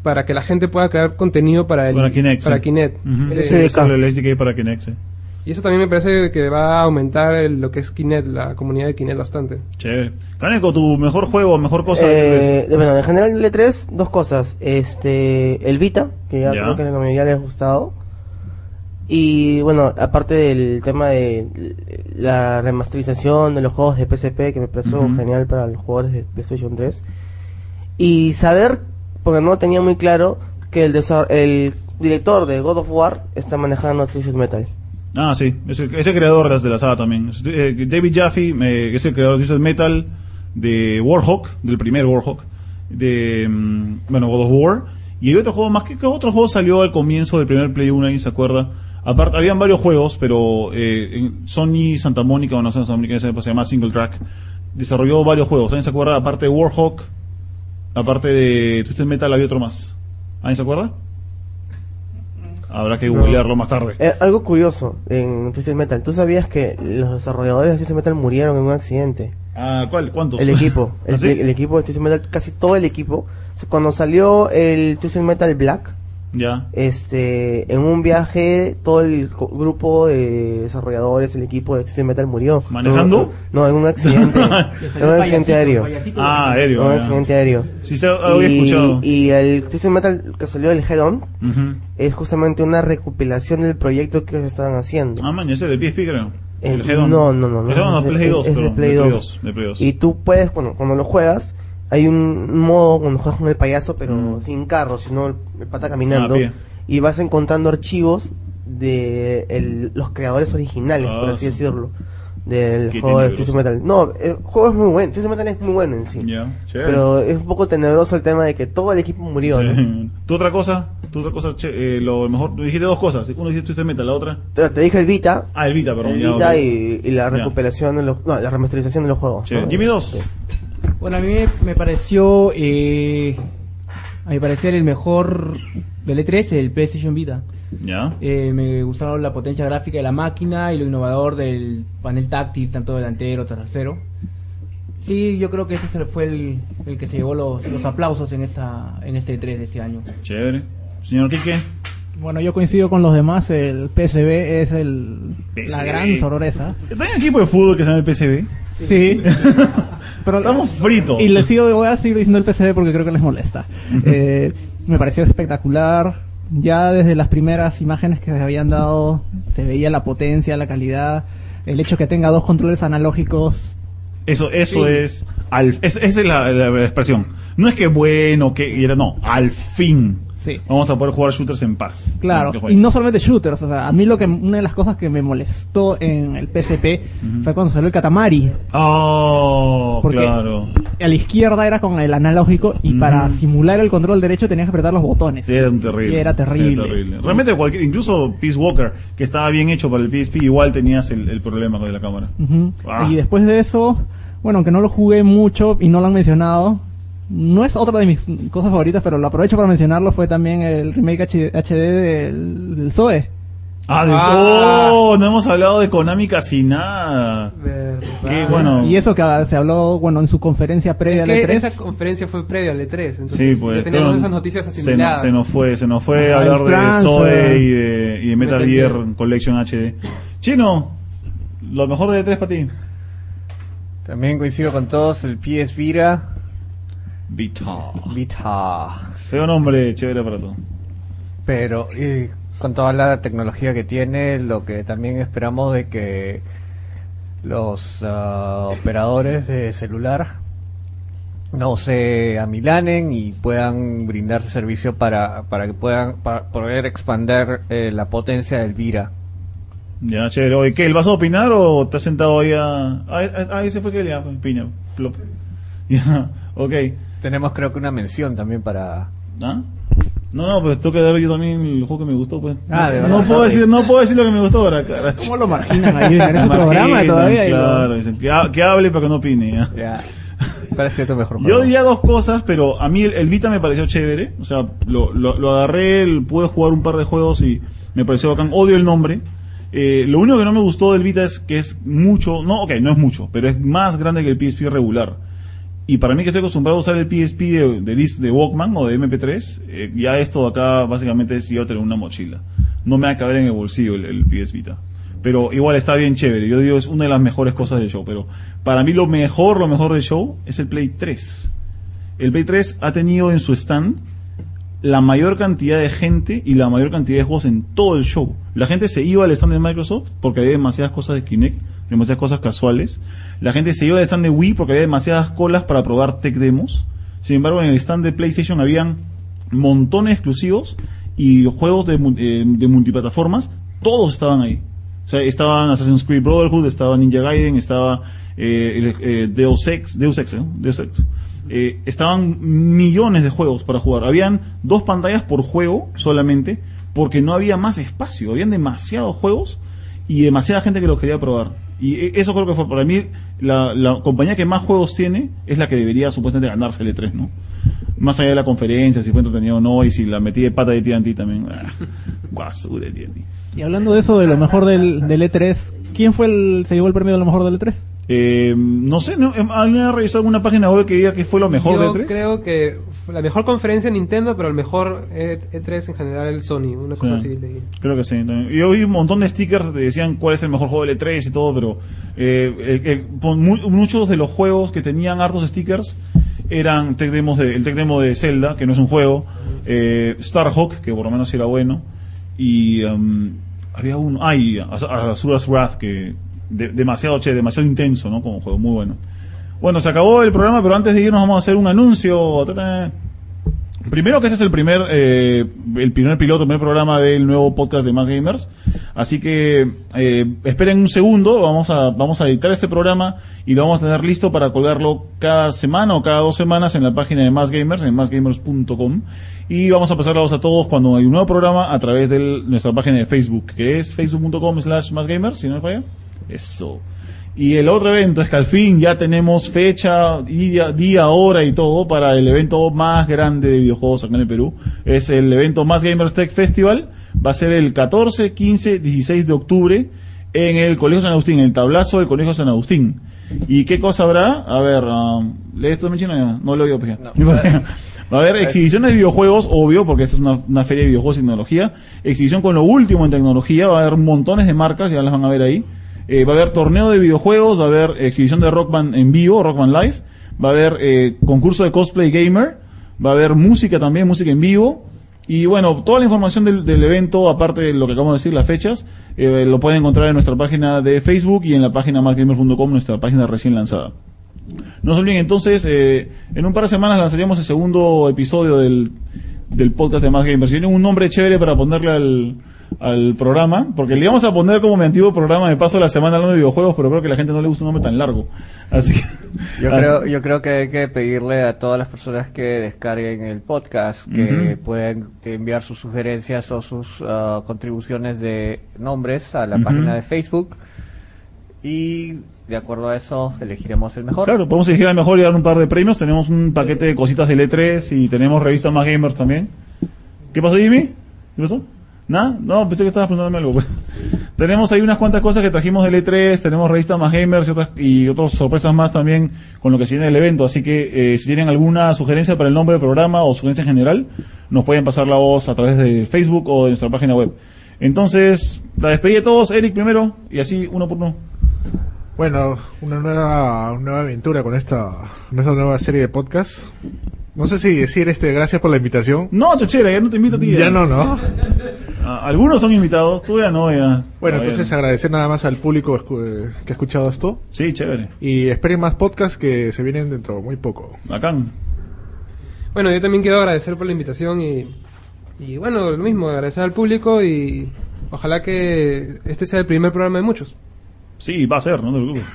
[SPEAKER 3] para que la gente pueda crear contenido para el
[SPEAKER 1] Para Kinect. sí.
[SPEAKER 3] para Kinect.
[SPEAKER 1] Ujú.
[SPEAKER 3] Sí.
[SPEAKER 1] Sí, sale el SDK para Kinect, sí.
[SPEAKER 3] Y eso también me parece que va a aumentar el- lo que es Kinect, la comunidad de Kinect bastante.
[SPEAKER 1] Chévere. Caneco, tu mejor juego, mejor cosa.
[SPEAKER 7] Eh, de- bueno, en general el E3, dos cosas. Este, el Vita, que ya,
[SPEAKER 1] Ya.
[SPEAKER 7] creo que a la mayoría les ha gustado. Y bueno, aparte del tema de la remasterización de los juegos de PSP, que me pareció
[SPEAKER 1] Ujú.
[SPEAKER 7] genial para los jugadores de PlayStation 3. Y saber, porque no tenía muy claro, que el, desa- el director de God of War está manejando Twisted Metal.
[SPEAKER 1] Ah, sí. Es el, es el creador de las- de la saga también. Es- eh, David Jaffe eh, es el creador de Twisted Metal, de Warhawk, del primer Warhawk, de, mm, bueno, God of War. Y hay otro juego más. que otro juego salió al comienzo del primer Play 1? ¿Alguien se acuerda? Aparte, habían varios juegos, pero eh, en Sony Santa Mónica, o no Santa Mónica, en esa época se llama Single Track, desarrolló varios juegos. ¿Alguien se acuerda? Aparte de Warhawk, aparte de Twisted Metal, había otro más. ¿Alguien se acuerda? Habrá que
[SPEAKER 7] No.
[SPEAKER 1] googlearlo más tarde.
[SPEAKER 7] Eh, algo curioso en Twisted Metal. ¿Tú sabías que los desarrolladores de Twisted Metal murieron en un accidente?
[SPEAKER 1] Ah, ¿cuál? ¿Cuántos?
[SPEAKER 7] El equipo, el,
[SPEAKER 1] ¿Ah, sí?
[SPEAKER 7] el equipo de Twisted Metal, casi todo el equipo. O sea, Cuando salió el Twisted Metal Black,
[SPEAKER 1] Ya.
[SPEAKER 7] Este, en un viaje, todo el co- grupo de desarrolladores, el equipo de Extreme Metal murió.
[SPEAKER 1] ¿Manejando?
[SPEAKER 7] No, no, en un accidente. en un accidente aéreo.
[SPEAKER 1] Ah, aéreo.
[SPEAKER 7] En un
[SPEAKER 1] ya.
[SPEAKER 7] accidente aéreo.
[SPEAKER 1] Sí, se- había
[SPEAKER 7] y,
[SPEAKER 1] escuchado.
[SPEAKER 7] Y el Twisted Metal que salió del Head On
[SPEAKER 1] Ujú.
[SPEAKER 7] es justamente una recopilación del proyecto que ellos estaban haciendo.
[SPEAKER 1] Ah, man, ese de PSP creo. El
[SPEAKER 7] Eh,
[SPEAKER 1] Hedon.
[SPEAKER 7] No, no, no. no.
[SPEAKER 1] El Hedon
[SPEAKER 7] Es-
[SPEAKER 1] de Play
[SPEAKER 7] es-
[SPEAKER 1] 2,
[SPEAKER 7] es de
[SPEAKER 1] perdón,
[SPEAKER 7] Play 2.
[SPEAKER 1] de Play 2.
[SPEAKER 7] Y tú puedes, bueno, cuando lo juegas, hay un modo cuando juegas con el payaso, pero sin carro, sino el, el
[SPEAKER 1] Mm.
[SPEAKER 7] pata
[SPEAKER 1] Ah,
[SPEAKER 7] caminando.
[SPEAKER 1] bien.
[SPEAKER 7] y vas encontrando archivos de el- los creadores originales, por
[SPEAKER 1] Ah,
[SPEAKER 7] así
[SPEAKER 1] sí.
[SPEAKER 7] decirlo, del
[SPEAKER 1] Qué
[SPEAKER 7] juego de
[SPEAKER 1] tenebroso.
[SPEAKER 7] Twisted Metal. No, el juego es muy bueno. Twisted Metal es muy bueno en sí.
[SPEAKER 1] Ya, chévere.
[SPEAKER 7] Pero es un poco tenebroso el tema de que todo el equipo murió.
[SPEAKER 1] Sí.
[SPEAKER 7] ¿no?
[SPEAKER 1] ¿Tú otra cosa? ¿Tú otra cosa? Che, eh, lo mejor, dijiste dos cosas. Uno dijiste Twisted Metal, la otra.
[SPEAKER 7] Te, te dije el Vita.
[SPEAKER 1] Ah, el Vita, perdón.
[SPEAKER 7] el
[SPEAKER 1] ya,
[SPEAKER 7] Vita
[SPEAKER 1] ok.
[SPEAKER 7] y, y la
[SPEAKER 1] Ya.
[SPEAKER 7] recuperación de los, no, la remasterización de los juegos.
[SPEAKER 1] Che,
[SPEAKER 7] ¿no?
[SPEAKER 1] Eh, Jimmy 2.
[SPEAKER 5] Bueno, a mí me, me pareció, eh, a mi parecer, el mejor del E3, el PlayStation Vita.
[SPEAKER 1] Ya.
[SPEAKER 5] Eh, me gustaron la potencia gráfica de la máquina y lo innovador del panel táctil, tanto delantero, trasero. Sí, yo creo que ese se- fue el, el que se llevó los, los aplausos en esta en este E3 de este año.
[SPEAKER 1] Chévere. Señor Quique.
[SPEAKER 4] Bueno, yo coincido con los demás, el PSB es el, la
[SPEAKER 1] PSV.
[SPEAKER 4] gran sorpresa.
[SPEAKER 1] ¿Hay un equipo de fútbol que se llama el PCB?
[SPEAKER 4] Sí. Pero
[SPEAKER 1] estamos fritos.
[SPEAKER 4] Y les sigo, voy a seguir diciendo el PCB porque creo que les molesta. Eh, me pareció espectacular. Ya desde las primeras imágenes que se habían dado, se veía la potencia, la calidad, el hecho que tenga dos controles analógicos.
[SPEAKER 1] Eso, eso es, al, es. Esa es la, la- la expresión. No es que bueno, que. era- No, al fin.
[SPEAKER 4] Sí.
[SPEAKER 1] Vamos a poder jugar shooters en paz.
[SPEAKER 4] Claro,
[SPEAKER 1] Que
[SPEAKER 4] y
[SPEAKER 1] jueguen.
[SPEAKER 4] no solamente shooters, o sea, a mí lo que una de las cosas que me molestó en el PSP fue cuando salió el Katamari.
[SPEAKER 1] Oh,
[SPEAKER 4] Porque-
[SPEAKER 1] claro.
[SPEAKER 4] A la izquierda era con el analógico y para simular el control derecho tenías que apretar los botones.
[SPEAKER 1] Era un terrible.
[SPEAKER 4] Era terrible.
[SPEAKER 1] Realmente cualquier, incluso Peace Walker, que estaba bien hecho para el PSP, igual tenías el, el problema con la cámara.
[SPEAKER 4] Ujú.
[SPEAKER 1] Ah.
[SPEAKER 4] Y después de eso, bueno, aunque no lo jugué mucho y no lo han mencionado, no es otra de mis cosas favoritas, pero lo aprovecho para mencionarlo, fue también el remake H- HD del, del Zoe.
[SPEAKER 1] Ah, de-
[SPEAKER 4] Ah.
[SPEAKER 1] oh, no hemos hablado de Konami casi nada. Qué bueno.
[SPEAKER 4] Y eso que ah, se habló, bueno, en su conferencia previa al E
[SPEAKER 3] Que
[SPEAKER 4] E3.
[SPEAKER 3] esa conferencia fue previa al E3, entonces
[SPEAKER 1] Sí, pues.
[SPEAKER 3] ya teníamos
[SPEAKER 1] creo-
[SPEAKER 3] esas noticias
[SPEAKER 1] se, nos-
[SPEAKER 3] asimiladas.
[SPEAKER 1] se nos fue, se nos fue
[SPEAKER 3] Ah,
[SPEAKER 1] hablar
[SPEAKER 3] el
[SPEAKER 1] de
[SPEAKER 3] Transfer.
[SPEAKER 1] Zoe y de, y de Metal,
[SPEAKER 3] Metal
[SPEAKER 1] Gear
[SPEAKER 3] Gear.
[SPEAKER 1] Collection HD. Chino, lo mejor de E tres para ti.
[SPEAKER 9] También coincido con todos, el PS Vira.
[SPEAKER 1] Vita.
[SPEAKER 9] Vita.
[SPEAKER 1] Feo nombre, chévere para todo.
[SPEAKER 9] Pero y con toda la tecnología que tiene, lo que también esperamos de que los ah, operadores de celular no se amilanen y puedan brindar servicio para, para que puedan para poder expandir eh, la potencia del Vira.
[SPEAKER 1] Ya, chévere. Oye, ¿qué? ¿Vas a opinar o te has sentado ahí a.? Ah, ah, ah, ese fue que le piña. Plop. Ya, ok.
[SPEAKER 9] Tenemos creo que una mención también para...
[SPEAKER 1] ¿Ah? No, no, pues tengo que dar yo también el juego que me gustó, pues.
[SPEAKER 9] Ah,
[SPEAKER 1] no
[SPEAKER 9] de verdad,
[SPEAKER 1] puedo
[SPEAKER 9] sorry.
[SPEAKER 1] decir, no puedo decir lo que me gustó ahora, cara. ¿Cómo
[SPEAKER 4] lo marginan ahí? En ese programa todavía, y lo-
[SPEAKER 1] Claro, dicen, que, ha- que hable para que no opine. ya.
[SPEAKER 9] Ya. Parece tu mejor
[SPEAKER 1] Yo diría dos cosas, pero a mí el, el Vita me pareció chévere. O sea, lo, lo, lo agarré, el- pude jugar un par de juegos y me pareció bacán. Odio el nombre. Eh, lo único que no me gustó del Vita es que es mucho, no, ok, no es mucho, pero es más grande que el PSP regular. Y para mí que estoy acostumbrado a usar el PSP de, de, disc- de Walkman o de MP3, eh, ya esto de acá básicamente es yo tener una mochila. No me va a caber en el bolsillo el, el PS Vita. Pero igual está bien chévere. Yo digo, es una de las mejores cosas del show. Pero para mí lo mejor, lo mejor del show es el Play 3. El Play 3 ha tenido en su stand la mayor cantidad de gente y la mayor cantidad de juegos en todo el show. La gente se iba al stand de Microsoft porque había demasiadas cosas de Kinect, demasiadas cosas casuales. La gente se iba al stand de Wii porque había demasiadas colas para probar tech demos. Sin embargo, en el stand de PlayStation habían montones de exclusivos y juegos de, mu- eh, de multiplataformas, todos estaban ahí. O sea, estaban Assassin's Creed Brotherhood, estaba Ninja Gaiden, estaba eh, el- eh, Deus Ex, Deus Ex, ¿no? Deus Ex. Eh, estaban millones de juegos para jugar. Habían dos pantallas por juego solamente, porque no había más espacio. Habían demasiados juegos y demasiada gente que los quería probar. Y eh, eso creo que fue para mí la, la compañía que más juegos tiene es la que debería supuestamente ganarse el E3, ¿no? Más allá de la conferencia, si fue entretenido o no, y si la metí de pata de TNT también. Ah, basura de TNT.
[SPEAKER 4] Y hablando de eso, de lo mejor del, del E3, ¿quién fue el, se llevó el premio de lo mejor del E E3?
[SPEAKER 1] Eh, no sé, ¿no? ¿alguien ha revisado alguna página web que diga que fue lo mejor
[SPEAKER 3] Yo
[SPEAKER 1] de E3?
[SPEAKER 3] creo que la mejor conferencia de Nintendo, pero el mejor E- E3 en general el Sony, una cosa
[SPEAKER 1] Sí.
[SPEAKER 3] así leí.
[SPEAKER 1] Creo que sí. también. Yo vi un montón de stickers que decían cuál es el mejor juego de L3 y todo, pero eh, eh, eh, pon- mu- muchos de los juegos que tenían hartos stickers eran tech demos de, el tech demo de Zelda, que no es un juego, eh, Starhawk, que por lo menos sí era bueno, y em, había un... ¡Ay! Az- Azura's Wrath, que de- demasiado, che, demasiado intenso, ¿no? Como juego, muy bueno. Bueno, se acabó el programa, pero antes de irnos vamos a hacer un anuncio. Ta-ta. Primero que ese es el primer, eh, el primer piloto, el primer programa del nuevo podcast de Más Gamers. Así que eh, esperen un segundo, vamos a, vamos a editar este programa y lo vamos a tener listo para colgarlo cada semana o cada dos semanas en la página de Más Gamers, en másgamers.com. Y vamos a pasarlos a todos cuando hay un nuevo programa a través de nuestra página de Facebook, que es facebook.com slash Más Gamers, si no me falla. Eso. Y el otro evento es que al fin ya tenemos fecha, día, día, hora y todo para el evento más grande de videojuegos acá en el Perú. Es el evento Más Gamers Tech Festival. Va a ser el 14, 15, 16 de octubre en el Colegio San Agustín, en el tablazo del Colegio San Agustín. ¿Y qué cosa habrá? A ver, um, ¿lees esto también chino? No, No lo oigo, pues ya. Va a haber exhibiciones de videojuegos, obvio, porque esta es una, una feria de videojuegos y tecnología. Exhibición con lo último en tecnología, va a haber montones de marcas, ya las van a ver ahí. Eh, va a haber torneo de videojuegos, va a haber exhibición de Rock Band en vivo, Rock Band Live. Va a haber eh, concurso de cosplay gamer. Va a haber música también, música en vivo. Y bueno, toda la información del, del evento, aparte de lo que acabamos de decir, las fechas, eh, lo pueden encontrar en nuestra página de Facebook y en la página másgamers.com, nuestra página recién lanzada. No se olviden entonces, eh, en un par de semanas lanzaríamos el segundo episodio del, del podcast de Más Gamers. Tiene un nombre chévere para ponerle al, al programa, porque le íbamos a poner como mi antiguo programa, me paso la semana hablando de videojuegos, pero creo que a la gente no le gusta un nombre tan largo. Así que...
[SPEAKER 9] Yo
[SPEAKER 1] así-
[SPEAKER 9] creo, yo creo que hay que pedirle a todas las personas que descarguen el podcast que
[SPEAKER 1] Ujú.
[SPEAKER 9] puedan enviar sus sugerencias o sus ah, contribuciones de nombres a la
[SPEAKER 1] Ujú.
[SPEAKER 9] página de Facebook y de acuerdo a eso elegiremos el mejor.
[SPEAKER 1] Claro, podemos elegir al mejor y dar un par de premios. Tenemos un paquete de cositas de E3 y tenemos revistas más gamers también. ¿Qué pasó, Jimmy? ¿Qué pasó? ¿Nada? No, pensé que estabas preguntándome algo. pues. tenemos ahí unas cuantas cosas que trajimos del E3, tenemos revistas más gamers y otras, y otras sorpresas más también con lo que se viene del evento. Así que eh, si tienen alguna sugerencia para el nombre del programa o sugerencia en general, nos pueden pasar la voz a través de Facebook o de nuestra página web. Entonces, la despedida de todos, Eric primero, y así uno por uno.
[SPEAKER 2] Bueno, una nueva, una nueva aventura con esta, con esta nueva serie de podcast. No sé si decir este, gracias por la invitación.
[SPEAKER 1] No, chochera, ya no te invito a ti.
[SPEAKER 2] Ya no, ¿no?
[SPEAKER 1] Ah, Algunos son invitados, tú ya no, ya.
[SPEAKER 2] Bueno,
[SPEAKER 1] Ah,
[SPEAKER 2] entonces
[SPEAKER 1] ya.
[SPEAKER 2] agradecer nada más al público escu- eh, que ha escuchado esto.
[SPEAKER 1] Sí, chévere.
[SPEAKER 2] Y esperen más podcasts que se vienen dentro muy poco.
[SPEAKER 1] Bacán.
[SPEAKER 3] Bueno, yo también quiero agradecer por la invitación y, y bueno, lo mismo, agradecer al público y ojalá que este sea el primer programa de muchos.
[SPEAKER 1] Sí, va a ser, no te preocupes.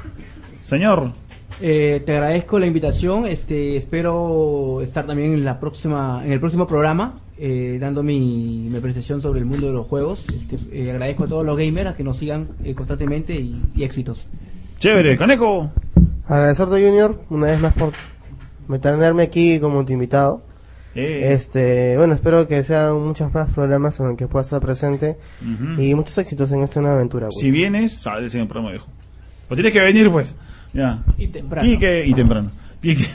[SPEAKER 1] Señor,
[SPEAKER 5] Eh, te agradezco la invitación. Este, espero estar también en la próxima, en el próximo programa, eh, dando mi, mi apreciación sobre el mundo de los juegos. Este, eh, agradezco a todos los gamers a que nos sigan eh, constantemente y, y éxitos.
[SPEAKER 1] Chévere, Caneco.
[SPEAKER 7] Agradecerte, Junior, una vez más por tenerme aquí como tu invitado.
[SPEAKER 1] Eh.
[SPEAKER 7] Este, bueno, espero que sean muchos más programas en los que puedas estar presente
[SPEAKER 1] Ujú.
[SPEAKER 7] y muchos éxitos en esta nueva aventura. pues.
[SPEAKER 1] si vienes, sales en el programa viejo. Pero tienes que venir, pues. Ya.
[SPEAKER 4] Y temprano.
[SPEAKER 1] Quique- y temprano. Quique.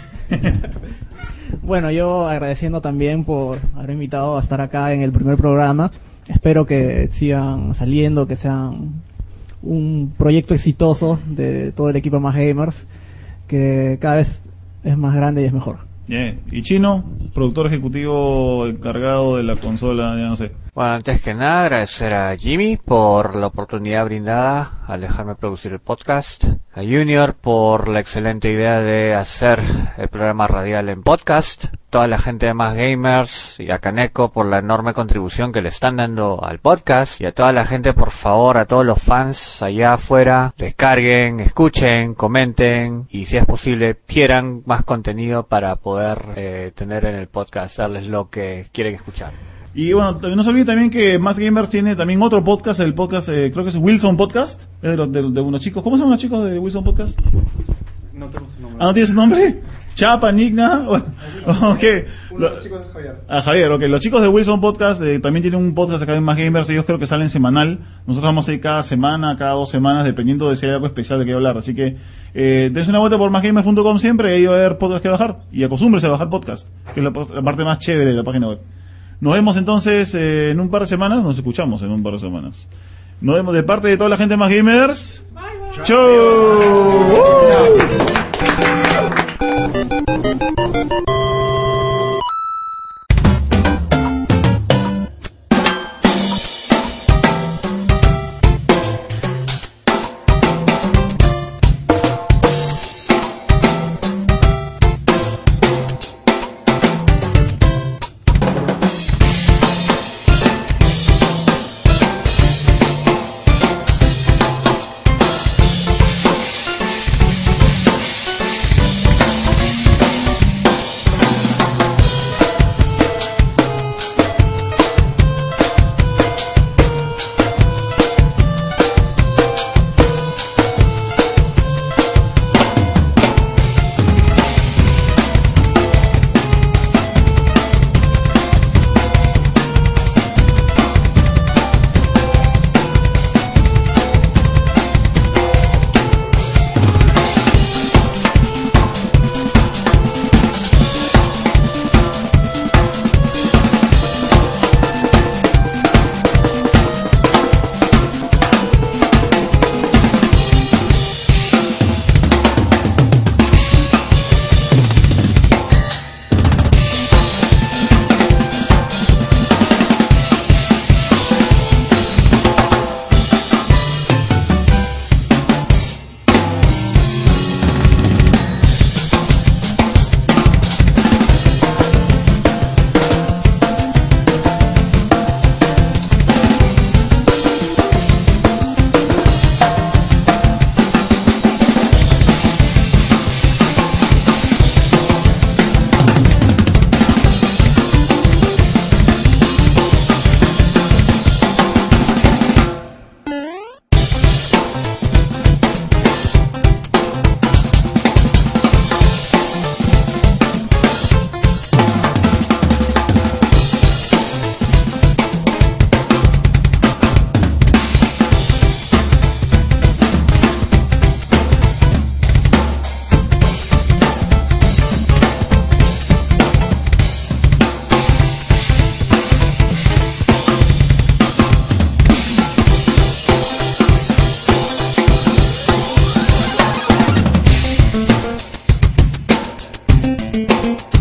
[SPEAKER 12] Bueno, yo agradeciendo también por haber invitado a estar acá en el primer programa. Espero que sigan saliendo, que sean un proyecto exitoso de todo el equipo más gamers, que cada vez es más grande y es mejor.
[SPEAKER 1] Yeah. Y Chino, productor ejecutivo encargado de la consola, ya no sé.
[SPEAKER 9] Bueno, antes que nada agradecer a Jimmy por la oportunidad brindada al dejarme producir el podcast, a Junior por la excelente idea de hacer el programa radial en podcast, toda la gente de Más Gamers y a Kaneko por la enorme contribución que le están dando al podcast y a toda la gente por favor, a todos los fans allá afuera, descarguen, escuchen, comenten y si es posible quieran más contenido para poder eh, tener en el podcast, darles lo que quieren escuchar.
[SPEAKER 1] Y bueno, t- no se olviden también que Más Gamers tiene también otro podcast, el podcast, eh, creo que es Wilson Podcast, es de, los- de- de unos chicos. ¿Cómo se llaman los chicos de Wilson Podcast?
[SPEAKER 13] No tengo su nombre.
[SPEAKER 1] Ah, ¿no tiene su nombre? Chapa, Nigna, ¿o qué?
[SPEAKER 2] Uno de los chicos es Javier.
[SPEAKER 1] A Javier, ok. Los chicos de Wilson Podcast eh, también tienen un podcast acá en Más Gamers. Ellos creo que salen semanal. Nosotros vamos a ir cada semana, cada dos semanas, dependiendo de si hay algo especial de qué hablar. Así que, eh, dense una vuelta por másgamers.com siempre. y Ahí va a haber podcast que bajar. Y acostúmbrese a bajar podcast, que es la, po- la parte más chévere de la página web. Nos vemos entonces eh, en un par de semanas. Nos escuchamos en un par de semanas. Nos vemos de parte de toda la gente de Más Gamers. ¡Chau!
[SPEAKER 10] Thank you.